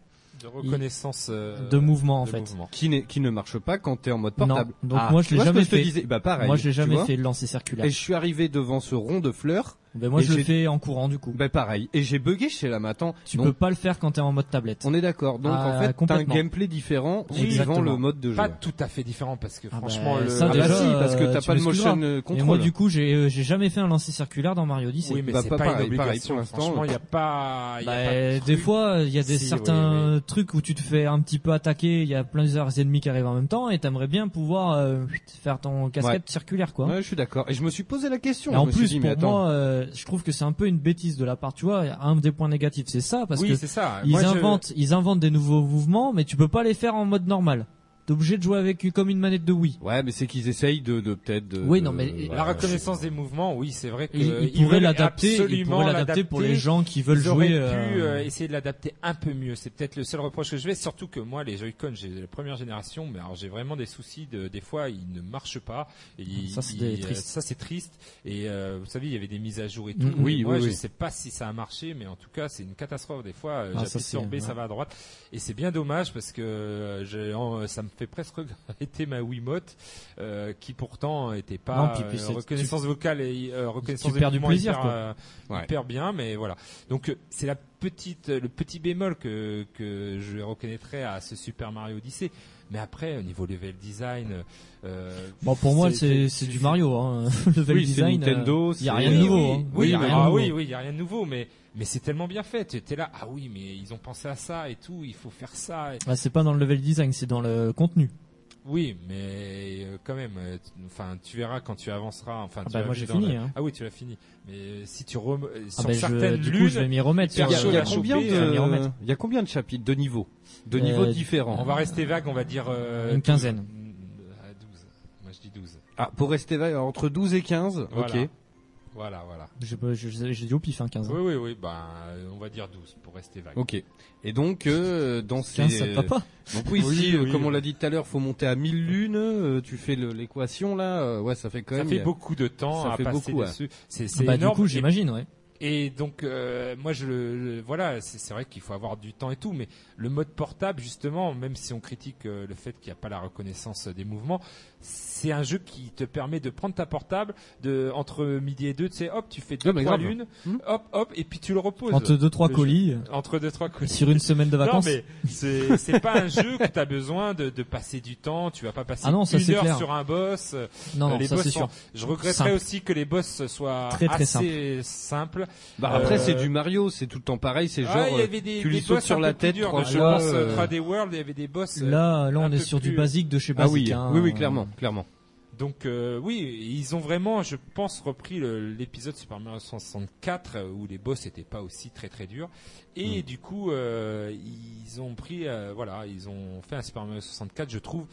de reconnaissance euh,
de mouvement en
de
fait.
mouvement.
Qui, n'est- qui ne marche pas quand t'es en mode portable.
Non, donc
Ah,
moi, je
tu
l'ai
vois ce que
jamais
te
fait.
disais Bah, pareil,
Moi, j'ai
tu
jamais
vois.
fait le lancer circulaire.
Et je suis arrivé devant ce rond de fleurs.
Ben, moi,
et
je le
j'ai-
fais en courant du coup.
Bah pareil. Et j'ai bugué chez la matin.
tu peux pas le faire quand t'es en mode tablette.
On est d'accord. Donc
Ah,
en fait, t'as un
complètement.
gameplay différent
Oui,
suivant
exactement.
le mode de jeu.
Pas tout à fait différent parce que
Ah
franchement
ben,
le
ça,
ah
déjà,
bah si, parce que
euh,
t'as
tu
pas le
m'excuseras.
motion euh,
Et
control.
moi, du coup, j'ai euh, j'ai jamais fait un lancer circulaire dans Mario Odyssey.
Oui, mais
Bah,
c'est
pas
pas,
pareil,
une
pareil,
obligation.
pour l'instant.
Franchement, il n'y a pas. il y a
Bah,
pas de
des
truc.
fois, il y a des
Si,
certains trucs où tu te fais un petit peu attaquer, il y a plusieurs ennemis qui arrivent en même temps et t'aimerais bien pouvoir euh, faire ton casquette circulaire quoi.
Ouais, je suis d'accord. Et je me suis posé la question.
Et en
Je me suis
plus,
dit, mais
pour
attends.
moi, euh, je trouve que c'est un peu une bêtise de la part. Tu vois, un des points négatifs, c'est ça, parce
oui,
que
c'est ça.
ils
Moi, je-
inventent, ils inventent des nouveaux mouvements, mais tu peux pas les faire en mode normal. T'es obligé de jouer avec comme une manette de Wii.
Ouais, mais c'est qu'ils essayent de, de peut-être. de-
Oui,
de-
non, mais
voilà.
La reconnaissance des mouvements, oui, c'est vrai que
Ils, ils
Euh, ils
pourraient
veulent
l'adapter, ils
absolument
pourraient l'adapter pour les gens qui veulent
Ils auraient
jouer.
pu
euh,
euh, essayer de l'adapter un peu mieux. C'est peut-être le seul reproche que je vais. Surtout que moi, les Joy-Con, j'ai la première génération, mais alors j'ai vraiment des soucis. De, des fois, ils ne marchent pas. Et ils-
Ça, c'est
ils-
des-
euh,
triste.
Ça, c'est triste. Et euh, vous savez, il y avait des mises à jour et tout.
Mhm.
Et
Oui,
moi,
oui,
je
oui.
sais pas si ça a marché, mais en tout cas, c'est une catastrophe. Des fois, euh,
Ah, ça,
j'appuie sur
c'est-
B, ça
ouais.
va à droite. Et c'est bien dommage parce que euh, j'ai- en- ça me fait presque <laughs> regretter ma Wiimote, euh, qui pourtant était pas
Non, puis- puis
euh,
c'est-
reconnaissance vocale et euh, reconnaissance
tu
des
perds du
mouvements
plaisir,
hyper,
quoi.
euh,
Ouais.
hyper bien, mais voilà. Donc euh, c'est la petite, euh, le petit bémol que que je reconnaîtrais à ce Super Mario Odyssey. Mais après, au niveau level design, euh,
Bon, pour moi, c'est c'est
c'est-
du Mario. Hein. <laughs> Level
Oui, c'est
design.
Nintendo,
Il y a
c'est-
rien de nouveau.
euh, oui,
hein.
oui,
Y a
mais-
rien de
ah
nouveau.
oui, oui, il y a rien de nouveau, mais mais c'est tellement bien fait. Tu étais là, ah oui, mais ils ont pensé à ça et tout. Il faut faire ça. Et-
Ah, c'est pas dans le level design, c'est dans le contenu.
Oui, mais euh, quand même. euh, tu- Enfin, tu verras quand tu avanceras. Enfin,
Ah
tu
bah,
vas
moi,
plus
j'ai
dans
fini,
la-
hein.
Ah oui, tu l'as fini. Mais euh, si tu rem... euh,
Ah
sur
ben, je,
certaines
du coup,
lunes,
je vais m'y remettre.
hyper
sur-
Il y a, il y a
chaud à
combien
choper,
de-
je vais
m'y remettre.
il y a combien de chapitres, de niveaux, de
Euh,
niveaux différents.
on va rester vague. On va dire euh,
Une quinzaine.
12. Moi, je dis 12.
Ah, pour rester vague, entre 12 et 15,
Voilà.
ok.
Voilà, voilà.
Je peux- je- je- J'ai dit au pif, hein, 15 ans.
Oui, oui, oui, ben, euh, on va dire 12 pour rester vague.
Ok. Et donc, euh, dans ces...
15, ça te va pas
Donc oui,
Oui,
si, euh,
oui,
comme on
oui.
l'a dit tout à l'heure, faut monter à 1000 lunes, euh, tu fais le- l'équation là, euh, ouais, ça fait quand
Ça
même...
fait
il y a-
beaucoup de temps
ça
à
fait
passer
beaucoup, ouais.
dessus. C'est c'est
Bah,
énorme.
du coup, j'imagine, ouais.
et, et donc, euh, moi, je le, le- voilà, c'est c'est vrai qu'il faut avoir du temps et tout, mais le mode portable, justement, même si on critique euh, le fait qu'il n'y a pas la reconnaissance euh, des mouvements, c'est un jeu qui te permet de prendre ta portable de entre midi et deux, tu sais, hop, tu fais
Ah,
deux
Ouais, mais
trois
grave.
lunes,
Hmm.
hop, hop, et puis tu le reposes
Entre deux, trois
Le
colis,
entre deux trois
euh,
coups.
sur une semaine de vacances.
Non, mais c'est c'est pas un jeu que t'as besoin de, de passer du temps. Tu vas pas passer
Ah non, ça,
une
c'est
heure
clair.
sur un boss. Euh,
Non, non,
les
ça
boss
c'est sûr.
sont- Je regretterais
Simple.
aussi que les boss soient
Très, très
assez simples.
Bah, après,
Euh,
c'est du Mario, c'est tout le temps pareil, c'est genre...
Ah, il y
euh,
avait des,
tu lui
des
sautes
boss
sur
un
la
peu plus
tête,
durs.
trois
Je
fois,
pense euh,
euh,
3D World, il y avait des boss. euh,
Là, là,
un
on
peu
est sur du
plus-
basique de chez
Ah
basique.
oui,
hein.
oui, oui, clairement, clairement.
Donc euh, oui, ils ont vraiment, je pense, repris le- l'épisode Super Mario 64 euh, où les boss n'étaient pas aussi très très durs.
Mm.
Et du coup, euh, ils ont pris, euh, voilà, ils ont fait un Super Mario 64, je trouve,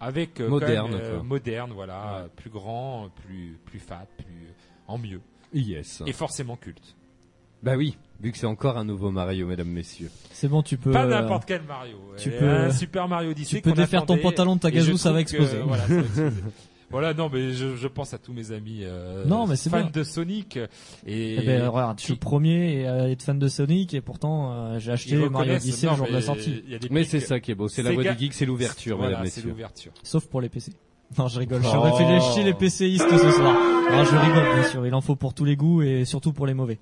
avec euh, quand
Moderne,
même, euh,
quoi.
moderne, voilà, euh, plus grand, plus plus fat, plus en mieux,
Yes.
et forcément culte.
Bah oui, vu que c'est encore un nouveau Mario, mesdames, messieurs.
C'est bon, tu peux.
Pas
euh,
n'importe quel Mario.
tu
Et
peux-
un Super Mario Odyssey.
tu peux
qu'on
défaire ton
attendait,
pantalon de ta
et je
gazou, ça
trouve
va
que, euh,
exploser.
voilà,
<laughs>
ça va exploser. Voilà, non, mais je, je pense à tous mes amis euh,
Non, mais c'est
fans
bien.
de Sonic et
eh ben, regarde, je suis le premier à être fan de Sonic et pourtant euh, j'ai
ils
acheté Mario
reconnaissent-
Odyssey
non,
le jour de la
mais
sortie.
il y a des
Mais
pics-
c'est ça qui est beau, c'est la voix
Sega-
du geek, c'est l'ouverture,
Voilà,
mesdames,
c'est
messieurs.
l'ouverture.
Sauf pour les PC. <laughs> Non, je rigole.
Oh.
J'aurais fait les chier les PCistes ce soir. Non, je rigole, bien sûr. Il en faut pour tous les goûts et surtout pour les mauvais.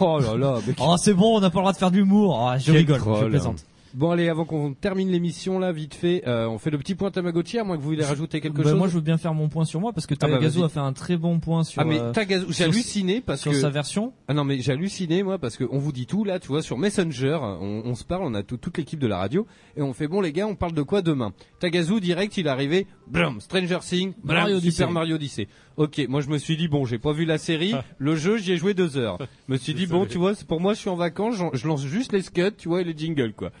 Oh là là, mais
Oh, c'est bon, on n'a pas le droit de faire de l'humour. Ah, je
Quel
rigole, je
troll.
plaisante.
Bon allez, avant qu'on termine l'émission là, vite fait, euh, on fait le petit point Tamagotchi, à moins que vous voulez rajouter quelque
Bah,
chose.
Moi, je veux bien faire mon point sur moi parce que
bah,
Tagazu
vas-y.
a fait un très bon point sur,
ah mais
euh,
Tagazu, j'ai
sur-
halluciné parce
sur
que
sa version.
ah non mais j'ai halluciné moi parce que on vous dit tout là, tu vois sur Messenger, on, on se parle, on a tout- toute l'équipe de la radio et on fait bon les gars, on parle de quoi demain. Tagazu direct, il est arrivé, blam, Stranger Things, blam,
Mario
Super
Odyssey.
Mario Odyssey. Ok, moi je me suis dit bon, j'ai pas vu la série, le jeu, j'y ai joué deux heures. Je me suis dit bon, tu vois, c'est pour moi, je suis en vacances, j'en- je lance juste les scuds, tu vois, et les jingles quoi.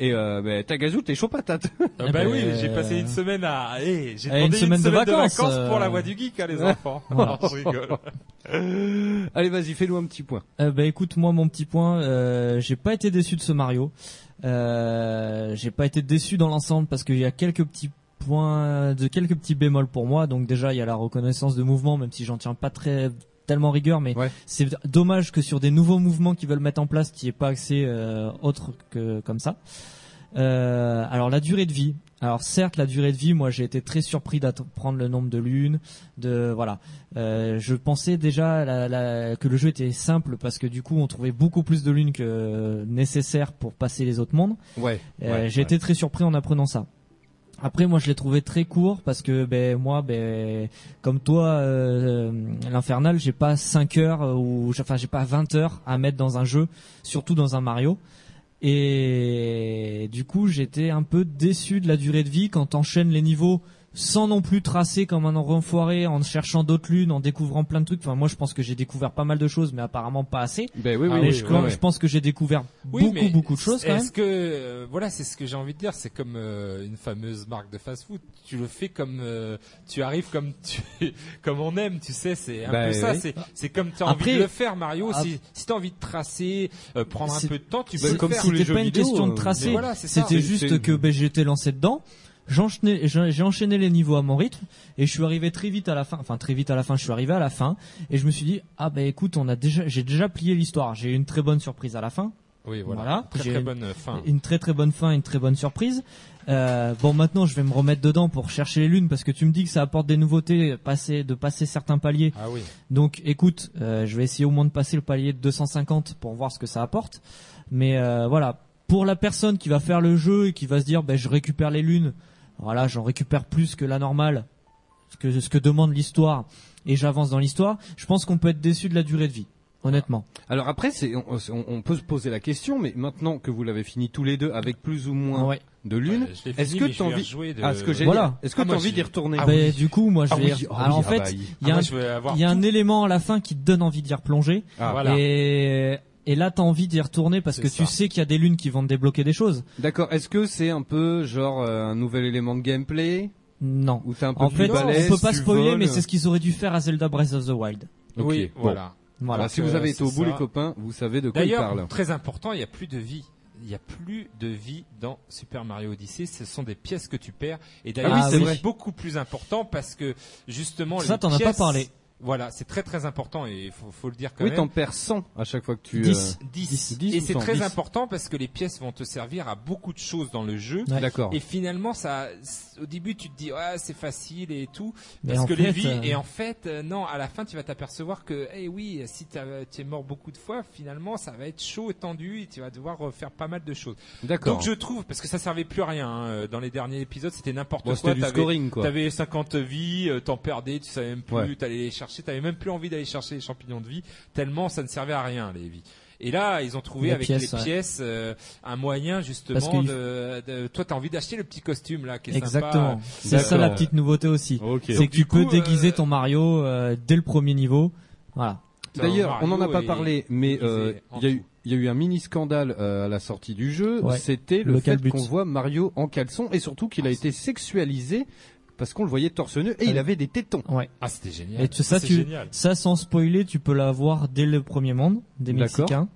Et euh, mais Tagazu, t'es chaud patate. <laughs>
Ah
Eh
bah
ben,
oui, j'ai
euh,
passé une semaine à. eh, j'ai
eh,
demandé une semaine, de, vacances,
euh,
pour la voix du geek, hein,
<laughs>
les enfants.
Voilà.
Je rigole.
Allez, vas-y, fais-nous un petit point.
Euh, bah écoute, moi mon petit point, euh, j'ai pas été déçu de ce Mario. Euh, j'ai pas été déçu dans l'ensemble parce qu'il y a quelques petits points, de quelques petits bémols pour moi. Donc déjà il y a la reconnaissance de mouvement, même si j'en tiens pas très tellement rigueur, mais
Ouais.
c'est dommage que sur des nouveaux mouvements qu'ils veulent mettre en place, qui n'y ait pas accès euh, autre que comme ça. Euh, alors la durée de vie. Alors certes la durée de vie, moi j'ai été très surpris d'apprendre le nombre de lunes, de voilà. Euh, je pensais déjà la- la- que le jeu était simple parce que du coup on trouvait beaucoup plus de lunes que euh, nécessaire pour passer les autres mondes.
Ouais.
Euh, J'ai été très surpris en apprenant ça. Après moi je l'ai trouvé très court parce que ben moi ben comme toi euh, l'infernal j'ai pas 5 heures euh, ou j'ai- enfin j'ai pas 20 heures à mettre dans un jeu surtout dans un Mario et du coup j'étais un peu déçu de la durée de vie quand t'enchaînes les niveaux sans non plus tracer comme un enfoiré en cherchant d'autres lunes en découvrant plein de trucs enfin moi je pense que j'ai découvert pas mal de choses mais apparemment pas assez
Ben oui,
Ah
mais
oui,
je,
oui,
crois-
oui.
je pense que j'ai découvert
Oui, mais
beaucoup beaucoup de choses quand même
Est-ce que euh, voilà, c'est ce que j'ai envie de dire, c'est comme euh, une fameuse marque de fast-food. Tu le fais comme euh, tu arrives comme <laughs> tu comme on aime, tu sais, c'est un
Bah,
peu ça.
oui.
C'est c'est comme tu as
Ben Après-
envie de le faire, Mario.
Ah.
Si si t'as envie de tracer, euh, prendre un
C'est-
peu de temps, tu
c'est-
peux le
comme
faire.
tous les
c'était
jeux
pas une
vidéo,
question de
euh,
tracer.
Mais voilà, c'est ça.
C'était
C'est-
juste
c'est-
que ben, j'étais lancé dedans. J'enchaînais, j'ai j'ai enchaîné les niveaux à mon rythme et je suis arrivé très vite à la fin. Enfin, très vite à la fin. Je suis arrivé à la fin et je me suis dit ah ben écoute, on a déjà, j'ai déjà plié l'histoire. J'ai eu une très bonne surprise à la fin,
Oui, voilà.
Voilà.
Très
J'ai-
très bonne euh, fin.
une très très bonne fin, une très bonne surprise. Euh, bon, maintenant je vais me remettre dedans pour chercher les lunes parce que tu me dis que ça apporte des nouveautés, passer de passer certains paliers.
Ah oui.
Donc écoute, euh, je vais essayer au moins de passer le palier de 250 pour voir ce que ça apporte. Mais euh, voilà, pour la personne qui va faire le jeu et qui va se dire ben, je récupère les lunes, voilà, j'en récupère plus que la normale, ce que, ce que demande l'histoire, et j'avance dans l'histoire, je pense qu'on peut être déçu de la durée de vie, honnêtement.
Alors après, c'est, on, on- on peut se poser la question, mais maintenant que vous l'avez fini tous les deux avec plus ou moins
Ah Ouais.
de l'une,
Ouais, Euh, je l'ai
est-ce
fini,
que
mais je
t'as
vais
envie,
rejouer de-
ah, ce que j'ai
Voilà.
est-ce que
Ah,
t'as
moi,
envie
j'ai-
d'y retourner
Ah
Ben,
oui.
Du coup, moi je
Ah
vais...
oui, oh
Alors
oui,
en
ah bah,
fait,
il-
il y a
Ah,
un-
moi, je vais avoir
il y a
tout.
un élément à la fin qui te donne envie d'y replonger.
Ah.
Voilà.
Et... Et là, t'as envie d'y retourner parce
C'est
que tu
ça.
sais qu'il y a des lunes qui vont te débloquer des choses.
D'accord. Est-ce que c'est un peu genre euh, un nouvel élément de gameplay
Non.
ou t'as un peu
En
de
fait,
balèze,
on peut pas
tu
spoiler,
voles
mais c'est ce qu'ils auraient dû faire à Zelda Breath of the Wild.
Ok,
Oui,
bon.
voilà.
Voilà.
Alors, si
Donc,
vous
euh,
avez été au
c'est
bout,
ça.
les copains, vous savez de quoi il parle.
D'ailleurs, très important, il n'y a plus de vie. Il n'y a plus de vie dans Super Mario Odyssey. Ce sont des pièces que tu perds. Et d'ailleurs,
Ah oui, c'est vrai.
c'est beaucoup plus important parce que justement,
Ça,
les
t'en as pas
pièces-
parlé.
Voilà, c'est très très important et il faut, faut le dire quand
Oui, t'en
même.
perds 100 à chaque fois que tu.
10.
10.
dix
Et
ou
c'est
cent,
très
dix.
important parce que les pièces vont te servir à beaucoup de choses dans le jeu.
euh,
Ouais.
D'accord.
Et finalement, ça, c'est- au début, tu te dis, ah, c'est facile et tout,
Mais
parce
en
que
fait,
les vies.
euh,
Et en fait, euh, non, à la fin, tu vas t'apercevoir que, eh oui, si t'as- tu es mort beaucoup de fois, finalement, ça va être chaud et tendu, et tu vas devoir refaire pas mal de choses.
D'accord.
Donc je trouve, parce que ça servait plus à rien. hein, Dans les derniers épisodes, c'était n'importe
Bon,
quoi.
c'était du
t'avais-
scoring quoi.
T'avais 50 vies, euh, t'en perdais, tu savais même plus,
Ouais.
t'allais les chercher, t'avais même plus envie d'aller chercher les champignons de vie, tellement ça ne servait à rien les vies. Et là, ils ont trouvé
Les
avec
pièces,
les
ouais.
pièces euh, un moyen
Parce
justement
que il-
de, de- toi t'as envie d'acheter le petit costume là qui est
Exactement.
sympa.
C'est ça la
D'accord.
petite nouveauté aussi.
Ok.
C'est
Donc,
que tu
du coup,
peux déguiser
euh,
ton Mario euh, dès le premier niveau. Voilà.
Putain,
D'ailleurs, on n'en a
Mario
pas
est-
parlé, mais
il
euh,
faisait en
il y a eu
tout.
il y a eu un mini scandale euh, à la sortie du jeu.
Ouais.
C'était le,
Le
fait
calbut.
Ah, qu'on voit Mario en caleçon et surtout qu'il a été sexualisé.
parce qu'on le voyait torse nu
Ah
et il avait des tétons.
Ouais.
Ah, c'était génial.
Et tout ça,
c'est
tu-
génial.
Ça, sans spoiler, tu peux la voir dès le premier monde des
D'accord.
Mexicains.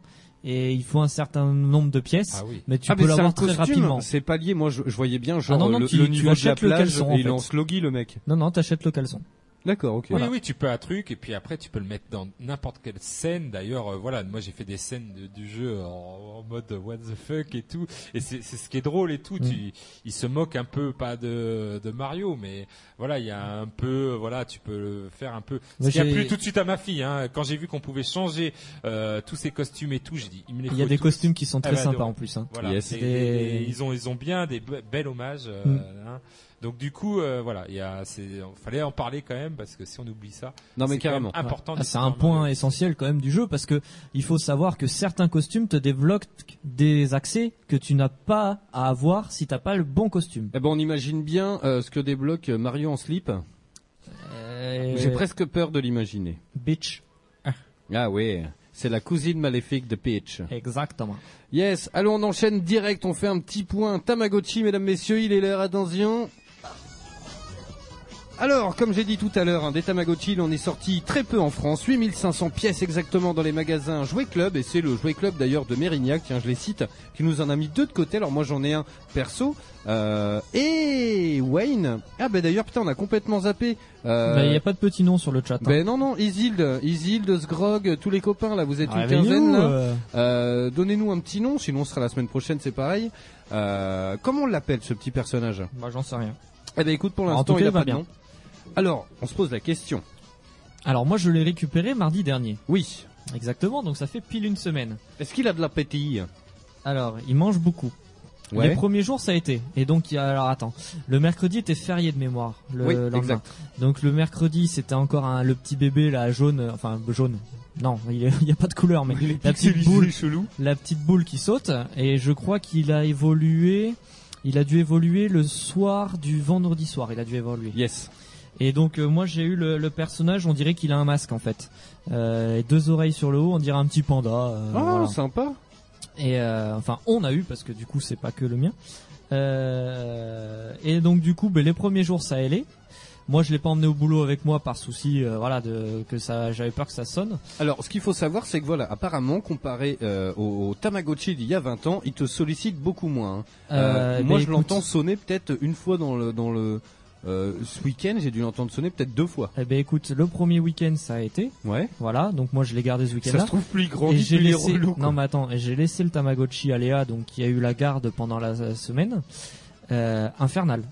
Et il faut un certain nombre de pièces,
Ah oui.
mais tu
Ah, mais
peux la
c'est un
voir très
costume,
rapidement.
C'est pas lié. Moi, je, je voyais bien genre
Ah non, non,
le,
tu-
le
tu
niveau de la
achètes le
plage
caleçon, en
et il
fait.
lance Logi le mec.
Non, non, t'achètes le caleçon.
D'accord, ok.
Oui, oui, tu peux un truc et puis après tu peux le mettre dans n'importe quelle scène. D'ailleurs, euh, voilà, moi j'ai fait des scènes de- du jeu en, en mode euh, what the fuck et tout. Et c'est c'est ce qui est drôle et
Mm.
tout. Tu, il se moque un peu pas de, de Mario, mais voilà, il y a un peu, euh, voilà, tu peux le faire un peu. Ce
Moi,
qui a
j'ai-
plu tout de suite à ma fille. Hein, quand j'ai vu qu'on pouvait changer euh, tous ces costumes et tout, j'ai dit, il me les
Il y a
faut
des
tous.
costumes qui sont très
Ah, bah,
sympas
donc.
en plus. hein.
Voilà,
Yes.
et-
Des-
et ils ont ils ont bien des be- bels hommages. euh,
Mm.
hein. Donc du coup, euh, voilà, il y a, c'est, fallait en parler quand même parce que si on oublie ça,
Non, mais
c'est quand
carrément.
même important.
Ah,
de
c'est
savoir
un point
Mario.
essentiel quand même du jeu parce que il faut savoir que certains costumes te débloquent des accès que tu n'as pas à avoir si t'as pas le bon costume.
Eh ben, on imagine bien euh, ce que débloque euh, Mario en slip. J'ai presque peur de l'imaginer.
Bitch.
Ah oui, c'est la cousine maléfique de Peach.
Exactement.
Yes, allons on enchaîne direct, on fait un petit point Tamagotchi, mesdames, messieurs, il est l'heure, attention. Alors, comme j'ai dit tout à l'heure, hein, des Tamagotchi, il en est sorti très peu en France, 8500 pièces exactement dans les magasins Jouet Club, et c'est le Jouet Club d'ailleurs de Mérignac, tiens je les cite, qui nous en a mis deux de côté, alors moi j'en ai un perso, euh, et Wayne, ah ben d'ailleurs putain on a complètement zappé, euh,
Bah, il y a pas de petit nom sur le chat. hein.
ben non non, Isild, Isild, Sgrog, tous les copains là, vous êtes une
Réveillez-vous,
quinzaine là.
euh,
Euh, Donnez-nous un petit nom, sinon on sera la semaine prochaine, c'est pareil. Euh, comment on l'appelle ce petit personnage
Bah, j'en sais rien.
Eh ben écoute, pour
En
l'instant
tout cas,
il a
il va
pas de
bien.
nom. Alors, on se pose la question.
Alors moi je l'ai récupéré mardi dernier.
Oui.
Exactement, donc ça fait pile une semaine.
Est-ce qu'il a de la pétille
Alors, il mange beaucoup. Les premiers jours, ça a été. Et donc, il y a- alors attends, le mercredi était férié de mémoire. Le
Oui,
lendemain.
exact.
Donc le mercredi, c'était encore un, le petit bébé là jaune, euh, enfin jaune. Non, <laughs> il est- il y a pas de couleur, mais la petite boule, la petite boule qui saute. Et je crois qu'il a évolué. Il a dû évoluer le soir du vendredi soir. Il a dû évoluer.
Yes.
Et donc euh, moi j'ai eu le, le personnage, on dirait qu'il a un masque en fait, euh, et deux oreilles sur le haut, on dirait un petit panda. euh,
Ah,
voilà.
sympa.
Et euh, enfin, on a eu parce que du coup, c'est pas que le mien. Euh, et donc du coup, ben, les premiers jours, ça allait. Moi, je l'ai pas emmené au boulot avec moi par souci, euh, voilà, de, que ça, j'avais peur que ça sonne.
Alors, ce qu'il faut savoir, c'est que voilà, apparemment, comparé euh, au, au Tamagotchi d'il y a 20 ans, il te sollicite beaucoup moins. hein. Euh,
Euh,
moi,
ben,
je
écoute,
l'entends sonner peut-être une fois dans le dans le euh, ce week-end. J'ai dû l'entendre sonner peut-être deux fois.
Eh ben écoute, le premier week-end, ça a été,
Ouais.
voilà. Donc moi, je l'ai gardé ce
Ça
week-end-là.
se trouve plus il
Et
grandit,
j'ai
plus il est
laissé,
relou. quoi.
non mais attends, et j'ai laissé le Tamagotchi à Léa, donc qui a eu la garde pendant la euh, semaine, euh, infernal.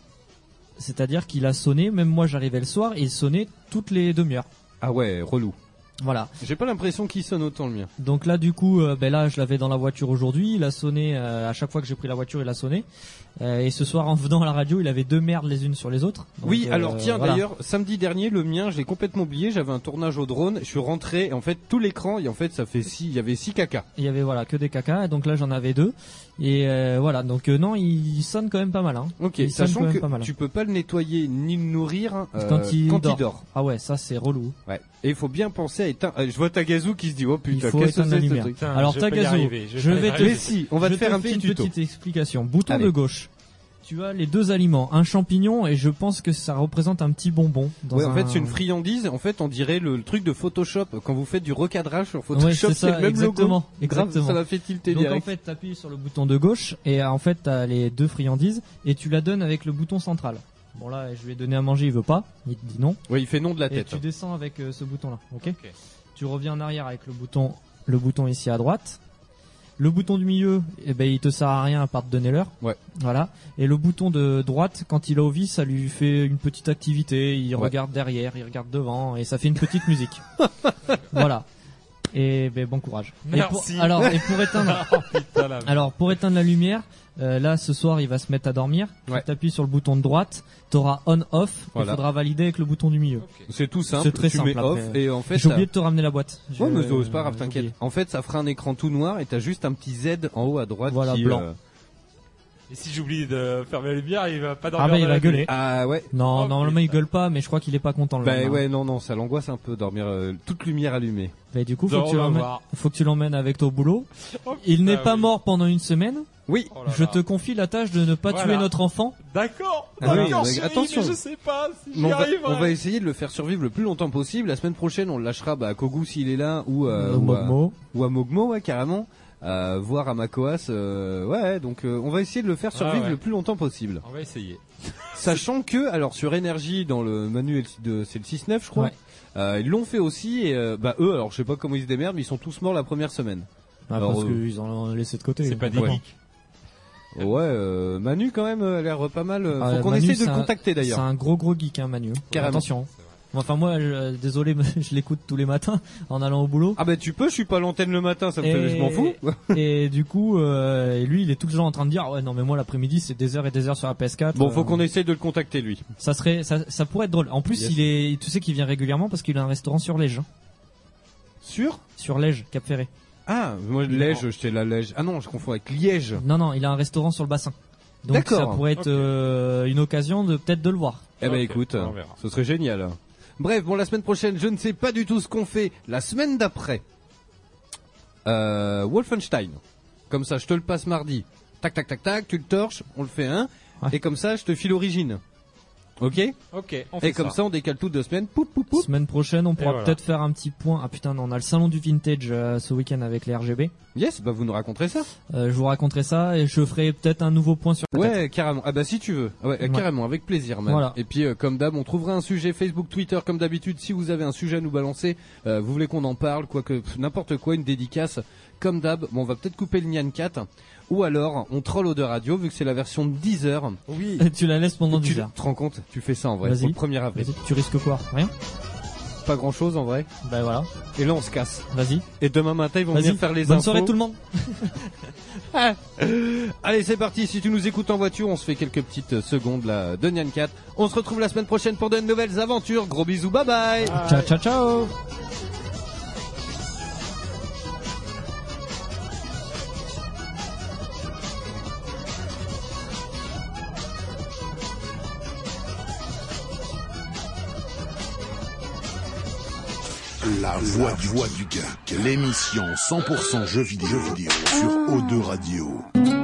C'est-à-dire qu'il a sonné, même moi j'arrivais le soir, et il sonnait toutes les demi-heures.
Ah ouais, relou.
Voilà.
J'ai pas l'impression qu'il sonne autant le mien.
Donc là, du coup, euh, ben là, je l'avais dans la voiture aujourd'hui. Il a sonné euh, à chaque fois que j'ai pris la voiture, il a sonné. Euh, et ce soir, en venant à la radio, il avait deux merdes les unes sur les autres. Donc,
oui,
euh,
alors tiens,
voilà.
d'ailleurs, samedi dernier, le mien, je l'ai complètement oublié, j'avais un tournage au drone, je suis rentré, et en fait, tout l'écran, et en fait, ça fait six, il y avait six caca.
il y avait voilà que des cacas. Et donc là, j'en avais deux. Et euh, voilà, donc euh, non, il, sonne quand même pas mal. Hein.
Ok,
Il sonne quand
sachant
même
que
pas mal. hein.
tu peux pas le nettoyer ni le nourrir hein, euh,
Quand il dort.
dort.
Ah ouais, ça c'est relou.
Ouais. Et il faut bien penser à éteindre. euh, Je vois Tagazu qui se dit, oh putain,
Il faut
qu'est-ce que
éteindre la
c'est ce
lumière.
truc
Putain,
Alors,
je vais
Tagazo,
y arriver,
je
pas y
vais
arriver.
Mais si, on va
Je
te faire un
fais
petit
une
tuto.
petite explication. Bouton
Allez.
de gauche. Tu as les deux aliments, un champignon et je pense que ça représente un petit bonbon. Dans
Ouais,
un-
en fait, c'est une friandise. En fait, on dirait le, le truc de Photoshop. Quand vous faites du recadrage sur
Ouais,
Photoshop, c'est
c'est ça,
le même
exactement,
logo. Grave,
exactement.
Ça l'a fait tilter
Donc en
direct.
fait, t'appuies sur le bouton de gauche et euh, en fait t'as les deux friandises et tu la donnes avec le bouton central. Bon là, je lui ai donné à manger, il veut pas, il te dit non.
Ouais, il fait non de la
Et
tête. hein.
tu descends avec euh, ce bouton-là, ok
Ok.
Tu reviens en arrière avec le bouton, le bouton ici à droite. Le bouton du milieu, eh ben il te sert à rien à part de donner l'heure.
Ouais.
Voilà. Et le bouton de droite, quand il a au vis, ça lui fait une petite activité. Il
Ouais.
regarde derrière, il regarde devant et ça fait une
<laughs>
petite musique. voilà. Et ben bon courage. Et pour-
Merci.
alors et pour
<laughs>
éteindre.
Oh, Putain, la-
Alors pour éteindre la lumière, euh, là ce soir il va se mettre à dormir.
Ouais.
Tu appuies sur le bouton de droite, t'auras on off.
Voilà.
Il faudra valider avec le bouton du milieu.
C'est tout simple.
C'est très
tu
simple,
mets
après.
off, et en fait,
J'ai
ça-
oublié de te ramener la boîte.
Ouais,
Je-
mais c'est pas grave,
j'ai
t'inquiète.
oublié.
En fait, ça fera un écran tout noir et t'as juste un petit Z en haut à droite
Voilà,
qui
blanc.
euh,
Et si j'oublie de fermer la lumière, il va pas dormir.
Ah bah
dans
il
la
va
nuit.
gueuler.
Ah ouais.
Non,
Oh,
normalement il gueule pas, mais je crois qu'il est pas content le
Bah
lendemain.
ouais, non, non, ça l'angoisse un peu, dormir euh, toute lumière allumée.
Bah, du coup faut
Non,
que tu
on va
l'emmènes-
voir.
faut que tu l'emmènes avec ton boulot.
Oh,
Il n'est
putain,
pas
oui.
mort pendant une semaine.
Oui.
Oh là
Je
là.
te confie la tâche de ne pas
Voilà.
tuer notre enfant.
D'accord.
Ah oui,
D'accord,
mais
chérie,
attention.
mais Je sais pas si j'y
Mais on, va,
arriverai.
on va essayer de le faire survivre le plus longtemps possible. La semaine prochaine, on le lâchera bah, à Kogu s'il est là ou, euh,
Au
ou, à,
Mogmo.
ou à Mogmo, ouais, carrément. Euh, voire à Makoas. euh, ouais, donc euh, on va essayer de le faire survivre
ouais.
le plus longtemps possible.
On va essayer.
Sachant que, alors sur énergie dans le manuel de c'est le 6-9 je crois,
Ouais.
euh, ils l'ont fait aussi et euh, bah eux alors je sais pas comment ils se démerdent mais ils sont tous morts la première semaine.
Ah,
Alors,
parce
euh,
qu'ils en ont laissé de côté.
C'est pas
Ouais.
délicat.
Ouais, euh, Manu quand même euh, a l'air pas mal. euh,
Ah,
faut qu'on
Manu,
essaie de
c'est
le
un-
contacter
C'est
d'ailleurs.
un gros gros geek, hein, Manu.
Carrément.
Attention. Enfin moi, je- euh, désolé, <laughs> mais je l'écoute tous les matins <laughs> en allant au boulot.
Ah bah tu peux, je suis pas à l'antenne le matin, ça me fait,
Et-
je m'en fous.
Et du coup, euh, et lui, il est tout le temps en train de dire, Ah ouais, non mais moi l'après-midi, c'est des heures et des heures sur la PS4.
Bon,
Euh,
faut qu'on essaye de le contacter lui.
Ça serait, ça, ça pourrait être drôle. En plus,
Yes.
il est, tu sais qu'il vient régulièrement parce qu'il a un restaurant sur Lège, hein.
Sûr
sur Lège, Cap Ferré.
Ah, moi Lège, j'étais la Lège. Ah non, je confonds avec Liège.
Non non, il a un restaurant sur le bassin. Donc
D'accord.
ça pourrait être
Ok.
euh, une occasion de peut-être de le voir.
Eh ben
Ok,
écoute,
on verra.
ce serait génial. Bref, bon la semaine prochaine, je ne sais pas du tout ce qu'on fait. La semaine d'après, euh, Wolfenstein. Comme ça, je te le passe mardi. Tac tac tac tac, tu le torches, on le fait un.
Ouais.
Et comme ça, je te file origine. Ok
Ok. On fait
Et comme ça. on décale tout deux semaines. Poup poup poup.
Semaine prochaine, on pourra
voilà.
peut-être faire un petit point. Ah putain, non, on a le salon du vintage euh, ce week-end avec les RGB.
Yes, bah vous nous raconterez ça.
Euh, je vous raconterai ça et je ferai peut-être un nouveau point sur.
Ouais, carrément. Ah bah si tu veux. Ah ouais,
Ouais.
carrément, avec plaisir même.
Voilà.
Et puis euh, comme d'hab, on trouvera un sujet Facebook, Twitter comme d'habitude. Si vous avez un sujet à nous balancer, euh, vous voulez qu'on en parle, quoi que pff, n'importe quoi, une dédicace, comme d'hab, bon, on va peut-être couper le Nyan 4 ou alors on troll au de radio vu que c'est la version de 10 heures. Oui.
<laughs> tu la laisses pendant 10
Tu
heures.
te rends compte, tu fais ça en vrai.
Vas-y.
Pour le 1er avril.
Vas-y, tu risques quoi Rien
Pas grand chose en vrai.
Bah voilà,
Et là on se casse.
vas-y.
Et demain matin ils vont
Vas-y.
venir faire les
Bonne
infos.
soirée tout le monde.
Allez, c'est parti. Si tu nous écoutes en voiture, on se fait quelques petites euh, secondes là de Nyan 4. On se retrouve la semaine prochaine pour de nouvelles aventures. Gros bisous, bye bye.
Ciao ciao ciao.
La voix du, voix du geek. L'émission 100% jeux vidéo, jeux vidéo sur O2 Radio.